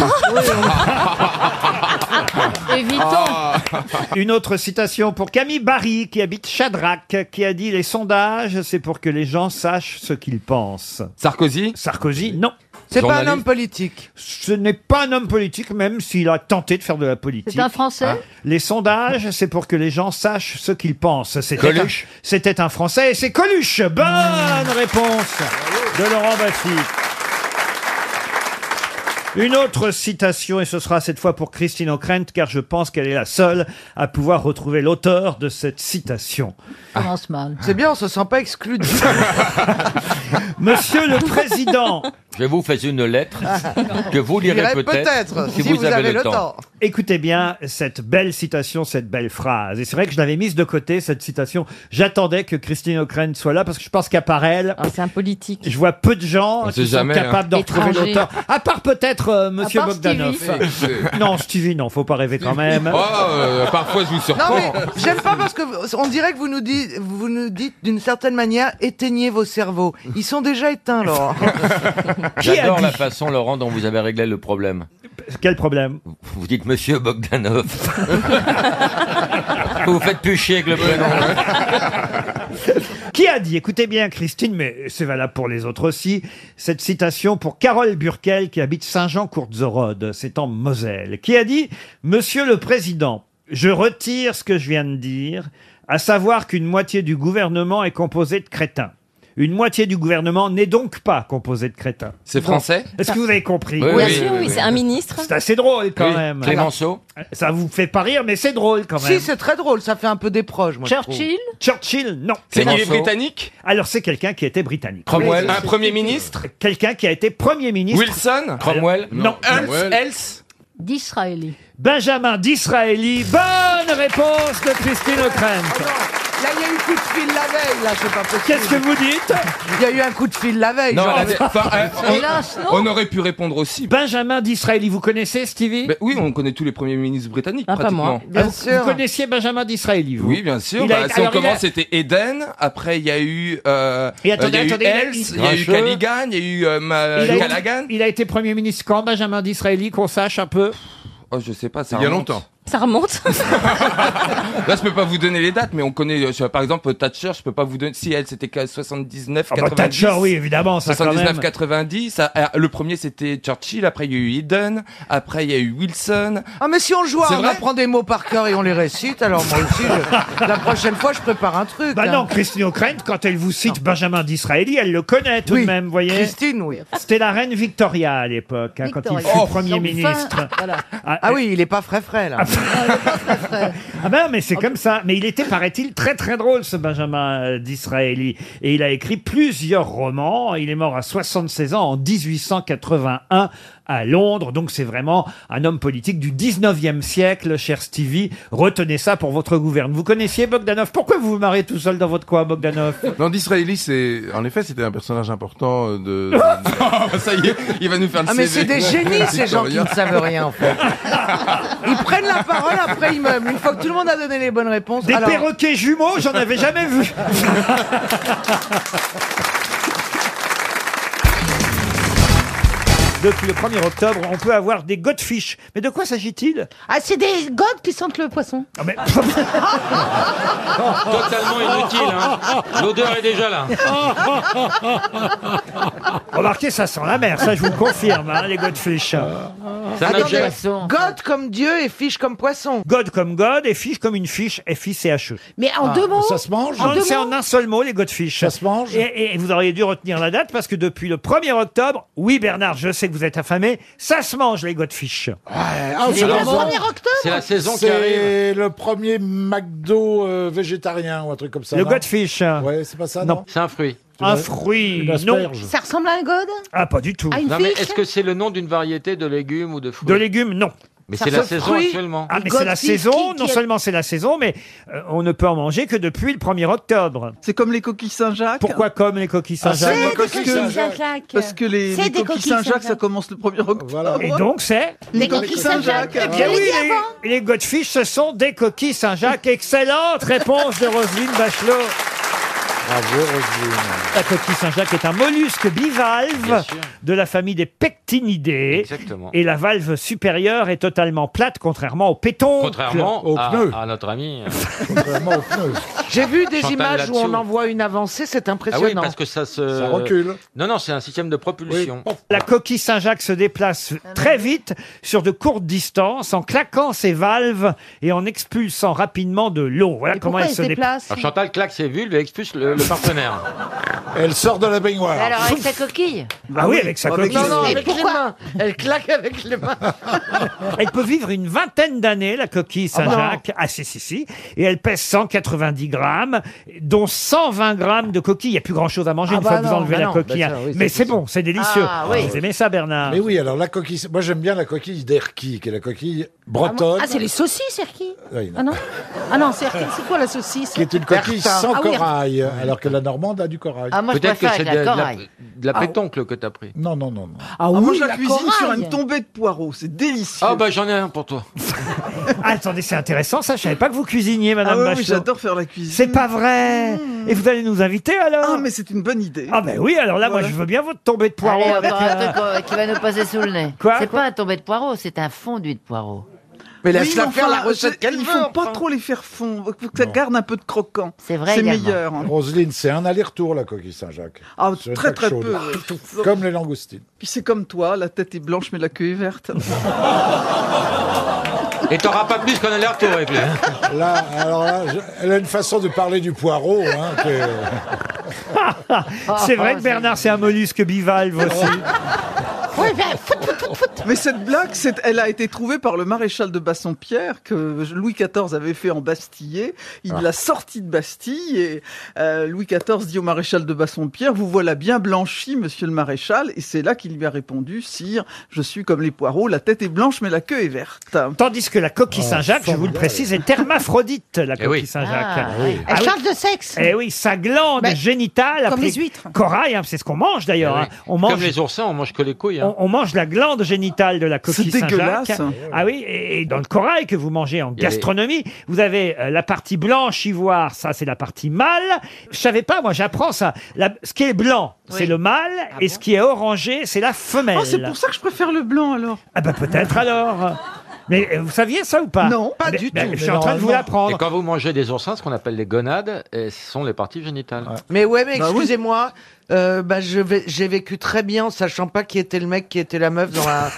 Speaker 4: Ah.
Speaker 1: Une autre citation pour Camille Barry, qui habite Chadrac, qui a dit Les sondages, c'est pour que les gens sachent ce qu'ils pensent.
Speaker 17: Sarkozy
Speaker 1: Sarkozy, non.
Speaker 7: C'est pas un homme
Speaker 1: politique. Ce n'est pas un homme politique, même s'il a tenté de faire de la politique.
Speaker 8: C'est un Français Ah.
Speaker 1: Les sondages, c'est pour que les gens sachent ce qu'ils pensent. C'était un-
Speaker 8: Coluche
Speaker 1: C'était un Français et c'est Coluche. Bonne réponse de Laurent Baffy. Une autre citation, et ce sera cette fois pour Christine O'Krent, car je pense qu'elle est la seule à pouvoir retrouver l'auteur de cette citation.
Speaker 7: Ah.
Speaker 8: Commence mal.
Speaker 7: C'est bien, on se sent pas exclu. du-
Speaker 1: Monsieur le Président
Speaker 14: Je vous fais une lettre que vous
Speaker 1: Vous
Speaker 14: lirez peut-être si, vous, avez, le temps.
Speaker 1: Écoutez bien cette belle citation, cette belle phrase. Et c'est vrai que je l'avais mise de côté, cette citation. J'attendais que Christine O'Krent soit là parce que je pense qu'à part elle.
Speaker 18: Ah, c'est un politique.
Speaker 1: Je vois peu de gens
Speaker 17: On
Speaker 1: qui
Speaker 17: sait
Speaker 1: sont
Speaker 17: jamais, hein.
Speaker 1: capables d'en retrouver
Speaker 18: Étranger.
Speaker 1: l'auteur. À part peut-être euh, Monsieur
Speaker 18: part
Speaker 1: Bogdanov.
Speaker 17: Stevie.
Speaker 1: non, Stevie, non, faut pas rêver quand même.
Speaker 17: Oh, euh, parfois, je vous
Speaker 7: Non
Speaker 17: surprends.
Speaker 7: mais j'aime pas parce que vous- on dirait que vous nous dites, vous nous dites d'une certaine manière éteignez vos cerveaux. Ils sont déjà éteints, Laurent.
Speaker 14: J'adore la façon, Laurent, dont vous avez réglé le problème.
Speaker 1: Quel problème
Speaker 14: Vous dites Monsieur Bogdanov. vous vous faites plus chier
Speaker 1: Euh,
Speaker 14: avec le prénom.
Speaker 1: Qui a dit, écoutez bien Christine, mais c'est valable pour les autres aussi, cette citation pour Carole Burkel qui habite Saint-Jean-Courtzerode, c'est en Moselle, qui a dit « Monsieur le Président, je retire ce que je viens de dire, à savoir qu'une moitié du gouvernement est composée de crétins. Une moitié du gouvernement n'est donc pas composée de crétins. »
Speaker 17: C'est français
Speaker 1: Est-ce que vous avez compris
Speaker 18: Bien sûr, oui, c'est un ministre.
Speaker 1: C'est assez drôle quand
Speaker 17: Oui.
Speaker 1: même.
Speaker 17: Clémenceau
Speaker 1: Ça vous fait pas rire, mais c'est drôle quand même.
Speaker 7: si c'est très drôle, ça fait un peu des proches. Moi, je trouve.
Speaker 1: Churchill, non.
Speaker 7: C'est qu'il est
Speaker 1: Clémenceau.
Speaker 7: britannique
Speaker 1: Alors c'est quelqu'un qui était britannique.
Speaker 17: Cromwell. Un
Speaker 1: premier ministre Quelqu'un qui a été premier ministre.
Speaker 17: Wilson
Speaker 1: Cromwell Non.
Speaker 17: Cromwell.
Speaker 8: D'Israéli.
Speaker 1: Benjamin Disraeli. Bonne réponse de Christine O'Krent.
Speaker 7: Ah Là, il y a eu coup de fil la veille. Là, c'est pas possible.
Speaker 1: Qu'est-ce que vous dites
Speaker 7: Il y a eu un coup de fil la veille.
Speaker 17: Non,
Speaker 7: genre.
Speaker 17: la veille. Enfin, euh, on- Hélas, non. on aurait
Speaker 1: pu répondre aussi. Benjamin Disraeli, vous connaissez Stevie
Speaker 21: Bah
Speaker 17: Oui, on connaît tous les premiers ministres britanniques,
Speaker 1: Ah, pas
Speaker 17: pratiquement.
Speaker 1: moi. Bien Ah, vous- sûr. vous connaissiez Benjamin Disraeli, vous
Speaker 17: Oui, bien sûr.
Speaker 1: Il a
Speaker 17: Bah,
Speaker 1: été-
Speaker 17: si on
Speaker 1: alors, il a-
Speaker 17: commence, c'était Eden. Après, il y a eu... Euh,
Speaker 1: Et attendez,
Speaker 17: euh, il y a
Speaker 1: attendez, il
Speaker 17: eu
Speaker 1: a-
Speaker 17: Helms, il y a eu
Speaker 1: Grincheux.
Speaker 17: Caligan, il y a eu euh, ma-
Speaker 1: il, a
Speaker 17: Callaghan.
Speaker 1: été, il a été Premier ministre quand, Benjamin Disraeli, qu'on sache un peu
Speaker 17: Oh, je sais pas, ça Il y a remonte. longtemps.
Speaker 18: Ça remonte.
Speaker 21: Là, je peux pas vous donner les dates, mais on connaît, euh, sur- par exemple, Thatcher, je peux pas vous donner. Si elle, c'était qu'à 79,
Speaker 1: Ah bah,
Speaker 21: 90.
Speaker 1: Thatcher, oui, évidemment, ça, quand
Speaker 21: 79,
Speaker 1: même.
Speaker 21: 90. ça, euh, le premier, c'était Churchill. Après, il y a eu Eden. Après, il y a eu Wilson.
Speaker 7: Ah mais si on le joue,
Speaker 21: C'est
Speaker 7: on
Speaker 21: vrai
Speaker 7: apprend des mots par cœur et on les récite, alors moi aussi, je- la prochaine fois, je prépare un truc.
Speaker 1: Bah
Speaker 7: hein.
Speaker 1: non, Christine O'Krent, quand elle vous cite Benjamin d'Israeli, elle le connaît tout de même, vous voyez.
Speaker 7: Christine, oui.
Speaker 1: C'était la reine Victoria à l'époque, hein, quand il fut
Speaker 7: Victoria. Oh.
Speaker 1: Premier
Speaker 7: Donc, fin-
Speaker 1: ministre.
Speaker 7: voilà.
Speaker 1: Ah,
Speaker 7: Ah oui, il est pas frais frais là.
Speaker 1: Ah ben, mais c'est comme ça. Mais il était, paraît-il, très très drôle, ce Benjamin euh, d'Israeli. Et il a écrit plusieurs romans. Il est mort à 76 ans en 1881 à Londres. Donc c'est vraiment un homme politique du 19e siècle, cher Stevie. Retenez ça pour votre gouverne. Vous connaissiez Bogdanov Pourquoi vous vous marrez tout seul dans votre coin, Bogdanov
Speaker 17: Non, d'Israéli, c'est. En effet, c'était un personnage important euh, de.
Speaker 21: Oh, ça y est, il va nous faire
Speaker 17: le
Speaker 7: Ah mais c'est des génies ces gens qui ne savent rien en fait. Ils prennent la parole après ils meublent. Une fois que tout le monde a donné les bonnes réponses.
Speaker 1: Des
Speaker 7: alors-
Speaker 1: perroquets jumeaux, j'en avais jamais vu. Depuis le 1er octobre, on peut avoir des godfish. Mais de quoi s'agit-il
Speaker 11: Ah, c'est des godes qui sentent le poisson.
Speaker 1: Ah, mais-
Speaker 14: Totalement inutile, hein. L'odeur est déjà là.
Speaker 1: Remarquez, ça sent la mer, ça je vous le confirme, hein, les godfish.
Speaker 11: Ah,
Speaker 7: C'est un Attendez, objet. God comme Dieu et fiche comme poisson.
Speaker 1: God comme God et fish comme une fiche, F-I-C-H-E.
Speaker 11: Mais en deux mots
Speaker 1: Ça se mange
Speaker 11: En deux
Speaker 1: C'est
Speaker 11: mots
Speaker 1: E. en un seul mot, les godfish. Ça se mange et, et vous auriez dû retenir la date parce que depuis le 1er octobre, oui Bernard, je sais que vous êtes affamé, ça se mange les godfish.
Speaker 26: Ah,
Speaker 11: Mais le 1er octobre
Speaker 26: C'est la
Speaker 1: saison qui
Speaker 26: C'est le premier McDo euh, végétarien ou un truc comme ça.
Speaker 1: Le
Speaker 26: non
Speaker 1: godfish.
Speaker 26: Ouais, c'est pas ça, non,
Speaker 14: C'est un fruit.
Speaker 1: Un fruit,
Speaker 26: Une
Speaker 1: non.
Speaker 26: asperge.
Speaker 11: Ça ressemble à un gode
Speaker 1: Ah, pas du tout.
Speaker 11: À une
Speaker 14: Non, mais
Speaker 11: fiche
Speaker 14: est-ce que c'est le nom d'une variété de légumes ou de fruits
Speaker 1: De légumes, non.
Speaker 14: Mais c'est la saison actuellement.
Speaker 1: Ah, mais c'est la saison, non seulement c'est la saison, mais euh, on ne peut en manger que depuis le 1er octobre.
Speaker 16: C'est comme les coquilles Saint-Jacques. Ah,
Speaker 1: Pourquoi comme les coquilles Saint-Jacques
Speaker 16: C'est des coquilles Saint-Jacques. Parce que les,
Speaker 11: C'est
Speaker 16: les
Speaker 11: des
Speaker 16: coquilles
Speaker 11: coquilles
Speaker 16: Saint-Jacques,
Speaker 11: Saint-Jacques.
Speaker 16: ça commence le 1er octobre.
Speaker 1: Et donc c'est
Speaker 11: Les coquilles Saint-Jacques.
Speaker 1: Eh bien
Speaker 11: Je l'ai
Speaker 1: oui,
Speaker 11: dit
Speaker 1: les- les godfish, ce sont des coquilles Saint-Jacques. Excellente réponse de Roselyne Bachelot.
Speaker 26: Bravo, Roselyne.
Speaker 1: La coquille Saint-Jacques est un mollusque bivalve de la famille des pectinidés.
Speaker 14: Exactement.
Speaker 1: Et la valve supérieure est totalement plate, contrairement au péton.
Speaker 14: Contrairement à, à notre ami. euh,
Speaker 7: J'ai vu des
Speaker 14: Chantal
Speaker 7: images où on
Speaker 14: Latsou.
Speaker 7: en voit une avancée, c'est
Speaker 14: Ah
Speaker 7: impressionnant.
Speaker 14: oui, parce que ça se.
Speaker 7: Ça recule.
Speaker 14: Non, non, c'est un système de propulsion.
Speaker 1: La coquille Saint-Jacques se déplace très vite sur de courtes distances en claquant ses valves et en expulsant rapidement de l'eau. Voilà comment elle se déplace.
Speaker 14: Alors, Chantal claque ses vulves et expulse le, le partenaire.
Speaker 26: Elle sort de la baignoire.
Speaker 20: Alors avec sa coquille
Speaker 1: Ah oui, avec sa coquille.
Speaker 7: Non, non, avec les
Speaker 20: pourquoi
Speaker 7: mains. Elle claque avec les mains.
Speaker 1: Elle peut vivre une vingtaine d'années, la coquille Saint-Jacques. Ah, si, si, si. Et elle pèse 190 grammes, dont 120 grammes de coquille. Il n'y a plus grand-chose à manger
Speaker 26: Ah
Speaker 1: une
Speaker 26: bah
Speaker 1: fois que vous
Speaker 26: non,
Speaker 1: enlevez
Speaker 26: bah
Speaker 1: la
Speaker 26: non,
Speaker 1: coquille.
Speaker 26: bah
Speaker 1: hein.
Speaker 26: ça, oui,
Speaker 1: Mais
Speaker 26: c'est
Speaker 1: c'est bon, c'est délicieux.
Speaker 20: Ah, oui.
Speaker 1: Vous aimez ça, Bernard
Speaker 26: Mais oui, alors la coquille. Moi, j'aime bien la coquille d'Erki, qui est la coquille bretonne.
Speaker 11: Ah, c'est les saucisses, Erki
Speaker 26: Oui, non.
Speaker 11: Ah non Ah non, c'est Erki, c'est quoi la saucisse
Speaker 26: Qui est une coquille
Speaker 11: Bertin.
Speaker 26: sans
Speaker 11: Ah oui,
Speaker 26: corail, alors que la normande a du corail.
Speaker 20: Ah, moi, je
Speaker 26: Peut-être
Speaker 20: préfère
Speaker 26: que
Speaker 20: avec
Speaker 26: c'est
Speaker 20: la
Speaker 26: de la-
Speaker 20: corail.
Speaker 14: De la
Speaker 26: Ah,
Speaker 14: pétoncle que t'as pris.
Speaker 26: Non, non, non, non.
Speaker 16: Ah oui,
Speaker 20: moi, je
Speaker 16: la,
Speaker 20: la
Speaker 16: cuisine
Speaker 20: coraille.
Speaker 16: sur une tombée de poireaux, c'est délicieux.
Speaker 14: Ah, bah, j'en ai un pour toi.
Speaker 1: Ah, attendez, c'est intéressant ça. Je savais pas que vous cuisiniez,
Speaker 16: Ah
Speaker 1: Madame
Speaker 16: oui, oui,
Speaker 1: Bachelot.
Speaker 16: j'adore faire la cuisine.
Speaker 1: C'est pas vrai. Et vous allez nous inviter alors
Speaker 16: Ah, mais c'est une bonne idée.
Speaker 1: Ah ben oui, alors là, moi, je veux bien votre tombée de poireau.
Speaker 20: Allez, on va
Speaker 1: avec,
Speaker 20: faire un
Speaker 1: euh,
Speaker 20: truc euh, qui va nous passer sous le nez.
Speaker 1: Quoi
Speaker 20: C'est pas un tombé de poireau, c'est un fondu de poireau.
Speaker 16: Mais laisse-la faire la recette qu'elle Il faut pas trop les faire fondre. Faut que ça garde un peu de croquant.
Speaker 20: C'est vrai,
Speaker 16: C'est
Speaker 20: également.
Speaker 16: meilleur. hein.
Speaker 26: Roselyne, c'est un aller-retour, la coquille Saint-Jacques.
Speaker 16: Ah,
Speaker 26: C'est une
Speaker 16: très
Speaker 26: plaque
Speaker 16: très
Speaker 26: chaude.
Speaker 16: peu. oui.
Speaker 26: Comme les langoustines.
Speaker 16: Puis c'est comme toi, la tête est blanche mais la queue est verte.
Speaker 14: Et t'auras pas plus qu'un aller-retour avec lui. hein.
Speaker 26: Là, alors là, je- elle a une façon de parler du poireau. Hein, qui est-
Speaker 1: c'est vrai que Bernard, c'est un mollusque bivalve aussi.
Speaker 16: mais cette blague, c'est- elle a été trouvée par le maréchal de Bassompierre que Louis XIV avait fait en Bastillé. Il l'a sortie de Bastille et euh, Louis XIV dit au maréchal de Bassompierre Vous voilà bien blanchi, monsieur le maréchal. Et c'est là qu'il lui a répondu Sire, je suis comme les poireaux, la tête est blanche mais la queue est verte.
Speaker 1: Tandis que la coquille Saint-Jacques,
Speaker 16: Oh,
Speaker 1: je vous le précise, est hermaphrodite, la
Speaker 14: Eh
Speaker 1: coquille Saint-Jacques.
Speaker 20: Ah, oui.
Speaker 1: Ah
Speaker 11: Elle
Speaker 1: oui.
Speaker 11: change de sexe.
Speaker 1: Eh oui, sa glande
Speaker 11: Ben,
Speaker 1: génitale.
Speaker 11: comme
Speaker 1: appelée
Speaker 11: les huîtres.
Speaker 1: Corail, hein, c'est ce qu'on mange d'ailleurs. hein. On
Speaker 14: Eh Comme
Speaker 1: mange.
Speaker 14: les oursins, on mange que les couilles.
Speaker 1: On,
Speaker 14: Hein.
Speaker 1: on mange la glande génitale de la coquille
Speaker 16: C'est
Speaker 1: Saint-Jacques.
Speaker 16: dégueulasse.
Speaker 1: Ah oui, et et dans le corail que vous mangez en
Speaker 14: Il y a les-
Speaker 1: gastronomie, vous avez euh, la partie blanche ivoire, ça c'est la partie mâle. Je savais pas, moi j'apprends ça. La- ce qui est blanc, c'est le mâle,
Speaker 11: Ah
Speaker 1: et
Speaker 11: Oh,
Speaker 1: ce qui est orangé, c'est la femelle.
Speaker 16: Ah, c'est pour ça que je préfère le blanc alors.
Speaker 1: Ah bah peut-être alors. Mais euh, vous saviez ça ou pas
Speaker 16: Non, pas
Speaker 1: Mais-
Speaker 16: du
Speaker 1: mais
Speaker 16: tout.
Speaker 1: Je suis en train de vous
Speaker 14: Et
Speaker 1: l'apprendre.
Speaker 14: quand vous mangez des oursins, ce qu'on appelle les gonades, et ce sont les parties génitales.
Speaker 7: Mais ouais, mais
Speaker 14: Bah oui.
Speaker 7: excusez-moi, euh, bah, je vais- j'ai vécu très bien en sachant pas qui était le mec, qui était la meuf dans la,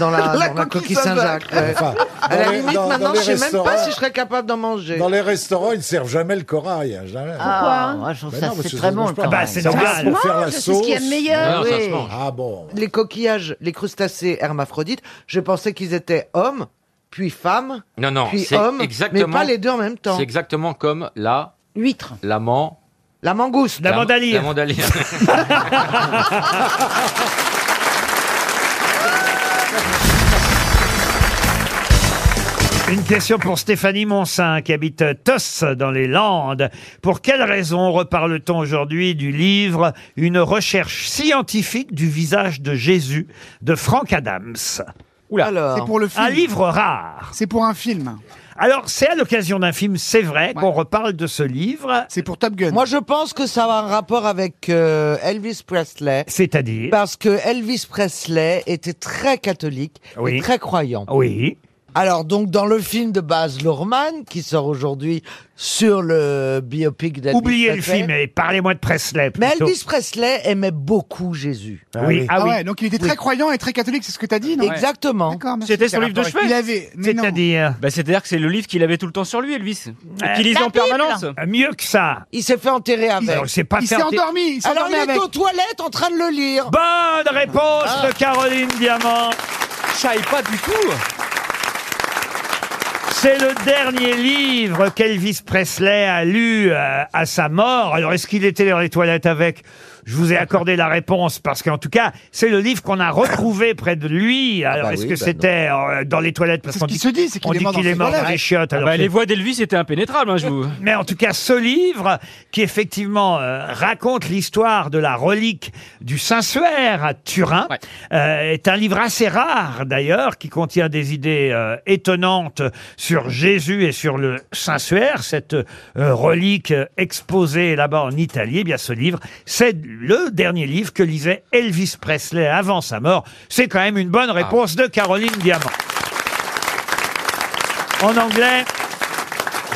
Speaker 7: dans la,
Speaker 26: La
Speaker 7: dans la
Speaker 26: coquille
Speaker 7: coquille Saint-Jacques.
Speaker 26: Saint-Jacques.
Speaker 7: ouais.
Speaker 26: Enfin,
Speaker 7: à
Speaker 26: dans
Speaker 7: la
Speaker 26: les-
Speaker 7: limite,
Speaker 26: dans- dans
Speaker 7: maintenant,
Speaker 26: les
Speaker 7: je sais même pas
Speaker 26: restaurants-
Speaker 7: si je serais capable d'en manger.
Speaker 26: Dans les restaurants, ils ne servent jamais le corail. hein, Jamais.
Speaker 7: Ah, moi, je trouve ça- c'est très bon, le corail. Bah, c'est normal.
Speaker 26: Pour faire la
Speaker 7: C'est ce
Speaker 26: sauce.
Speaker 7: qu'il y a de meilleur. Non, ça se mange.
Speaker 26: Ah bon.
Speaker 7: Les coquillages, les crustacés hermaphrodites, je pensais qu'ils étaient hommes, puis femmes,
Speaker 14: Non, non,
Speaker 7: puis
Speaker 14: c'est
Speaker 7: hommes,
Speaker 14: exactement.
Speaker 7: mais pas les deux en même temps.
Speaker 14: C'est exactement comme la.
Speaker 7: Huître.
Speaker 14: L'amant.
Speaker 7: La mangouste.
Speaker 14: La mandalire. La mandalire.
Speaker 1: Une question pour Stéphanie Monsin qui habite Tos dans les Landes. Pour quelle raison reparle-t-on aujourd'hui du livre Une recherche scientifique du visage de Jésus de Frank Adams
Speaker 7: Oula. Alors,
Speaker 1: C'est pour le film. Un livre rare.
Speaker 9: C'est pour un film.
Speaker 1: Alors c'est à l'occasion d'un film, c'est vrai, qu'on reparle de ce livre.
Speaker 9: C'est pour Top Gun.
Speaker 7: Moi, je pense que ça a un rapport avec euh, Elvis Presley.
Speaker 1: C'est-à-dire
Speaker 7: Parce que Elvis Presley était très catholique
Speaker 1: Oui.
Speaker 7: et très croyant.
Speaker 1: Oui.
Speaker 7: Alors, donc, dans le film de Baz Luhrmann, qui sort aujourd'hui sur le biopic d'Elvis
Speaker 1: Oubliez le
Speaker 7: Presley,
Speaker 1: film et parlez-moi de Presley.
Speaker 7: Mais
Speaker 1: plutôt.
Speaker 7: Elvis Presley aimait beaucoup Jésus.
Speaker 1: Ah oui. Oui, ah oui.
Speaker 9: ouais, donc il était très
Speaker 7: Oui.
Speaker 9: croyant et très catholique, c'est ce que t'as dit, non
Speaker 7: Exactement.
Speaker 9: D'accord, merci.
Speaker 15: C'était son
Speaker 9: C'est
Speaker 15: livre de
Speaker 9: rapport
Speaker 15: chevet.
Speaker 9: Il avait, mais non.
Speaker 1: C'est-à-dire
Speaker 15: bah, C'est-à-dire que c'est le livre qu'il avait tout le temps sur lui, Elvis. Et qu'il lisait en permanence.
Speaker 1: Mieux que ça.
Speaker 7: Il s'est fait enterrer avec.
Speaker 1: Alors, il s'est pas Il fait s'est enterrer- endormi, il s'est
Speaker 7: Alors,
Speaker 1: endormi
Speaker 7: il est
Speaker 1: avec.
Speaker 7: aux toilettes en train de le lire.
Speaker 1: Bonne réponse de Caroline Diamant.
Speaker 15: Ça Ah. pas du tout.
Speaker 1: C'est le dernier livre qu'Elvis Presley a lu euh, à sa mort. Alors, est-ce qu'il était dans les toilettes avec Je vous ai accordé la réponse parce qu'en tout cas, c'est le livre qu'on a retrouvé près de lui. Alors,
Speaker 15: bah
Speaker 1: est-ce
Speaker 15: oui,
Speaker 1: que
Speaker 15: bah
Speaker 1: c'était euh, dans les toilettes Parce qu'on dit, on dit qu'il est mort dans les chiottes.
Speaker 15: Ah
Speaker 1: alors
Speaker 15: bah,
Speaker 1: c'est-
Speaker 15: les voix d'Elvis étaient impénétrables, hein, je vous.
Speaker 1: Mais en tout cas, ce livre, qui effectivement euh, raconte l'histoire de la relique du Saint-Suaire à Turin, euh, est un livre assez rare d'ailleurs, qui contient des idées euh, étonnantes sur Jésus et sur le Saint-Suaire, cette euh, relique exposée là-bas en Italie. Eh bien, ce livre, c'est le dernier livre que lisait Elvis Presley avant sa mort. C'est quand même une bonne
Speaker 15: Ah.
Speaker 1: réponse de Caroline Diamant. En anglais,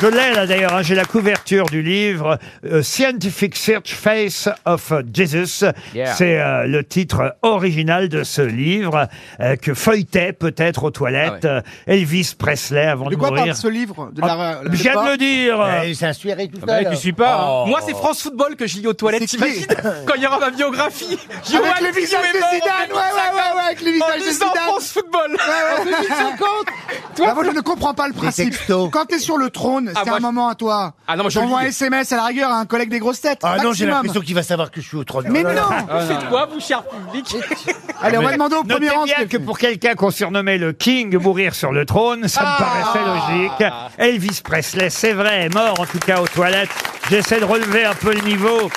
Speaker 1: je l'ai là d'ailleurs, hein, j'ai la couverture du livre euh, Scientific Search Face of Jesus.
Speaker 6: Yeah.
Speaker 1: C'est euh, le titre original de ce livre euh, que feuilletait peut-être aux toilettes euh, Elvis Presley avant de,
Speaker 9: De quoi
Speaker 1: mourir.
Speaker 9: parle ce livre de la, Eh,
Speaker 1: Ah, je viens de le dire.
Speaker 9: Il s'est inspiré tout
Speaker 1: Ah bah, seul. tu suis pas, hein.
Speaker 15: Moi, c'est France Football que je lis aux toilettes, t'imagines Quand il y aura ma biographie, je
Speaker 9: Avec
Speaker 15: vois
Speaker 9: le visage de Zidane, ouais, ouais, ouais, ouais, avec le visage de Zidane.
Speaker 15: France Football
Speaker 9: Ouais, ouais. Bah, moi, je ne comprends pas le principe. Quand t'es sur le trône,
Speaker 15: Ah,
Speaker 9: c'est
Speaker 15: moi,
Speaker 9: un
Speaker 15: je-
Speaker 9: moment à toi.
Speaker 15: Ah, non, moi, je
Speaker 9: J'envoie
Speaker 15: le
Speaker 9: un
Speaker 15: lis.
Speaker 9: SMS à la rigueur à un collègue des grosses têtes.
Speaker 2: Ah non, j'ai
Speaker 9: maximum.
Speaker 2: l'impression qu'il Oh va savoir que je suis au trône.
Speaker 9: Mais non
Speaker 15: C'est quoi, vous, cher public
Speaker 9: Allez, on va demander au
Speaker 1: Ah, Notez
Speaker 9: premier rang ce
Speaker 1: bien
Speaker 9: qu'elle
Speaker 1: que pour quelqu'un qu'on surnommait le King, mourir sur le trône, ça
Speaker 7: Ah.
Speaker 1: me paraissait logique. Elvis Presley, c'est vrai, est mort en tout cas aux toilettes. J'essaie de relever un peu le niveau.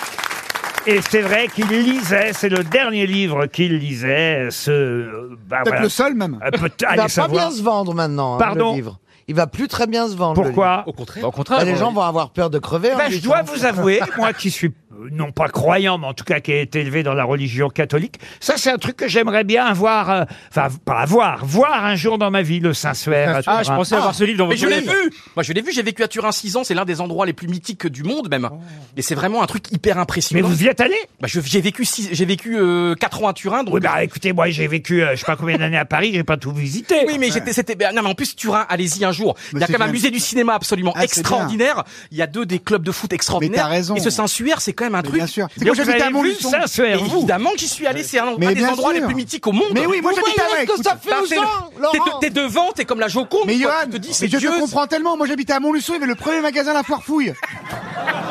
Speaker 1: Et c'est vrai qu'il lisait, c'est le dernier livre qu'il lisait, ce... bah,
Speaker 7: Peut-être
Speaker 1: voilà.
Speaker 7: le seul même.
Speaker 1: Euh, peut-
Speaker 7: Il
Speaker 1: allez
Speaker 7: va pas
Speaker 1: savoir.
Speaker 7: bien se vendre maintenant. hein,
Speaker 1: Pardon
Speaker 7: le livre. Il va plus très bien se vendre.
Speaker 1: Pourquoi
Speaker 7: le livre.
Speaker 1: Au contraire. Au
Speaker 7: Bah, les gens vont avoir peur de crever. Eh, hein, en
Speaker 1: Ben, je
Speaker 7: lisant.
Speaker 1: dois vous avouer, moi qui suis euh, non pas croyant, mais en tout cas qui ai été élevé dans la religion catholique, ça c'est un truc que j'aimerais bien avoir, euh, enfin pas avoir, voir un jour dans ma vie, le Saint-Suaire. hein.
Speaker 15: Ah, je pensais avoir ce livre dans
Speaker 3: Mais
Speaker 15: votre
Speaker 3: je l'ai
Speaker 15: livre.
Speaker 3: vu Moi, je l'ai vu, j'ai vécu à Turin 6 ans, c'est l'un des endroits les plus mythiques du monde, même. Et c'est vraiment un truc hyper impressionnant.
Speaker 1: Oh. Mais vous y êtes allé
Speaker 3: bah, je- J'ai vécu, six- j'ai vécu 4 ans à Turin, donc...
Speaker 1: Oui, bah écoutez, moi j'ai vécu euh, je sais pas combien d'années à Paris, j'ai pas tout visité.
Speaker 3: Oui, mais j'étais, c'était, bah, non, mais en plus, Turin, allez-y un jour. Il y a
Speaker 1: c'est
Speaker 3: quand même un
Speaker 1: bien.
Speaker 3: musée du cinéma absolument
Speaker 1: Ah, c'est
Speaker 3: extraordinaire. Il y a deux des clubs de foot extraordinaires.
Speaker 9: t'as raison.
Speaker 3: Et ce Saint-Suaire, c'est quand même un truc.
Speaker 9: bien sûr. C'est Donc, que vous j'habitais à avez vu Montluçon. le Saint-Suaire, vous
Speaker 3: Évidemment que j'y suis allé. C'est un,
Speaker 9: Mais
Speaker 3: un des
Speaker 9: bien
Speaker 3: endroits
Speaker 9: sûr.
Speaker 3: les plus mythiques au monde.
Speaker 9: Mais oui, moi,
Speaker 3: Vous
Speaker 9: j'habite
Speaker 3: voyez
Speaker 9: à
Speaker 3: ce que ça
Speaker 9: Montluçon.
Speaker 3: fait aux
Speaker 9: Parfait,
Speaker 3: gens.
Speaker 9: Bah, Laurent.
Speaker 3: T'es de- T'es devant, t'es comme la Joconde.
Speaker 9: Mais
Speaker 3: quoi.
Speaker 9: Johan,
Speaker 3: Tu te dis,
Speaker 9: mais
Speaker 3: c'est
Speaker 9: je
Speaker 3: Dieu,
Speaker 9: te comprends tellement. Moi, j'habitais à Montluçon, il y avait le premier magasin à la foire fouille.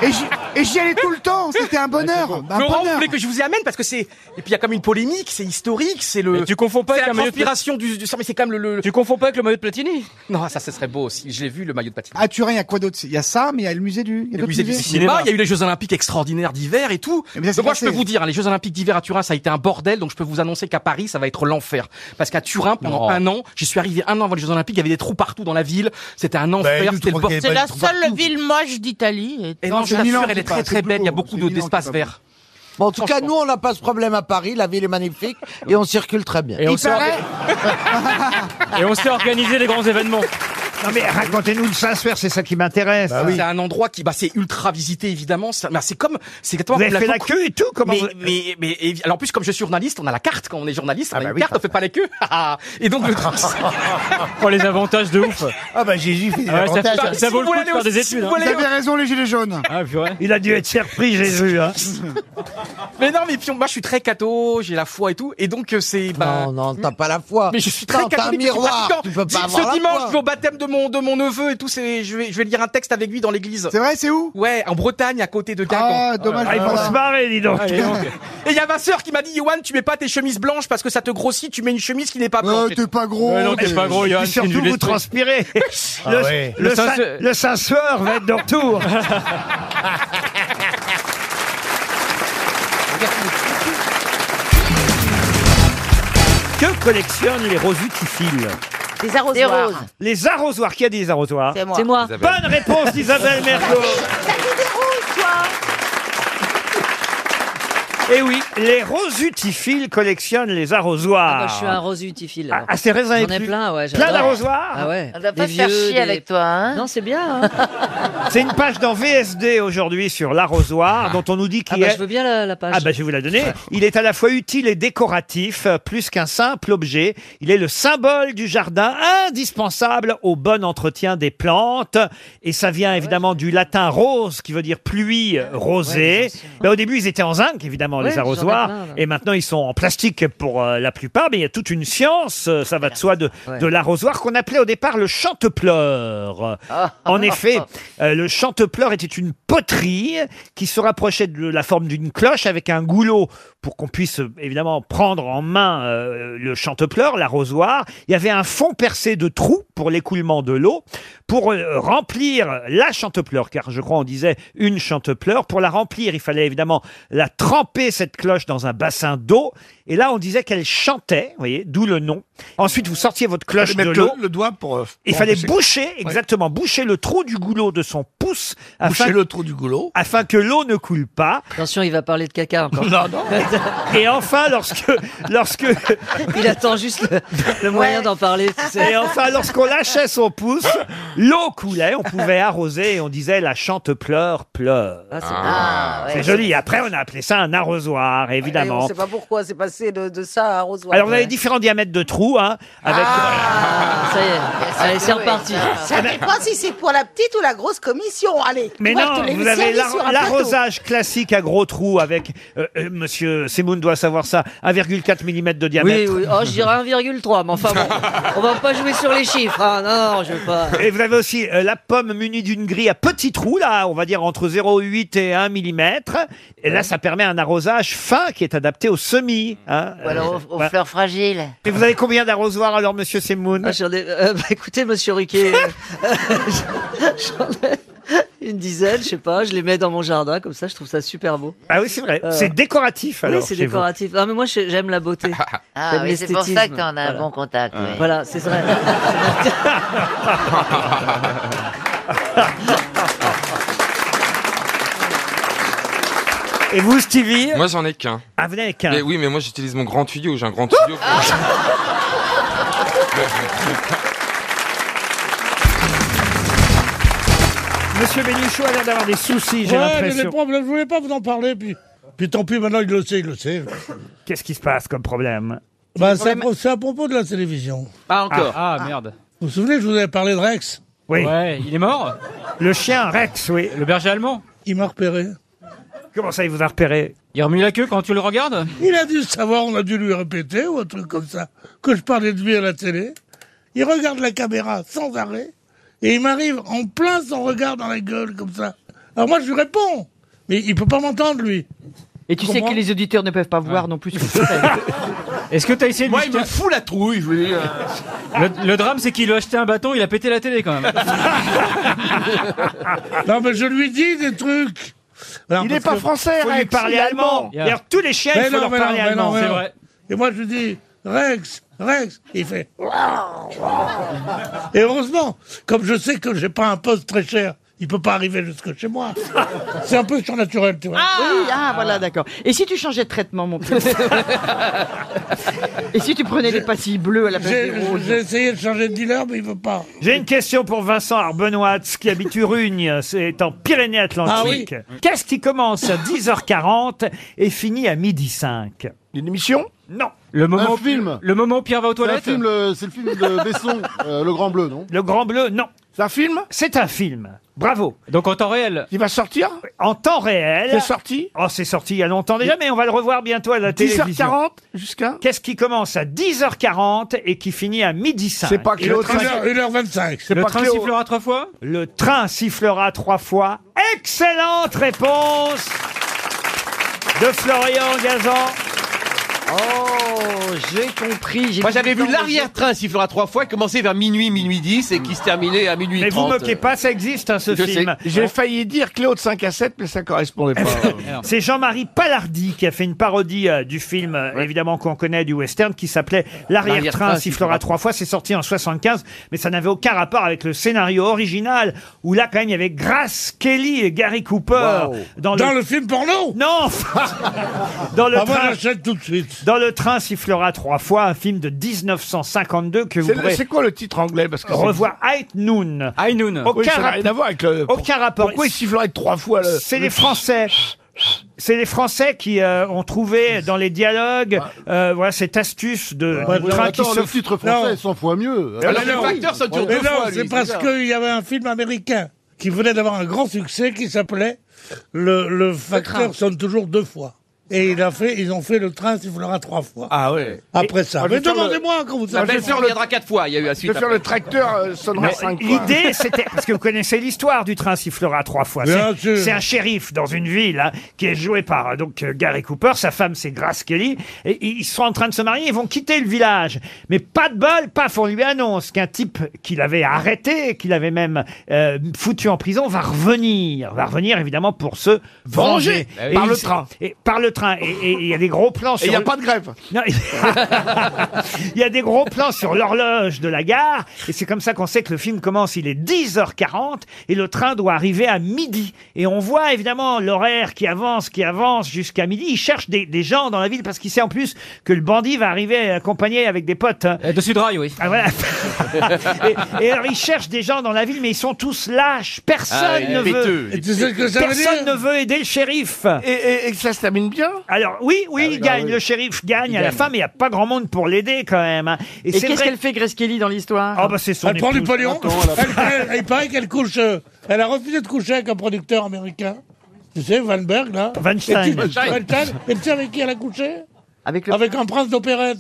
Speaker 9: Et j'y- et j'y allais tout le temps. C'était un bonheur. Bah, Un
Speaker 3: Laurent, vous
Speaker 9: bonheur.
Speaker 3: voulez que je vous y amène parce que c'est et puis il y a comme une polémique, c'est historique, c'est le. tu
Speaker 15: confonds pas
Speaker 3: c'est
Speaker 15: avec
Speaker 3: la
Speaker 15: un maillot de-
Speaker 3: transpiration du, du sang, mais c'est quand même le,
Speaker 15: Tu confonds pas avec le maillot de Platini
Speaker 3: Non, ça, ce serait beau aussi. Je l'ai vu le maillot de Platini.
Speaker 9: À Turin, il y a quoi d'autre Il y a ça, mais il y a le musée Ah, du, il y a
Speaker 3: Le
Speaker 9: d'autres
Speaker 3: musée du
Speaker 9: musées.
Speaker 15: Bah,
Speaker 3: cinéma, il y a eu les Jeux Olympiques extraordinaires d'hiver et tout.
Speaker 9: ça, c'est
Speaker 3: Donc moi, je
Speaker 9: passé.
Speaker 3: peux vous dire, hein, les Jeux Olympiques d'hiver à Turin, ça a été un bordel. Donc je peux vous annoncer qu'à Paris, ça va être l'enfer. Parce qu'à Turin, pendant
Speaker 15: Non.
Speaker 3: un an, j'y suis arrivé un an avant les Jeux Olympiques, il y avait des trous partout dans la ville. C'était
Speaker 9: Bah,
Speaker 3: un enfer, c'était le bordel.
Speaker 23: C'est
Speaker 1: bah,
Speaker 23: la seule ville moche d'Italie.
Speaker 3: Et non, je t'assure, elle est très très belle. Il y a beaucoup de- d'espaces verts.
Speaker 22: Bon, en tout cas, nous, on n'a pas ce problème à Paris. La ville est magnifique et on circule très bien.
Speaker 15: Et on Il s'est paraît- Et on sait organiser les grands événements.
Speaker 1: Non mais racontez-nous de Saint-Suaire, c'est ça qui m'intéresse.
Speaker 3: Ça, C'est un endroit qui, bah, c'est ultra visité évidemment. Ça- bah, c'est comme, c'est exactement
Speaker 1: Vous
Speaker 3: comme
Speaker 1: avez fait la
Speaker 3: Tour-
Speaker 1: queue et tout, comment
Speaker 3: mais,
Speaker 1: vous-
Speaker 3: mais, mais- et- alors en plus, comme je suis journaliste, on a la carte quand on est journaliste.
Speaker 1: Ah, bah
Speaker 3: On a une carte, on fait pas la queue. ah. et donc le truc.
Speaker 15: Oh, les avantages de ouf.
Speaker 22: Ah bah Jésus fait
Speaker 15: des Ah ouais, ça- avantages. ça- ça vaut le coup de faire des études, hein. Ah,
Speaker 9: Vous avez raison, les gilets jaunes.
Speaker 1: Il a dû être surpris, Jésus. Hein.
Speaker 3: mais non, mais puis on- moi, je suis très catho, j'ai la foi et tout, et donc euh, c'est. Bah,
Speaker 22: non, non, t'as pas la foi.
Speaker 3: Mais je suis très
Speaker 22: Non, t'as un
Speaker 3: catholique. je suis
Speaker 22: miroir,
Speaker 3: pratiquant.
Speaker 22: tu peux pas
Speaker 3: Ce-
Speaker 22: avoir la
Speaker 3: Ce dimanche,
Speaker 22: foi.
Speaker 3: je vais au baptême de mon de mon neveu et tout. C'est, je vais je vais lire un texte avec lui dans l'église. C'est
Speaker 9: vrai, c'est où
Speaker 3: Ouais, en Bretagne, à côté de Guingamp.
Speaker 9: Ah, dommage.
Speaker 1: Ah, ils vont se marrer, dis donc.
Speaker 3: Et il y a ma sœur qui m'a dit, Yoann, tu mets pas tes chemises blanches parce que ça te grossit, tu mets une chemise qui n'est pas blanche.
Speaker 9: Euh, t'es pas gros.
Speaker 3: Ouais, non,
Speaker 1: Et-
Speaker 3: t'es pas gros, Johan,
Speaker 1: et
Speaker 3: c'est
Speaker 1: Surtout,
Speaker 3: nul
Speaker 1: vous
Speaker 3: esprit.
Speaker 1: transpirez.
Speaker 3: Ah
Speaker 1: le
Speaker 3: ouais.
Speaker 1: le
Speaker 3: Le
Speaker 1: Saint-
Speaker 3: Saint-
Speaker 1: le Saint-Suaire va être de retour. que collectionnent les rosutiphiles
Speaker 11: Des arrosoirs. Des roses.
Speaker 1: Les arrosoirs. Qui a dit les arrosoirs
Speaker 11: C'est moi. C'est moi. Isabelle.
Speaker 1: Bonne réponse d'Isabelle Mergo. Eh oui, les rosutiphiles collectionnent les arrosoirs.
Speaker 6: Ah, bah, je suis un rosutiphile. alors.
Speaker 1: Ah, c'est raisin et
Speaker 6: J'en ai
Speaker 1: plus.
Speaker 6: plein, ouais.
Speaker 1: Plein
Speaker 6: j'adore.
Speaker 1: d'arrosoirs
Speaker 6: Ah ouais.
Speaker 1: On va pas
Speaker 6: Des
Speaker 1: se faire
Speaker 6: vieux,
Speaker 1: chier
Speaker 6: des-
Speaker 1: avec
Speaker 6: toi, Non, c'est bien. hein.
Speaker 1: C'est une page dans VSD aujourd'hui sur l'arrosoir dont on nous dit
Speaker 6: Ah
Speaker 1: qu'il
Speaker 6: bah,
Speaker 1: est...
Speaker 6: je veux bien la, la page.
Speaker 1: Ah bah je vais vous la donner. Il est à la fois utile et décoratif, euh, plus qu'un simple objet. Il est le symbole du jardin, indispensable au bon entretien des plantes. Et ça vient évidemment du latin rose, qui veut dire pluie euh, rosée. Ben, au début, ils étaient en zinc, évidemment,
Speaker 6: Ouais,
Speaker 1: les
Speaker 6: j'en ai
Speaker 1: arrosoirs.
Speaker 6: plein, là.
Speaker 1: Et maintenant, ils sont en plastique pour euh, la plupart. Mais il y a toute une science, euh, ça va de soi, de, de l'arrosoir qu'on appelait au départ le chantepleur. En effet, euh, le chantepleur était une poterie qui se rapprochait de la forme d'une cloche avec un goulot pour qu'on puisse euh, évidemment prendre en main euh, le chantepleur, l'arrosoir. Il y avait un fond percé de trous pour l'écoulement de l'eau pour euh, remplir la chantepleur, car je crois on disait une chantepleur. Pour la remplir, il fallait évidemment la tremper cette cloche dans un bassin d'eau. Et là, on disait qu'elle chantait, vous voyez, d'où le nom. Ensuite, vous sortiez votre cloche de
Speaker 19: mettre
Speaker 1: l'eau.
Speaker 19: le, le doigt
Speaker 9: euh,
Speaker 19: pour.
Speaker 1: Il fallait boucher, exactement, boucher le trou du goulot de son pouce. Boucher
Speaker 19: le trou du goulot.
Speaker 1: Afin que l'eau ne coule pas.
Speaker 6: Attention, il va parler de caca encore.
Speaker 19: Non, non.
Speaker 1: Et enfin, lorsque, lorsque,
Speaker 6: il attend juste le, le moyen d'en parler. tu sais.
Speaker 1: Et enfin, lorsqu'on lâchait son pouce, l'eau coulait, on pouvait arroser et on disait la chante pleure, pleure.
Speaker 6: c'est Eh,
Speaker 24: Ah,
Speaker 1: C'est
Speaker 24: ouais.
Speaker 1: joli. Après, on a appelé ça un arrosoir,
Speaker 24: Et on
Speaker 1: évidemment.
Speaker 24: sait pas pourquoi c'est passé de, de ça à Rosoir.
Speaker 1: Alors, vous avez différents diamètres de trous, hein, avec...
Speaker 6: Ah,
Speaker 1: Eh
Speaker 24: ça y est.
Speaker 19: Ah,
Speaker 6: Allez, c'est reparti.
Speaker 24: Ça
Speaker 1: ben,
Speaker 27: dépend si c'est pour la petite ou la grosse commission. Allez.
Speaker 1: Mais
Speaker 27: Moi, je
Speaker 1: non,
Speaker 27: te l'ai
Speaker 1: vous
Speaker 27: mis
Speaker 1: avez
Speaker 27: servi
Speaker 1: l'ar-
Speaker 27: sur un plateau.
Speaker 1: l'arrosage classique à gros trous avec, euh, euh, monsieur Semoun doit savoir ça, 1,4 mm de
Speaker 6: Oui,
Speaker 1: diamètre.
Speaker 6: oui. Oh, je dirais 1,3, mais enfin bon, on va pas jouer sur les chiffres. hein. Non, non, je veux pas.
Speaker 1: Et vous avez aussi euh, la pomme munie d'une grille à petits trous, là, on va dire entre 0,8 et 1 mm. Et là, ça permet un arrosage fin qui est adapté aux semis. Hein.
Speaker 20: Ou alors aux- aux fleurs fragiles.
Speaker 1: Et vous avez combien d'arrosoirs alors, monsieur Semoun
Speaker 6: Ah, j'en ai- euh, bah, écoutez, monsieur Riquet, euh, j'en ai une dizaine, je sais pas, je les mets dans mon jardin, comme ça, je trouve ça super beau. Euh,
Speaker 1: Ah oui, c'est vrai. C'est décoratif, alors,
Speaker 6: Oui, c'est
Speaker 1: chez vous.
Speaker 6: décoratif. Ah, mais moi, je- j'aime la beauté.
Speaker 20: Ah,
Speaker 6: J'aime
Speaker 20: oui, c'est pour ça
Speaker 6: l'esthétisme.
Speaker 20: que t'en as un
Speaker 6: Voilà.
Speaker 20: bon contact. oui.
Speaker 6: Voilà, c'est vrai.
Speaker 1: Et vous, Stevie
Speaker 21: Moi, j'en ai qu'un.
Speaker 1: Ah, vous n'avez qu'un
Speaker 21: Mais oui, mais moi, j'utilise mon grand tuyau. J'ai un grand tuyau.
Speaker 1: Monsieur Bénichou a l'air d'avoir des soucis, j'ai
Speaker 25: Ouais, mais les
Speaker 1: l'impression.
Speaker 25: problèmes, je voulais pas vous en parler, puis, puis tant pis, maintenant il le sait, il le sait.
Speaker 1: Qu'est-ce qui se passe comme problème
Speaker 25: Bah, c'est à pro- c'est à, propos de la télévision.
Speaker 15: Ah, encore.
Speaker 25: Ah.
Speaker 15: Ah, merde.
Speaker 25: Vous vous souvenez, je vous avais parlé de Rex
Speaker 1: Oui.
Speaker 15: Ouais, il est mort
Speaker 1: Le chien Rex, oui.
Speaker 15: Le berger allemand
Speaker 25: Il m'a repéré.
Speaker 1: Comment ça, il vous a repéré
Speaker 15: Il remue la queue quand tu le regardes
Speaker 25: Il a dû savoir, on a dû lui répéter ou un truc comme ça, que je parlais de lui à la télé. Il regarde la caméra sans arrêt et il m'arrive en plein son regard dans la gueule comme ça. Alors moi je lui réponds, mais il peut pas m'entendre lui.
Speaker 28: Et tu sais que les auditeurs ne peuvent pas voir non plus.
Speaker 15: Est-ce que t'as essayé de
Speaker 28: Moi,
Speaker 15: lui
Speaker 28: il
Speaker 15: jeter-
Speaker 28: me fout la trouille, je veux dire.
Speaker 15: le, le drame, c'est qu'il lui a acheté un bâton, il a pété la télé quand même.
Speaker 25: non mais je lui dis des trucs. Alors,
Speaker 1: Il
Speaker 25: parce
Speaker 1: est pas
Speaker 25: que
Speaker 1: français,
Speaker 25: faut lui
Speaker 1: Rex,
Speaker 25: parler
Speaker 1: il est
Speaker 25: allemand.
Speaker 1: allemand. Yeah. D'ailleurs, tous les chiens, il faut
Speaker 25: non,
Speaker 1: leur
Speaker 25: mais non,
Speaker 1: parler
Speaker 25: mais
Speaker 1: allemand.
Speaker 25: non, mais
Speaker 1: C'est
Speaker 25: non.
Speaker 1: vrai.
Speaker 25: Et moi je lui dis Rex, Rex, il
Speaker 26: Ah,
Speaker 25: fait. Et heureusement, comme je sais que j'ai pas un poste très cher il peut pas arriver jusque chez moi. C'est un peu surnaturel, tu vois.
Speaker 28: Oui, ah voilà, d'accord. Et si tu changeais de traitement, mon petit Et si tu prenais les pastilles bleues à la place
Speaker 25: J'ai
Speaker 28: des roses
Speaker 25: j'ai essayé de changer de dealer, mais il veut pas.
Speaker 1: J'ai une question pour Vincent Arbenoatz qui habite Urugne, c'est en Pyrénées-Atlantiques.
Speaker 25: Ah oui.
Speaker 1: Qu'est-ce qui commence à 10h40 et finit à 12h05
Speaker 13: Une émission
Speaker 1: Non.
Speaker 13: Le moment Un où- film
Speaker 1: Le moment où Pierre va aux
Speaker 13: C'est un film, le- c'est le film de Besson, euh, Le Grand Bleu, non
Speaker 1: Le Grand Bleu, non.
Speaker 13: C'est un film
Speaker 1: C'est un film. Bravo.
Speaker 13: Donc en temps réel Il va sortir
Speaker 1: En temps réel.
Speaker 13: C'est sorti
Speaker 1: Oh, c'est sorti il y a longtemps déjà, mais on va le revoir bientôt à la
Speaker 13: 10h40
Speaker 1: télévision. 10h40 jusqu'à Qu'est-ce qui commence à 10h40 et qui finit à 12h05
Speaker 25: C'est pas
Speaker 1: Et le
Speaker 25: Cléo
Speaker 1: train-
Speaker 25: 1h- 1h25. C'est Le pas train Cléo. sifflera
Speaker 1: trois fois Le train sifflera trois fois. Excellente réponse de Florian Gazan.
Speaker 10: Oh, j'ai compris.
Speaker 28: Moi, j'avais vu l'arrière-train sifflera trois fois, commencer vers minuit, minuit 10 et qui se terminait à minuit
Speaker 1: Mais vous
Speaker 28: 30.
Speaker 1: moquez pas, ça existe hein, ce
Speaker 28: Je
Speaker 1: film.
Speaker 28: sais. J'ai
Speaker 1: failli dire Cléo de 5 à 7, mais ça correspondait pas. C'est Jean-Marie Palardi qui a fait une parodie euh, du film, euh, évidemment qu'on connaît du western, qui s'appelait L'arrière-train
Speaker 28: L'arrière-train
Speaker 1: sifflera
Speaker 28: sifflera
Speaker 1: trois fois. C'est sorti en 75, mais ça n'avait aucun rapport avec le scénario original, où là quand même il y avait Grace Kelly et Gary Cooper
Speaker 25: Wow. Dans le film porno
Speaker 1: Non. dans le
Speaker 25: Ah, moi,
Speaker 1: train
Speaker 25: j'achète tout de suite.
Speaker 1: Dans le train sifflera trois fois, un film de 1952 que vous
Speaker 13: C'est-
Speaker 1: pourrez
Speaker 13: C'est quoi le titre anglais Parce que c'est-
Speaker 1: revoir. High Noon. High Noon.
Speaker 13: Oui, ça n'a rien à voir avec le.
Speaker 1: Aucun rapport.
Speaker 13: Pourquoi il sifflerait trois fois le.
Speaker 1: C'est les Français. C'est les Français qui euh, ont trouvé dans les dialogues euh, voilà cette astuce de
Speaker 13: Ouais,
Speaker 1: du
Speaker 13: mais
Speaker 1: train
Speaker 13: attends,
Speaker 1: qui se
Speaker 13: le titre français est 100 fois mieux.
Speaker 25: Alors,
Speaker 13: Alors,
Speaker 25: mais
Speaker 13: oui.
Speaker 25: Ah, non, mais non, c'est parce qu'il y avait un film américain qui venait d'avoir un grand succès qui s'appelait le, le train.
Speaker 1: facteur
Speaker 25: sonne toujours deux fois. Et il a fait, ils ont fait le train sifflera trois fois.
Speaker 28: Ah ouais.
Speaker 25: Après ça.
Speaker 28: Ah, je
Speaker 25: Mais
Speaker 28: vais faire le-
Speaker 25: demandez-moi quand vous
Speaker 28: La
Speaker 25: savez.
Speaker 28: belle sœur reviendra quatre fois. Il y a eu la suite.
Speaker 25: faire
Speaker 28: après.
Speaker 25: le tracteur, euh, sonnera
Speaker 1: Mais
Speaker 28: cinq fois.
Speaker 1: L'idée, c'était parce que vous connaissez l'histoire du train sifflera trois fois.
Speaker 25: Bien
Speaker 1: C'est
Speaker 25: sûr.
Speaker 1: c'est un shérif dans une ville hein, qui est joué par euh, donc euh, Gary Cooper. Sa femme, c'est Grace Kelly. Et ils sont en train de se marier. Ils vont quitter le village. Mais pas de bol, paf, on lui annonce qu'un type qu'il avait arrêté, qu'il avait même euh, foutu en prison, va revenir. Va revenir évidemment pour se venger
Speaker 13: Venger. Eh oui. Par le
Speaker 1: il-
Speaker 13: train.
Speaker 1: et par le train. Et et- et il y a des gros plans.
Speaker 13: Et il n'y a pas de
Speaker 1: grève. Il y a des gros plans sur l'horloge de la gare, et c'est comme ça qu'on sait que le film commence. Il est 10h40 et le train doit arriver à midi. Et on voit évidemment l'horaire qui avance, qui avance jusqu'à midi. Il cherche des, des gens dans la ville parce qu'il sait en plus que le bandit va arriver accompagné avec des potes. De Sudrail, oui. Ah, voilà. et, et alors il cherche des gens dans la ville, mais ils sont tous lâches. Personne
Speaker 28: Ah, oui,
Speaker 1: ne
Speaker 28: péteux.
Speaker 1: veut.
Speaker 28: Et tu sais ce que ça veut
Speaker 1: personne
Speaker 28: dire
Speaker 1: ne veut aider le shérif.
Speaker 13: Et, et- et que ça se termine bien
Speaker 1: Alors oui, oui, il
Speaker 13: bah
Speaker 1: gagne.
Speaker 13: oui.
Speaker 1: Le shérif gagne
Speaker 13: Il
Speaker 1: à la
Speaker 13: gagne.
Speaker 1: fin, mais il n'y a pas grand monde pour l'aider quand même. hein.
Speaker 28: Et
Speaker 1: c'est
Speaker 28: qu'est-ce
Speaker 1: vrai-
Speaker 28: qu'elle
Speaker 1: fait Grace Kelly dans l'histoire Ah bah c'est son
Speaker 25: Elle prend du
Speaker 1: épouse.
Speaker 25: pognon.
Speaker 1: Attends, elle a-
Speaker 25: Elle- elle- Il paraît qu'elle couche. euh, Elle a refusé de coucher avec un producteur américain. Tu sais, Weinberg, là.
Speaker 1: Weinstein.
Speaker 25: Et tu-
Speaker 1: Weinstein.
Speaker 25: Weinstein. Et tu sais avec qui elle a couché
Speaker 28: avec,
Speaker 25: un prince d'opérette.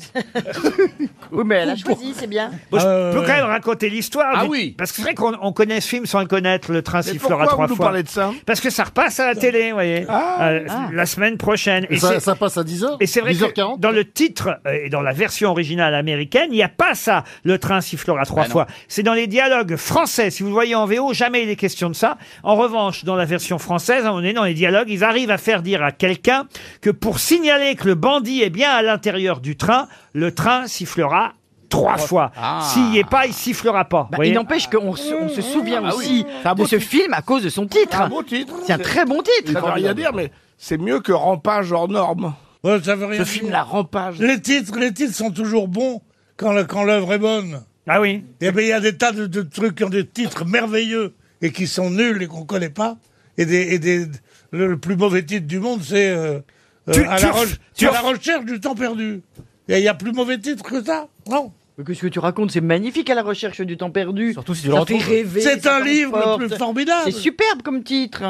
Speaker 28: oui, mais elle a
Speaker 23: choisi, c'est bien.
Speaker 1: Bon, je peux quand même raconter l'histoire.
Speaker 28: Ah
Speaker 1: du-
Speaker 28: oui.
Speaker 1: Parce que c'est vrai qu'on on connaît ce film sans le connaître, le train
Speaker 13: Mais
Speaker 1: sifflera
Speaker 13: pourquoi
Speaker 1: trois
Speaker 13: vous nous
Speaker 1: fois.
Speaker 13: parlez de ça
Speaker 1: Parce que ça repasse à la télé, vous voyez. Euh, La semaine prochaine.
Speaker 13: Et ça-
Speaker 1: c'est-
Speaker 13: ça passe à 10h
Speaker 1: Et c'est vrai que
Speaker 13: 10h40
Speaker 1: dans le titre euh, et dans la version originale américaine, il n'y a pas ça, le train sifflera trois
Speaker 13: Ben
Speaker 28: non.
Speaker 1: fois. C'est dans les dialogues français. Si vous le voyez en VO, jamais il est question de ça. En revanche, dans la version française, on est dans les dialogues, ils arrivent à faire dire à quelqu'un que pour signaler que le bandit est bien à l'intérieur du train, le train sifflera trois fois.
Speaker 13: Ah.
Speaker 1: S'il n'y est pas, il sifflera pas. Vous
Speaker 23: Bah,
Speaker 1: voyez
Speaker 23: il n'empêche qu'on se, on se souvient
Speaker 13: Ah
Speaker 23: aussi
Speaker 13: oui. C'est un
Speaker 23: de
Speaker 13: beau
Speaker 23: ce
Speaker 13: titre.
Speaker 23: film à cause de son titre.
Speaker 13: C'est un beau titre.
Speaker 23: C'est un très bon titre.
Speaker 13: Ça veut rien dire, mais c'est mieux que Rampage hors norme.
Speaker 25: Ouais, ça veut rien
Speaker 13: Ce
Speaker 25: dire.
Speaker 13: film-là, Rampage.
Speaker 25: Les titres, les titres sont toujours bons quand, le- quand l'œuvre est bonne.
Speaker 1: Ah oui.
Speaker 25: Et ben il y a des tas de, de trucs qui ont des titres merveilleux et qui sont nuls et qu'on connaît pas. Et des, et des le, le plus mauvais titre du monde, c'est euh, euh,
Speaker 1: Tu-
Speaker 25: à,
Speaker 1: tu
Speaker 25: la
Speaker 1: ref-
Speaker 25: roche-
Speaker 1: tu
Speaker 25: à
Speaker 1: ref-
Speaker 25: la recherche du temps perdu. Et il y a plus mauvais titre que ça, non
Speaker 23: Mais Qu'est-ce que tu racontes C'est magnifique à la recherche du temps perdu. Surtout
Speaker 25: si tu le retrouves. C'est un livre le plus formidable.
Speaker 23: C'est superbe comme titre.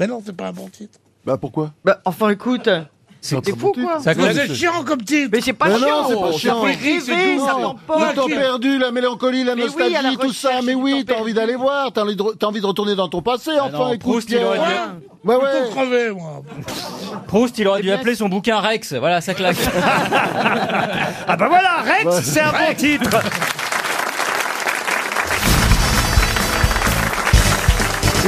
Speaker 25: Mais non, c'est pas un bon titre.
Speaker 13: Bah pourquoi
Speaker 23: Bah enfin écoute. C'était fou quoi.
Speaker 13: C'est à cause de ce-
Speaker 25: comme titre.
Speaker 23: Mais c'est pas
Speaker 13: Mais
Speaker 23: chiant.
Speaker 13: non, c'est pas
Speaker 23: ça
Speaker 13: chiant.
Speaker 23: fait rêver, ça
Speaker 13: Non,
Speaker 23: t'emporte.
Speaker 13: Le temps perdu, la mélancolie, la
Speaker 23: Mais oui, à la
Speaker 13: nostalgie, tout ça. Mais oui, t'as envie d'aller voir, t'as envie, de re- t'as envie de retourner dans ton passé,
Speaker 7: Ah
Speaker 13: enfin.
Speaker 8: non,
Speaker 13: écoute,
Speaker 8: Proust, il aurait
Speaker 13: Pierre.
Speaker 8: dû-
Speaker 13: Ouais, ouais.
Speaker 25: moi.
Speaker 8: Proust, il aurait dû
Speaker 13: bien,
Speaker 8: appeler son bouquin Rex. Voilà, ça claque.
Speaker 1: Ah bah voilà, Rex,
Speaker 8: Ouais.
Speaker 1: c'est un bon
Speaker 8: Rex.
Speaker 1: titre.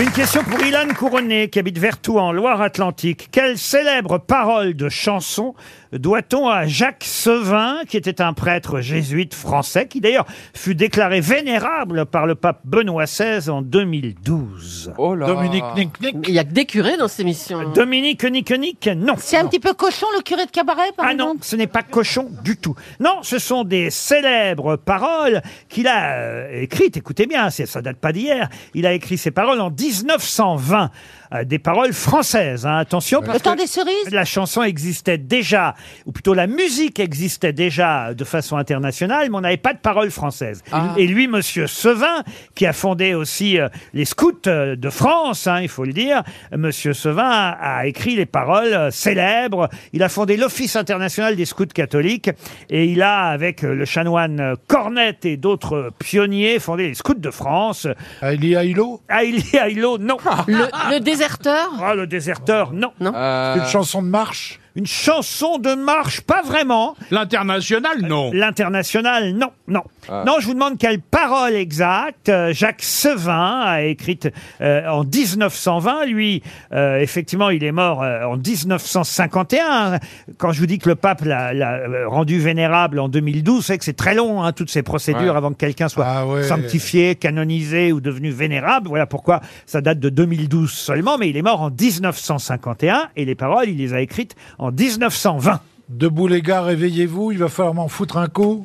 Speaker 1: Une question pour Ilan Couronné, qui habite Vertou en Loire-Atlantique. Quelle célèbre parole de chanson doit-on à Jacques Sevin, qui était un prêtre jésuite français, qui d'ailleurs fut déclaré vénérable par le pape Benoît XVI en 2012
Speaker 17: Dominique
Speaker 4: Ah.
Speaker 17: Nick
Speaker 1: Il n'y a que des curés dans cette émission. Euh, Dominique Nick Nick, non.
Speaker 17: C'est un petit peu cochon, le curé de cabaret, par
Speaker 1: Ah non, ce n'est pas cochon du tout. Non, ce sont des célèbres paroles qu'il a euh, écrites. Écoutez bien, c'est- ça date pas d'hier. Il a écrit ces paroles en 1920. Euh, des paroles françaises, hein, attention.
Speaker 17: Le
Speaker 1: parce
Speaker 17: temps
Speaker 1: que
Speaker 17: des cerises
Speaker 1: La chanson existait déjà, ou plutôt la musique existait déjà de façon internationale, mais on n'avait pas de paroles françaises.
Speaker 17: Ah.
Speaker 1: Et lui, monsieur Sevin, qui a fondé aussi euh, les scouts euh, de France, hein, il faut le dire, monsieur Sevin a, a écrit les paroles euh, célèbres. Il a fondé l'Office international des scouts catholiques et il a, avec euh, le chanoine euh, Cornette et d'autres euh, pionniers, fondé les scouts de France. Aïli Aïlo Aïli Aïlo, non.
Speaker 17: Le, déserteur
Speaker 1: Ah, le déserteur, non. Euh,
Speaker 17: Une chanson
Speaker 1: de marche Une chanson de marche, pas vraiment. L'international, non. L'international, non, non. Non, je vous demande quelle parole exacte euh, Jacques Sevin a écrite euh, en 1920. Lui, euh, effectivement, il est mort euh, en 1951. Quand je vous dis que le pape l'a l'a, euh, rendu vénérable en 2012, c'est que c'est très long, hein, toutes ces procédures
Speaker 26: Ouais.
Speaker 1: avant que quelqu'un soit
Speaker 26: ouais.
Speaker 1: sanctifié, canonisé ou devenu vénérable. Voilà pourquoi ça date de 2012 seulement, mais il est mort en 1951 et les paroles, il les a écrites en 1920.
Speaker 26: Debout les gars, réveillez-vous, il va falloir m'en foutre un coup.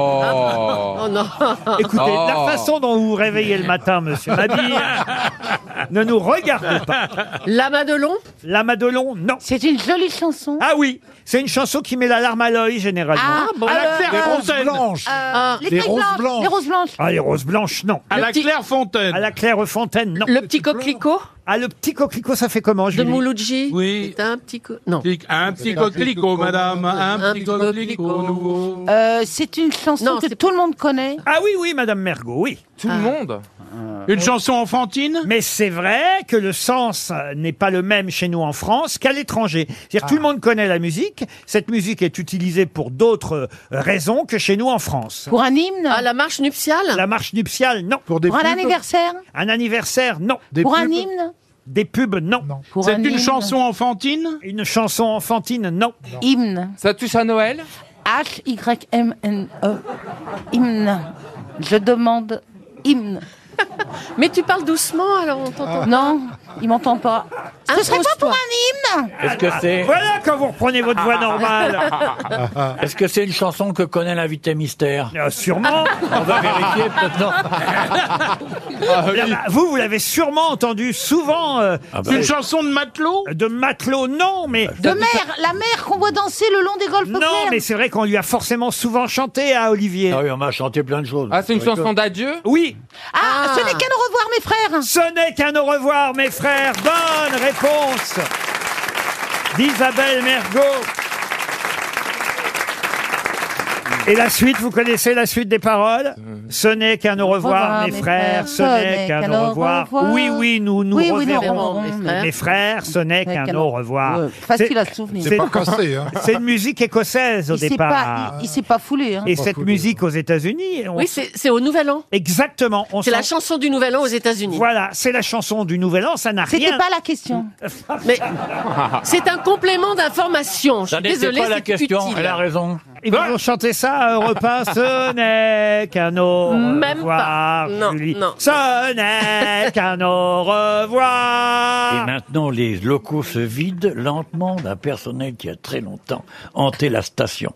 Speaker 21: Oh.
Speaker 17: Oh non
Speaker 1: Écoutez,
Speaker 26: Oh.
Speaker 1: la façon dont vous vous réveillez le matin, monsieur Mabille, ne nous regardez pas. La Madelon La Madelon, non.
Speaker 17: C'est une jolie chanson.
Speaker 1: Ah oui, c'est une chanson qui met la larme à l'œil, généralement.
Speaker 17: Ah, bon, alors, Des roses euh, blanches.
Speaker 4: Ah.
Speaker 17: euh, les Des feuilles roses blanches, blanches. les roses blanches.
Speaker 1: Ah, les roses blanches, non.
Speaker 17: À Le la petit-
Speaker 1: Clairefontaine. À la Clairefontaine, non.
Speaker 17: Le petit coquelicot
Speaker 1: Ah, le petit coquelicot, ça fait comment,
Speaker 17: De
Speaker 1: Julie
Speaker 17: Mouloudji
Speaker 1: Oui.
Speaker 17: C'est un petit... co- Non.
Speaker 28: Un petit coquelicot, madame, un petit coquelicot nouveau.
Speaker 17: Euh, c'est une chanson Non, que tout le monde connaît.
Speaker 1: Ah oui, oui, Madame Mergot, oui. Tout
Speaker 17: Ah.
Speaker 1: le monde Une chanson enfantine Mais c'est vrai que le sens euh, n'est pas le même chez nous en France qu'à l'étranger. C'est-à-dire que tout le
Speaker 28: Ah.
Speaker 1: monde connaît la musique. Cette musique est utilisée pour d'autres euh, raisons que chez nous en France.
Speaker 17: Pour un hymne Ah, la marche nuptiale
Speaker 1: La marche nuptiale, non. Pour,
Speaker 17: Pour un anniversaire
Speaker 1: Un anniversaire, non.
Speaker 17: Pour un hymne
Speaker 1: Des pubs, non.
Speaker 17: Pour un hymne.
Speaker 1: enfantine Une chanson enfantine, non.
Speaker 17: Hymne.
Speaker 21: Ça touche à Noël
Speaker 17: H-Y-M-N-E. Hymne. Je demande hymne. Mais tu parles doucement, alors on t'entend Non, il m'entend pas.
Speaker 4: Ah,
Speaker 17: Ce serait pas pour un hymne
Speaker 26: Est-ce que c'est.
Speaker 1: Ah, Voilà quand vous reprenez votre voix normale.
Speaker 26: Est-ce que c'est une chanson que connaît l'invité mystère
Speaker 1: Ah, Sûrement.
Speaker 26: On va vérifier peut-être.
Speaker 1: Là, bah, vous, vous l'avez sûrement entendu souvent. euh,
Speaker 26: bah Une oui.
Speaker 1: chanson de matelot De matelot, non, mais.
Speaker 17: De mer, la mer qu'on voit danser le long des golfes
Speaker 1: Non, mais c'est vrai qu'on lui a forcément souvent chanté à Olivier.
Speaker 26: Ah oui, on m'a chanté plein de choses.
Speaker 1: d'adieu Oui.
Speaker 17: Ah, ce n'est qu'un au revoir, mes frères
Speaker 1: Ce n'est qu'un au revoir, mes frères. Bonne réponse d'Isabelle Mergot. Et la suite, vous connaissez la suite des paroles Ce n'est qu'un au revoir, mes frères, ce n'est qu'un au revoir. Oui, oui, nous nous
Speaker 17: Oui, oui, nous
Speaker 1: reverrons,
Speaker 17: reverrons, mes frères.
Speaker 1: mes frères, ce n'est qu'un au revoir.
Speaker 17: Ouais, facile
Speaker 1: C'est-
Speaker 17: à se souvenir.
Speaker 1: c'est-
Speaker 17: C'est pas cassé, hein.
Speaker 1: C'est une musique écossaise au
Speaker 17: Il s'est
Speaker 1: départ.
Speaker 17: pas, il, il s'est pas foulé. Hein.
Speaker 1: Et cette musique aux États-Unis, on-
Speaker 4: Oui, c'est c'est au Nouvel An.
Speaker 1: exactement. on
Speaker 4: C'est la
Speaker 1: s'en-
Speaker 4: chanson du Nouvel An aux États-Unis.
Speaker 1: Voilà, c'est la chanson du Nouvel An, ça n'a rien.
Speaker 4: C'était pas
Speaker 17: la question.
Speaker 4: Mais c'est un complément d'information. Je
Speaker 1: Ça
Speaker 4: suis
Speaker 1: n'était
Speaker 4: désolée,
Speaker 1: pas la
Speaker 4: c'est
Speaker 1: question,
Speaker 4: utile.
Speaker 1: elle a raison. Ils vont chanter ça à Europa. Ce n'est qu'un au
Speaker 4: Même
Speaker 1: revoir.
Speaker 4: pas. Non,
Speaker 1: Julie.
Speaker 4: non.
Speaker 1: Ce n'est qu'un au revoir.
Speaker 26: Et maintenant, les locaux se vident lentement d'un personnel qui a très longtemps hanté la station.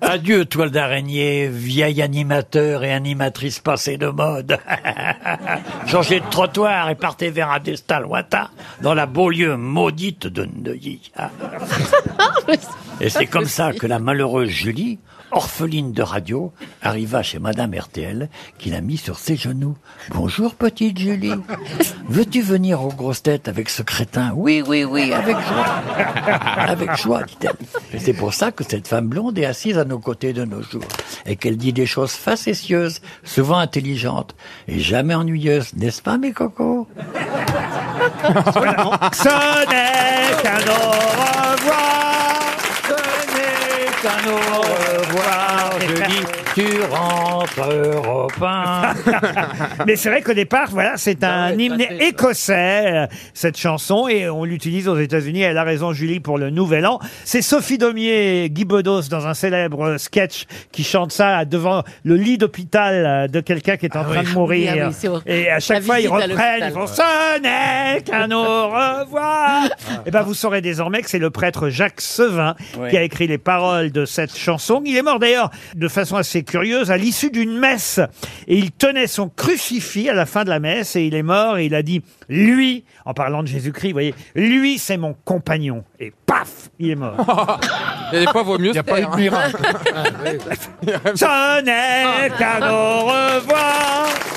Speaker 26: Adieu, toile d'araignée, vieil animateur et animatrice passée de mode. Changez de trottoir et partez vers un destin lointain dans la banlieue maudite de Neuilly. Ah. Et c'est comme ça que la malheureuse Julie, orpheline de radio, arriva chez Madame RTL, qui la mit sur ses genoux. Bonjour, petite Julie. Veux-tu venir aux grosses têtes avec ce crétin Oui, oui, oui, avec joie. Avec joie, dit-elle. Et c'est pour ça que cette femme blonde est assise à nos côtés de nos jours. Et qu'elle dit des choses facétieuses, souvent intelligentes, et jamais ennuyeuses, n'est-ce pas, mes cocos
Speaker 1: Ce n'est qu'un au revoir.
Speaker 26: Ce n'est qu'un au revoir,
Speaker 1: Julie.
Speaker 26: tu rentres Europe 1.
Speaker 1: Mais c'est vrai qu'au départ, voilà, c'est
Speaker 23: Bah
Speaker 1: un hymne écossais, euh, cette chanson, et on l'utilise aux États-Unis. Elle a raison, Julie, pour le Nouvel An. C'est Sophie Domier, et Guy Bedos, dans un célèbre euh, sketch, qui chante ça devant le lit d'hôpital euh, de quelqu'un qui est en train de mourir.
Speaker 23: Oui, ah oui, c'est horrible.
Speaker 1: et à chaque
Speaker 23: La
Speaker 1: fois, ils
Speaker 23: visite à
Speaker 1: reprennent, ils
Speaker 23: l'hôpital.
Speaker 1: font Ce n'est qu'un au revoir. Et ben, vous saurez désormais que c'est le prêtre Jacques Sevin
Speaker 2: Ouais.
Speaker 1: qui a écrit les paroles de cette chanson. Il est mort d'ailleurs de façon assez curieuse à l'issue d'une messe. Et il tenait son crucifix à la fin de la messe et il est mort et il a dit Lui, en parlant de Jésus-Christ, vous voyez, lui, c'est mon compagnon. Et paf, il est mort.
Speaker 21: Il y a des fois, vaut mieux. hein. Il n'y a
Speaker 1: pas eu de miracle. Ce n'est qu'un au revoir.